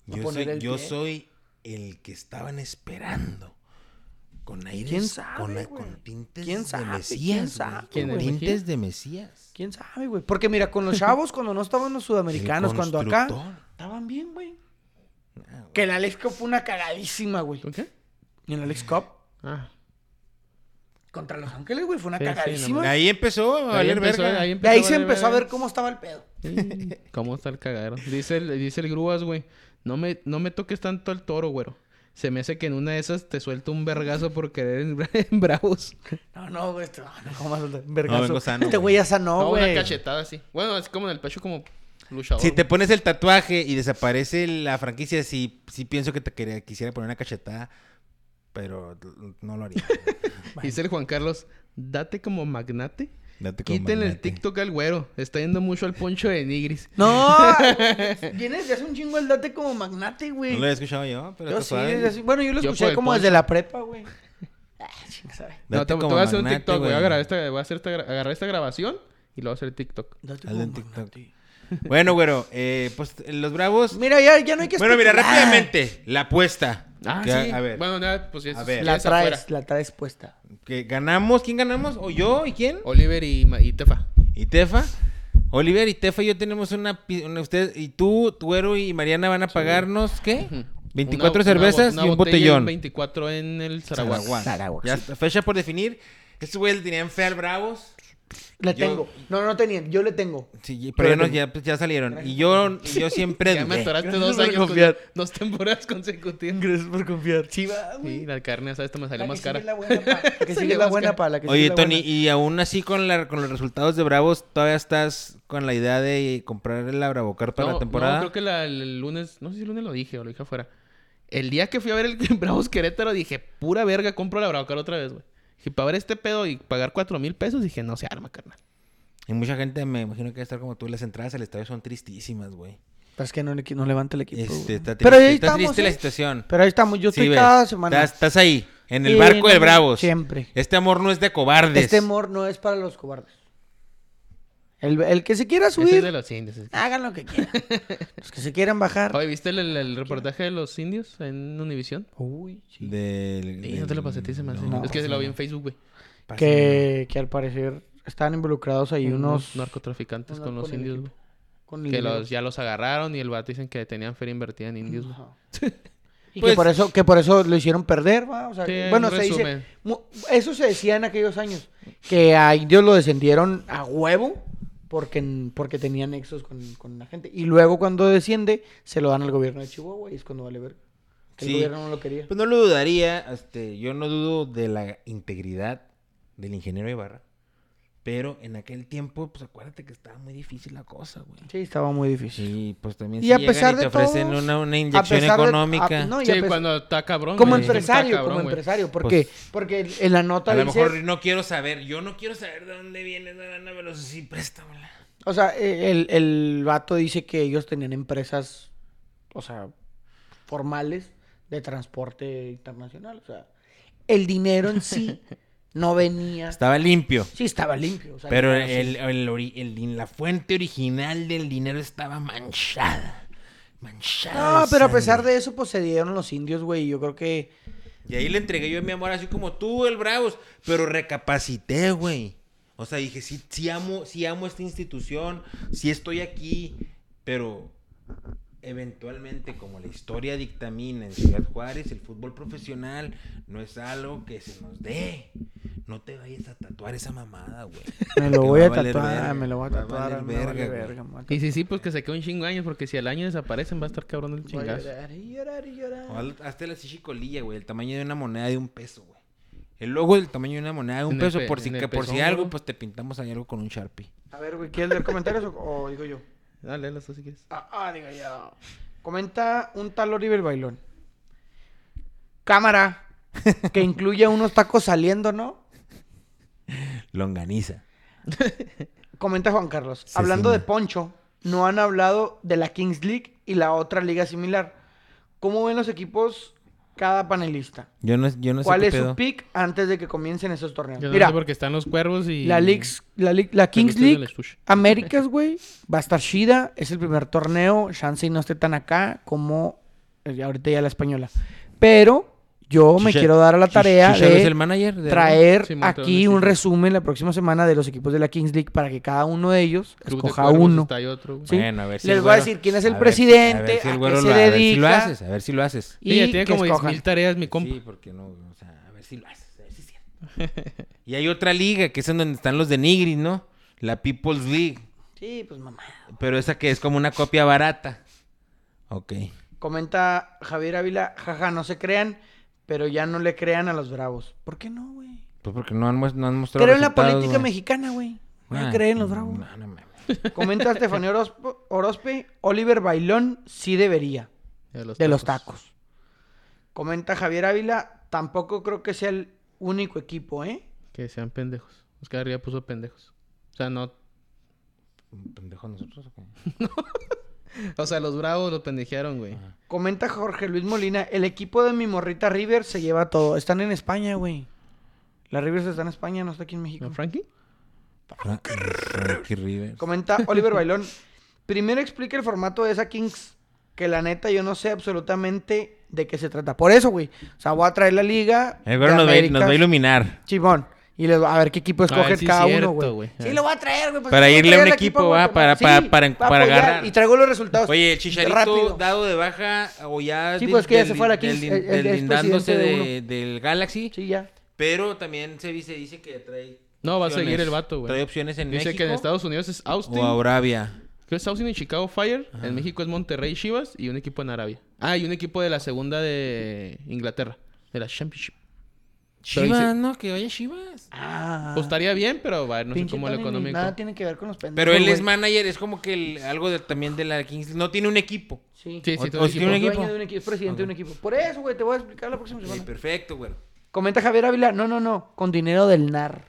A: a
B: Yo,
A: poner
B: soy,
A: el
B: yo
A: pie.
B: soy el que estaban esperando. Con aires.
A: ¿Quién sabe,
B: Con,
A: güey?
B: con tintes
A: ¿Quién sabe?
B: de Mesías.
A: ¿Quién
B: güey,
A: sabe,
B: Con
C: güey?
B: tintes de Mesías.
A: ¿Quién sabe, güey? Porque mira, con los chavos, cuando no estaban los sudamericanos,
B: El
A: cuando acá,
B: constructor.
A: estaban bien, güey. Que el Alex Cup fue una cagadísima, güey.
C: ¿Con qué?
A: Y el Alex Cup
C: Ah.
A: contra Los Ángeles, güey, fue una
C: Sí, sí,
A: cagadísima.
C: nomás.
B: Ahí empezó a
C: Ahí
B: valer
C: empezó-
B: verga.
A: de ahí
C: a
A: se
C: valer
A: empezó a
C: verga.
A: ver cómo estaba el pedo.
C: Sí, ¿Cómo está el cagadero? Dice el, dice el grúas, güey. No me, no me toques tanto al toro, güero. Se me hace que en una de esas te suelto un vergazo por querer en, en bravos.
A: No, no, güey. esto- No, no, ¿cómo vas a soltar? Vergazo.
B: vengo sano,
A: Este
B: güey.
A: güey ya sanó,
C: No, una
A: güey.
C: cachetada así. Bueno, es como en el pecho como luchador.
B: Si te pones el tatuaje y desaparece la franquicia, sí, sí pienso que te quería- quisiera poner una cachetada, pero no lo haría.
C: güey. Dice el Juan Carlos, date como magnate.
B: Date con
C: Quiten el
B: magnate.
C: TikTok al güero. Está yendo mucho al poncho de nigris.
A: No, vienes desde hace un chingo el date como magnate,
B: No
A: güey.
B: lo había escuchado yo, pero
A: yo
B: está
A: sí,
B: suave.
A: desde hace- bueno, yo lo
C: Yo por
A: escuché
C: el
A: como
C: poncho.
A: desde la prepa, güey. Ah, chinga, sabe.
C: No,
B: Date
C: te, te
B: como
C: voy a hacer un
B: magnate,
C: TikTok, güey. Voy a agarrar esta, voy a hacer esta gra- agarrar esta grabación y luego hacer el TikTok.
A: Date
B: Hazlo
A: como
B: en
A: magnate.
B: TikTok. Bueno, güero, eh, pues los bravos.
A: Mira, ya, ya no hay que
B: Bueno, mira,
A: especular.
B: rápidamente, la apuesta.
C: Ah,
B: Que,
C: sí.
B: A ver,
C: Bueno, nada, pues ya es-
B: A ver.
C: ya
A: La
C: es afuera.
A: traes, la traes puesta.
B: que ganamos, ¿quién ganamos? ¿O yo y quién?
C: Oliver y, Ma- y Tefa.
B: ¿Y Tefa? Oliver y Tefa y yo tenemos una, pi- una- ustedes y tú, Tuero y Mariana van a pagarnos ¿qué? 24
C: Una-
B: cervezas
C: una bo-
B: y
C: una
B: un
C: botella
B: botellón.
C: 24 en el Zaragoza.
B: Zaragoza.
A: Zaragoza.
B: Este Ya está, fecha por definir. Estos güeyes le tenían fe al Bravos.
A: Le
B: Yo-
A: tengo. No, no tenían. Yo le tengo.
B: Sí, pero ya, nos- ya, pues, ya salieron. Y yo, yo siempre
C: Ya me
B: dudé.
C: atoraste
A: Gracias
C: dos
A: por
C: años. con-
A: confiar.
C: dos temporadas consecutivas.
A: Gracias por confiar. Chiva,
C: Sí, la carne, ¿sabes? Esto me salió
A: La que
C: más
A: sigue
C: cara.
A: es la buena, pa. La que sigue
C: Salió
A: es la
C: más
A: buena,
C: cara.
A: pa. La que sigue
B: Oye,
A: es la
B: Tony,
A: buena.
B: y aún así con, la, con los resultados de Bravos, ¿todavía estás con la idea de comprar la Bravocar para
C: No,
B: la temporada?
C: No, creo que la- el lunes, no sé si el lunes lo dije o lo dije afuera. El día que fui a ver el Bravos Querétaro dije, pura verga, compro la Bravocar otra vez, güey. Dije, para ver este pedo y pagar cuatro mil pesos, dije, no se arma, carnal.
B: Y mucha gente me imagino que va a estar como tú. Las entradas al estadio son tristísimas, güey.
A: Pero es que no, le qui- no levanta el equipo.
B: Este,
A: güey.
B: está triste,
A: Pero ahí
B: está
A: estamos.
B: triste la
A: ¿eh?
B: situación.
A: Pero ahí estamos. Yo
B: Sí,
A: estoy
B: ves.
A: cada semana.
B: Estás, estás ahí, en el
A: Sí,
B: barco de
A: no,
B: Bravos.
A: siempre.
B: Este amor no es de cobardes.
A: Este amor no es para los cobardes. El, el que se quiera
C: Ese es de
A: subir,
C: los indios. ese.
A: hagan lo que quieran. los que se quieran bajar.
C: Oye, ¿viste el, el- el reportaje de los indios en Univisión?
A: Uy, sí.
B: Del-
C: Sí, no te lo pasé, a ti se me hace.
A: No,
C: es que se lo vi
B: no.
C: en Facebook, güey.
A: Que, que al parecer están involucrados ahí unos.
C: Unos narcotraficantes
A: unos
C: con los
A: con el
C: indios,
A: equipo.
C: güey.
A: con el
C: Que
A: dinero.
C: los, ya los agarraron y el vato dicen que tenían feria invertida en indios, güey.
A: Ajá. Y
B: Pues-
A: que por eso, que por eso lo hicieron perder, ¿va? O sea,
C: Sí,
A: que-
C: en
A: bueno, se dice,
C: resumen.
A: mu- eso se decía en aquellos años, que a indios lo descendieron a huevo porque, porque tenía nexos con, con la gente. Y luego cuando desciende, se lo dan al gobierno de Chihuahua y es cuando vale ver. Que
B: Sí.
A: el gobierno no lo quería.
B: Pues no lo dudaría, este, yo no dudo de la integridad del ingeniero Ibarra, pero en aquel tiempo, pues acuérdate que estaba muy difícil la cosa, güey.
A: Sí, estaba muy difícil.
B: Sí, pues también
A: Y
B: si
A: a
B: llegan
A: pesar
B: y te
A: de
B: ofrecen
A: todos,
B: una, una
A: a
B: inyección
A: pesar de-
B: económica.
A: a- no, y a
C: Sí,
A: pes-
C: cuando está cabrón.
A: pues, como
C: güey.
A: empresario,
C: Está cabrón,
A: como
C: güey.
A: empresario, porque,
B: Pues-
A: porque en la nota
B: a lo
A: dice-
B: mejor no quiero saber, yo no quiero saber de dónde viene esa lana, pero sí, préstamela.
A: O sea, eh, el, el vato dice que ellos tenían empresas, o sea, formales de transporte internacional. O sea, el dinero en sí no venía.
B: Estaba limpio.
A: Sí, estaba limpio. o sea,
B: Pero
A: era así.
B: el, el ori- el- la fuente original del dinero estaba manchada. Manchada.
A: No,
B: de
A: pero a
B: sangre.
A: pesar de eso, pues se dieron los indios, güey. y Yo creo que.
B: Y ahí le entregué yo mi amor, así como tú, el Bravos. Pero recapacité, güey. O sea, dije, sí, sí amo, sí amo esta institución, sí estoy aquí, pero eventualmente, como la historia dictamina en Ciudad Juárez, el fútbol profesional no es algo que se nos dé. No te vayas a tatuar esa mamada, güey.
A: Me lo
B: Te
A: voy
B: va
A: a
B: valer verga,
A: tatuar, me lo voy a
B: va a
A: tatuar.
B: valer
A: me vale
B: verga, güey.
A: verga, me va a
C: Y
A: tatuar.
C: sí, sí, pues que se quede un chingo de años, porque si al año desaparecen va a estar cabrón el
A: Voy a
C: chingazo.
A: llorar y llorar y llorar.
B: O al- Hazte la chichicolilla, güey, el tamaño de una moneda de un peso, güey. El logo del tamaño de una moneda de un
C: En el
B: peso,
C: pe-
B: por si,
C: en el
B: que, por si
C: pezón,
B: algo,
C: ¿no?
B: pues te pintamos ahí algo con un Sharpie.
A: A ver, güey, ¿quieres leer comentarios o, o digo yo?
C: Dale, léelos tú si quieres.
A: Ah, ah, diga ya. Comenta un tal Oliver Bailón. Cámara. Que incluye unos tacos saliendo, ¿no?
B: Longaniza.
A: Comenta Juan Carlos.
B: Cecina.
A: Hablando de Poncho, no han hablado de la Kings League y la otra liga similar. ¿Cómo ven los equipos cada panelista?
B: Yo no, yo no sé
A: ¿Cuál
B: qué
A: es
B: pedo.
A: su pick antes de que comiencen esos torneos?
C: Yo no
A: Mira,
C: sé porque están los cuervos y...
A: la, Leagues- la, League- la Kings
C: gustan del
A: League
C: estuche.
A: Américas, güey, va a estar chida. Es el primer torneo. Chance y no esté tan acá como eh, ahorita ya la española. Pero yo me
B: Chichar-
A: quiero dar a la
B: Chich-
A: tarea
B: Chicharo es el
A: de
B: manager de-
A: traer
C: Sí, Monterrey
A: aquí un
C: Chichar.
A: resumen la próxima semana de los equipos de la Kings League para que cada uno de ellos
C: Club de
A: escoja
C: Cuervos,
A: uno.
C: está ahí otro, güey.
A: Sí.
B: Bueno, a ver si
A: Les
B: el
A: voy a
B: güero-
A: decir quién es el
B: a ver-
A: presidente,
B: a ver si el
A: a
B: güero
A: qué
B: lo-
A: se
B: a ver si lo
A: dedica.
B: haces, a ver si lo haces.
C: Sí, ya tiene
A: que
C: como 10
A: escojan.
C: mil tareas mi compa.
B: Sí, porque no, o sea, a ver si lo haces, a ver si es cierto. y hay otra liga, que es en donde están los de Nigris, ¿no? La People's League.
A: Sí, pues mamá.
B: Pero esa que es como una copia barata. Ok.
A: Comenta Javier Ávila, jaja, no se crean, pero ya no le crean a los bravos. ¿Por qué no, güey?
B: Pues porque no han, muest- no han mostrado
A: Creo en la
B: resultados,
A: política
B: güey.
A: mexicana, güey. No
B: Ah,
A: creen los bravos.
B: no, no mames.
A: Comenta Estefanía Orozpo- Orozpe, Oliver Bailón sí debería,
C: De los
A: de los tacos. Comenta Javier Ávila, tampoco creo que sea el único equipo, ¿eh?
C: Que sean pendejos. Oscar García puso pendejos. O sea, no...
B: ¿Un pendejo nosotros o qué?
C: O sea, los bravos los pendejearon, güey.
A: Comenta Jorge Luis Molina, el equipo de mi morrita River se lleva todo. Están en España, güey. La River está en España, no está aquí en México.
C: ¿No, Frankie?
B: Fra- Frankie Rivers.
A: Comenta Oliver Bailón, primero explica el formato de esa Kings, que la neta yo no sé absolutamente de qué se trata. Por eso, güey. O sea, voy a traer la liga.
B: El güero
A: de
B: nos va, a- nos
A: Américas.
B: va a iluminar.
A: Chimón. Y les va- a ver qué equipo
C: ver
A: escogen
C: si es
A: cada
C: cierto,
A: uno,
C: güey.
A: güey.
C: A ver.
A: Sí, lo voy a traer, güey. pues,
B: Para
A: sí, voy a
B: irle a
A: traer
B: un
A: al
B: equipo,
A: güey,
B: va,
A: que-
B: para- para- para-
A: va a
B: para
A: apoyar.
B: agarrar.
A: Y traigo los resultados.
B: Oye, el Chicharito
A: Rápido.
B: dado de baja o ya...
A: Sí,
B: del-
A: pues que ya se
B: del-
A: fue a la
B: del-
A: 15,
B: del-
A: el- el
B: Lindándose
A: expresidente
B: de- del Galaxy.
A: Sí, ya.
B: Pero también se dice, dice que trae
C: No, va a seguir
D: opciones.
C: el vato, güey.
D: Trae opciones en
C: Dice
D: México.
C: que en Estados Unidos es Austin.
B: O Arabia.
C: Creo que es Austin y Chicago Fire. En México es Monterrey Chivas y un equipo en Arabia. Ah, y un equipo de la segunda de Inglaterra. De la Championship. Pero dice-
D: Chivas, ¿no? Que vaya Chivas.
A: Ah.
C: Pues estaría bien, pero va, no sé
A: pinche
C: cómo lo
A: Tony, ni
C: económico.
A: Nada tiene que ver con los pendejos.
D: Pero él
A: güey.
D: es manager, es como que el- algo de- también de la Kings. No tiene un equipo.
A: Sí.
C: Sí, sí,
D: O-
C: todo
D: o tiene un
C: equipo.
A: Es dueño
D: equipo.
A: de un equipo, es presidente de un equipo. Por eso, güey, te voy a explicar la próxima semana.
D: Sí, perfecto, güey.
A: Comenta Javier Ávila, no, no, no, con dinero del NAR.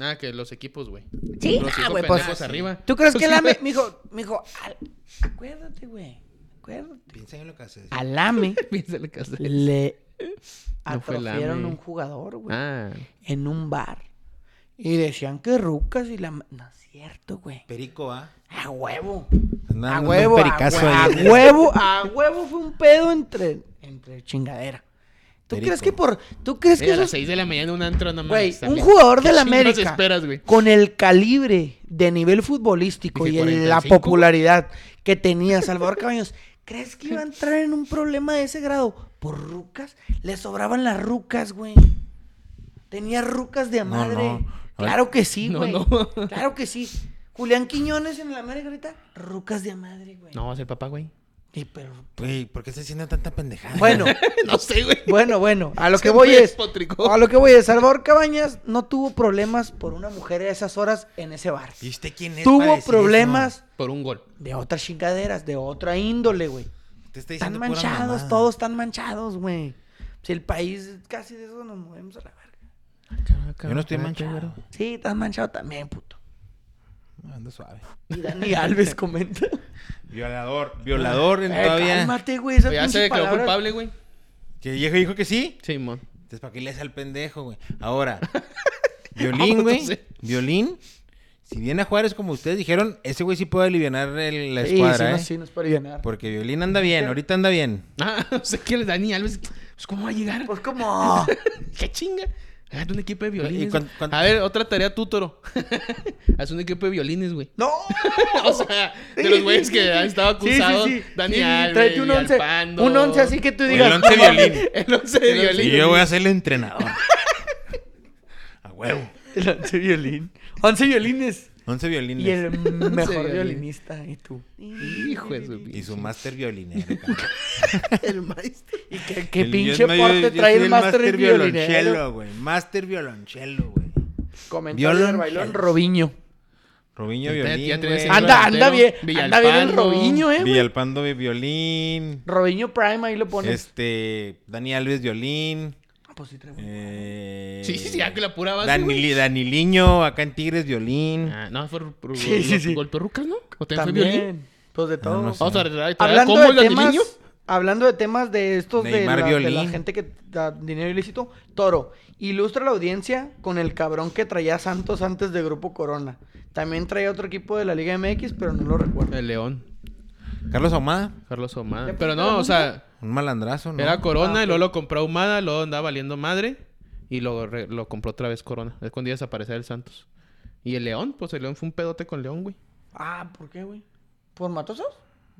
C: Ah, que los equipos, güey.
A: Sí,
C: Los
A: ah,
C: cinco
A: güey, pues,
C: pendejos arriba.
A: ¿Tú crees que el AME?
C: me
A: Mijo, mijo, al- acuérdate, güey, acuérdate.
B: Piensa en lo que haces.
A: Al AME
C: Piensa en lo que hace.
A: le
C: No fue el
A: atrofiaron
C: AME.
A: un jugador, güey,
C: Ah.
A: en un bar. Y decían que rucas y la... ma- No es cierto, güey.
B: Perico, ¿ah?
A: A huevo.
B: Anda
A: a
B: dando un
A: huevo, a,
B: pericazo
A: hue-
B: ahí.
A: a huevo, a huevo fue un pedo entre, entre chingadera. ¿Tú
B: Perico.
A: crees que por... ¿Tú crees
C: Eh,
A: que
C: a las
A: esos
C: 6 de la mañana un antro no
A: Güey,
C: mames.
A: un
C: también.
A: jugador
C: ¿Qué
A: del
C: chingados
A: América
C: esperas, güey?
A: con el calibre de nivel futbolístico
C: Dije,
A: y el- la
C: 45.
A: popularidad que tenía Salvador Cabaños, ¿crees que iba a entrar en un problema de ese grado? ¿Por rucas? Le sobraban las rucas, güey. Tenía rucas de a
B: No,
A: madre.
B: no.
A: Claro que sí,
C: No,
A: güey.
C: no.
A: Claro que sí. Julián Quiñones en el América ahorita, rucas de a madre, güey.
C: No, es el papá, güey.
A: Y pero-
B: Güey, ¿por qué estás haciendo tanta pendejada?
A: Bueno,
C: no sé, güey.
A: bueno, bueno. A lo que
C: Siempre
A: voy es...
C: despotricó.
A: A lo que voy es, Salvador Cabañas no tuvo problemas por una mujer a esas horas en ese bar.
B: ¿Y usted quién es para
A: tuvo
B: decir
A: problemas
C: Por un gol.
A: de otras chingaderas, de otra índole, güey.
B: eso? Te está
A: Están
B: diciendo pura
A: manchados,
B: mamada.
A: todos están manchados, güey. Si el país casi de eso nos movemos a la verga.
C: Ah,
B: Yo no estoy manchado.
A: Sí, estás manchado también, puto.
B: Ando suave.
A: Y Dani Alves comenta.
B: Violador. Violador en
A: Eh,
B: todavía.
A: Cálmate, güey. Esa
C: Pero Ya
A: pinche
C: se quedó
A: palabra-
C: culpable, güey.
B: Que dijo, dijo que sí.
C: Simón.
B: Entonces, ¿para qué le hace al pendejo, güey? Ahora, violín, güey.
A: eh.
C: Entonces-
B: Violín. Si viene a Juárez, como ustedes dijeron, ese güey sí puede aliviar el- la
A: Sí, sí,
B: escuadra,
A: no,
B: ¿eh?
A: sí, no es para llenar.
B: Porque violín anda bien, ahorita anda bien.
C: Ah, no sé qué, el Dani Alves. Pues, ¿cómo va a llegar?
A: Pues como...
C: ¿Qué chinga? Haz un equipo de violines.
B: ¿Y cuán-
C: güey.
B: cuán-
C: A ver, otra tarea tú, Toro. Haz un equipo de violines, güey.
A: ¡No!
C: O sea, de
A: Sí,
C: los
A: sí,
C: güeyes
A: sí,
C: que
A: sí.
C: han estado acusados.
A: Sí, sí, sí.
C: Dani
A: Sí, sí,
C: Alves,
A: tráete un once,
C: Villalpando.
A: un once así que tú digas.
B: El once
A: "No mames".
B: violín.
C: El once de violín.
B: Y yo voy a ser el entrenador. a huevo.
A: El once violín. Once violines.
B: Once violines.
A: Y
B: Y,
A: el mejor
C: violines.
A: violinista. Y tú.
C: Hijo de su pinche.
B: su máster violinero. cabrón.
A: El maestro. Y qué, qué
B: El- yo-
A: pinche
B: no, yo-
A: porte
B: yo
A: trae
B: soy
A: el máster en
C: ¿eh?
A: violonchelo.
B: violonchelo, güey. Máster violonchelo, güey.
A: Comenta
B: Violonchelo.
A: el bailón Robiño.
C: Ya-
B: Robiño violín,
C: ya tienes
B: güey.
C: el-
A: Anda, anda bien.
C: delantero,
A: Anda bien el
C: Villalpando.
A: Robiño, eh, güey.
B: Villalpando violín.
A: Robiño Prime, ahí lo pones.
B: Este, Dani Alves violín.
A: Ah, pues sí, trae buen-
B: Eh,
C: Sí, sí, sí, ya que la pura base, güey.
B: Danili- Daniliño, acá en Tigres violín.
C: Ah, no, fue por, por-
A: Sí, sí, sí.
C: golpe rucas, ¿no? ¿O también fue violín?
A: También. Pues de todo.
B: no sé.
C: Vamos a traer
A: Hablando
C: combo el
A: de
C: Daniliño.
A: temas. Hablando de temas de estos de
B: Neymar
A: la, de la
B: violín.
A: gente que da dinero ilícito, Toro, ilustra a la audiencia con el cabrón que traía Santos antes de Grupo Corona. También traía otro equipo de la Liga MX, pero no lo recuerdo.
C: El León,
B: Carlos Ahumada,
C: Carlos
A: ¿Ya
C: Omada. Pero
A: pusiste
C: no,
A: la
C: o sea,
B: un malandrazo, ¿no?
C: era Corona
A: Ah,
C: y luego lo compró Humada, luego andaba valiendo madre y luego re- lo compró otra vez Corona. Es cuando iba a desaparecer el Santos. Y el León, pues el León fue un pedote con León, güey.
A: Ah, ¿por qué, güey? ¿Por Matosos?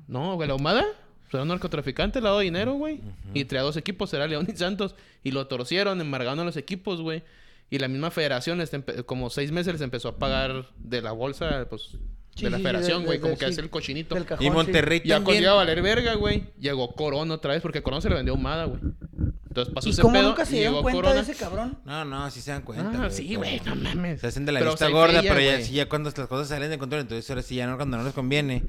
C: No, güey, la Humada pues, era un narcotraficante, le ha dado dinero, güey. Y traía dos equipos, era León y Santos. Y lo torcieron, embargaron a los equipos, güey. Y la misma federación, les empe- como seis meses les empezó a pagar de la bolsa, pues,
A: Sí,
C: de la
A: sí, sí,
C: federación,
A: de-
C: güey.
A: de-
C: Como
A: de-
C: que
A: sí.
C: hace el cochinito.
A: Del cajón.
B: Y Monterrey
C: Ya cuando
B: también.
C: iba a valer verga, güey. Llegó Corona otra vez, porque Corona se le vendió a Humada, güey. Entonces pasó
A: sí. ¿Y
C: ese
A: cómo
C: pedo
A: nunca se
C: y
A: dieron
C: llegó
A: cuenta
C: Corona.
A: de ese cabrón?
B: No, no, sí se dan cuenta.
C: Ah, sí,
B: pero-
C: güey, no mames.
B: Se hacen de la
C: Pero
B: vista
C: se
B: gorda,
C: fría,
B: pero ya,
C: güey.
B: sí, ya cuando las cosas salen de control, entonces ahora sí, ya no, cuando no les conviene.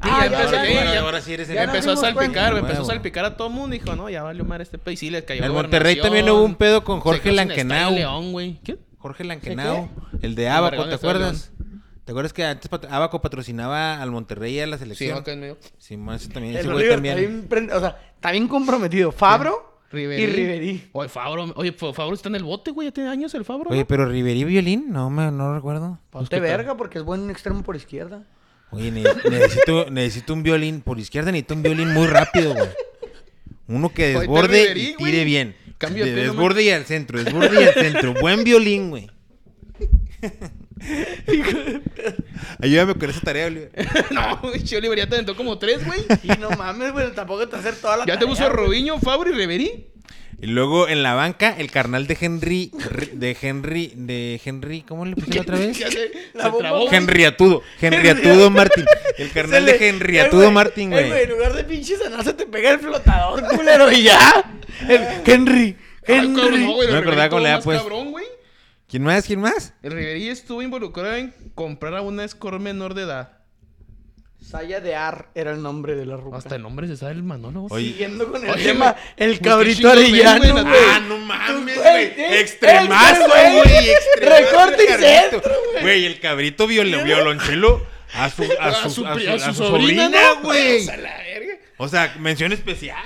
A: Ah,
C: ya
A: ya,
C: empezó,
A: ya,
C: sí,
A: ya.
C: ya
B: ahora sí eres el
A: Ya nos
C: empezó a
A: dimos
C: salpicar,
A: cuenta.
C: güey. Empezó a
B: Huevo.
C: salpicar a todo el mundo. Dijo, no, ya valió madre este pedo. Y sí, les cayó
B: En el
C: gobernación,
B: Monterrey también hubo un pedo con Jorge
C: se quedó sin
B: Lankenau.
C: estadio León, güey. ¿Qué?
B: Jorge Lankenau, el de
C: Vergón,
B: Abaco, ¿te
C: está el
B: acuerdas? ¿Te acuerdas que antes pat- Abaco patrocinaba al Monterrey y a la
C: Sí,
B: selección?
C: acá en medio.
B: Simón, ese también, ese
A: El
B: güey
A: Oliver está bien
B: también.
A: prend- o sea, está bien comprometido. Fabro
C: Ribery.
A: y Riverí.
C: Oye, Fabro, oye, Fa- Fabro está en el bote, güey. Ya tiene años el Fabro.
B: Oye,
C: ¿no?
B: pero Riverí violín, no me no recuerdo.
C: Pues
A: Ponte verga porque es buen extremo por izquierda.
B: Oye, ne- necesito, necesito un violín por izquierda, necesito un violín muy rápido, güey. Uno que
C: Ahí está
B: desborde
C: Riverí,
B: y
C: güey.
B: tire bien.
C: Cambio de
B: De
C: pie, no
B: desborde y al centro, desborde y al centro. Buen violín, güey. Ayúdame con esa tarea, Oliver.
C: no, güey, Chio Oliver ya te aventó como tres, güey.
A: Y no mames, güey, tampoco te hacer toda la
C: Ya te
A: tarea,
C: puso
A: güey.
C: Robinho, Fabro y Reverí.
B: Y luego en la banca, el carnal de Henry, de Henry, de Henry, ¿cómo le pusieron otra vez?
A: La bomba,
C: trabó,
A: güey.
B: Henriatudo, Henriatudo Martín. El carnal
A: Se le-
B: de Henriatudo
A: Eh,
B: Martín,
A: eh, En
B: güey.
A: lugar de pinche sanarse te pega el flotador, culero, y ya. El Henry.
C: Ay, cabrón,
A: Henry.
C: no, güey,
B: No
C: el
B: me acordaba
C: Riverito
B: cómo le da,
C: más
B: pues.
C: cabrón, güey.
B: ¿Quién más? ¿Quién más?
C: El Riverí estuvo involucrado en comprar a una escor menor de edad.
A: Saya de Ar era el nombre de la ruta.
C: Hasta el nombre se sabe el Manolo.
A: Pues
C: güey.
B: Oye,
A: Siguiendo con el
C: Oye,
A: tema,
C: güey,
A: el
C: qué
A: cabrito
C: chingos ven, güey, la-
A: arellano. güey.
B: no mames,
A: Ah, Güey, sí.
B: Extremazo,
A: Este, güey.
B: güey. extremazo,
A: Recorte y
B: cabrito.
A: centro, güey.
B: Güey, el cabrito viol- violonchelo a su, a su, a su, a su sobrina,
C: ¿no?
B: güey.
C: A la verga.
B: O sea, mención especial.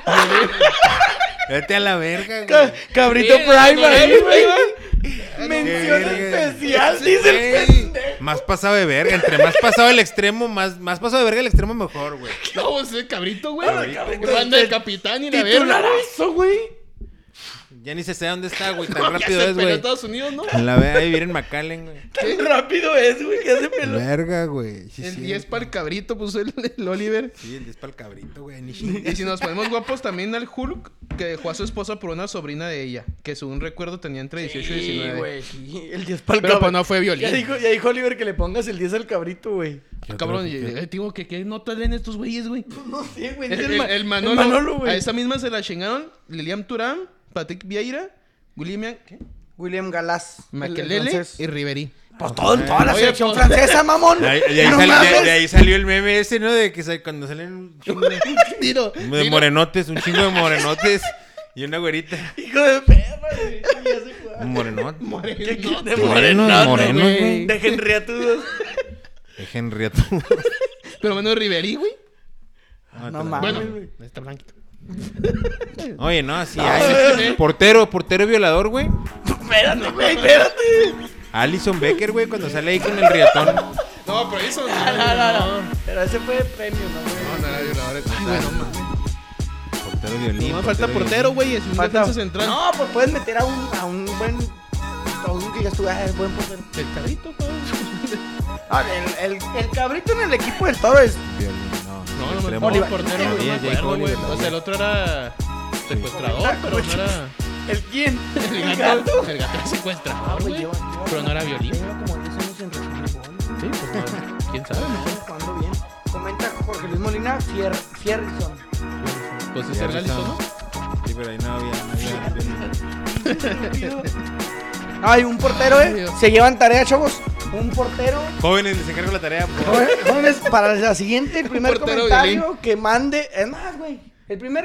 B: Vete a la verga,
A: Ca-
B: güey.
A: Cabrito
C: Sí,
A: Prime
C: no,
A: ahí,
C: no,
A: güey.
B: Qué
A: Mención
B: verga.
A: especial, dice el
B: Güey,
A: pendejo.
B: Más pasado de verga. Entre más pasado el extremo, más, más pasado de verga el extremo, mejor, güey.
C: No, pues el cabrito, güey.
B: Cabrito,
A: güey.
C: Banda del capitán y la verga.
A: Titularazo, güey.
B: Ya ni se sabe dónde está, güey. Tan
C: No,
B: rápido
C: ya se
B: es,
C: peló a
B: güey.
C: Estados Unidos, ¿no?
B: En la vea de vivir en McAllen, güey.
A: Tan rápido es, güey, que hace pelo.
B: Verga, güey. Sí,
C: El
B: sí,
C: 10 para el cabrito puso el, el Oliver.
B: Sí, el 10 para el cabrito, güey. Ni
C: Y si nos ponemos guapos también al Hulk, que dejó a su esposa por una sobrina de ella, que según recuerdo tenía entre 18 y
A: Sí,
C: 19.
A: güey, sí. El 10 pa'l
C: Pero, pues,
A: cabrito.
C: no fue violín.
A: Ya dijo, ya dijo Oliver que le pongas el 10 al cabrito, güey.
C: Ah, cabrón, y- eh, digo que qué nota leen estos güeyes, güey.
A: No sé, güey.
C: El,
A: dice
C: el-
A: ma-
C: el Manolo, a esa misma se la chingaron Lilian Turam, Patrick Vieira, William ¿qué?
A: William Galás. el- el
C: Maquelele
A: francés.
C: y Riverí.
A: Pues todo, en toda la
C: Oye,
A: selección
C: pues-
A: francesa, mamón.
B: De ahí, de ahí
A: No
B: sal- de-
A: mames.
B: de ahí salió el meme ese, ¿no? De que sal- cuando salen un chingo de,
C: Tiro.
B: de morenotes, un chingo de morenotes y una güerita.
A: Hijo de perra, güey. Ya se jugaba.
B: Un morenot.
A: ¿Qué- qué-
C: Moreno.
A: de
B: Morenos,
A: morenote,
B: morenos, güey.
A: De Henriatudos.
B: De Henrietta.
C: Pero menos Riverí, güey.
B: Ah,
C: Bueno,
A: No mames, güey.
C: está blanquito.
B: Oye, no, así hay. Portero, portero violador, güey.
A: Espérate, güey, espérate.
B: Alison Becker, güey, cuando sale ahí con el riatón.
C: No, pero eso.
A: No, no, no, no. Pero ese fue de premio, ¿no, güey?
C: no era violador. Ay, güey, no mames.
B: Portero violín.
C: Nomás falta portero, güey. Es un
A: Falta-
C: defensa central.
A: No, pues puedes meter a un, a un buen. A un que digas tú, ah, es buen portero.
C: El cabrito, cabrón.
A: Ah, el, el, el cabrito en el equipo del toro es.
B: Violín,
C: No,
B: el
C: no, me
B: extremo.
C: acuerdo
A: Oliver.
C: el portero,
A: Sí,
C: güey. No
B: ya
C: me
B: llegó
C: acuerdo, güey.
B: Oliver,
C: O sea, el otro era secuestrador, pero no era.
A: ¿El quién?
C: El gato. El gato era secuestrador,
A: Ah, güey,
C: güey.
A: lleva- lleva-
C: Pero no era violín.
A: Lleva como 10 años en Revolución.
C: Sí, pues no. ¿Quién sabe?
A: Están jugando bien. Comenta Jorge Luis Molina, Fier Fierrison.
C: Pues es el Galito, ¿no?
B: Sí, pero ahí no había, no había violín.
A: Ay, un portero,
C: Ay,
A: eh.
C: Dios.
A: Se llevan tarea, chavos. Un portero.
B: Jóvenes, les encargo la tarea. por favor.
A: Jóvenes, para la siguiente, el primer
C: portero
A: comentario que mande. Es más, güey. El primer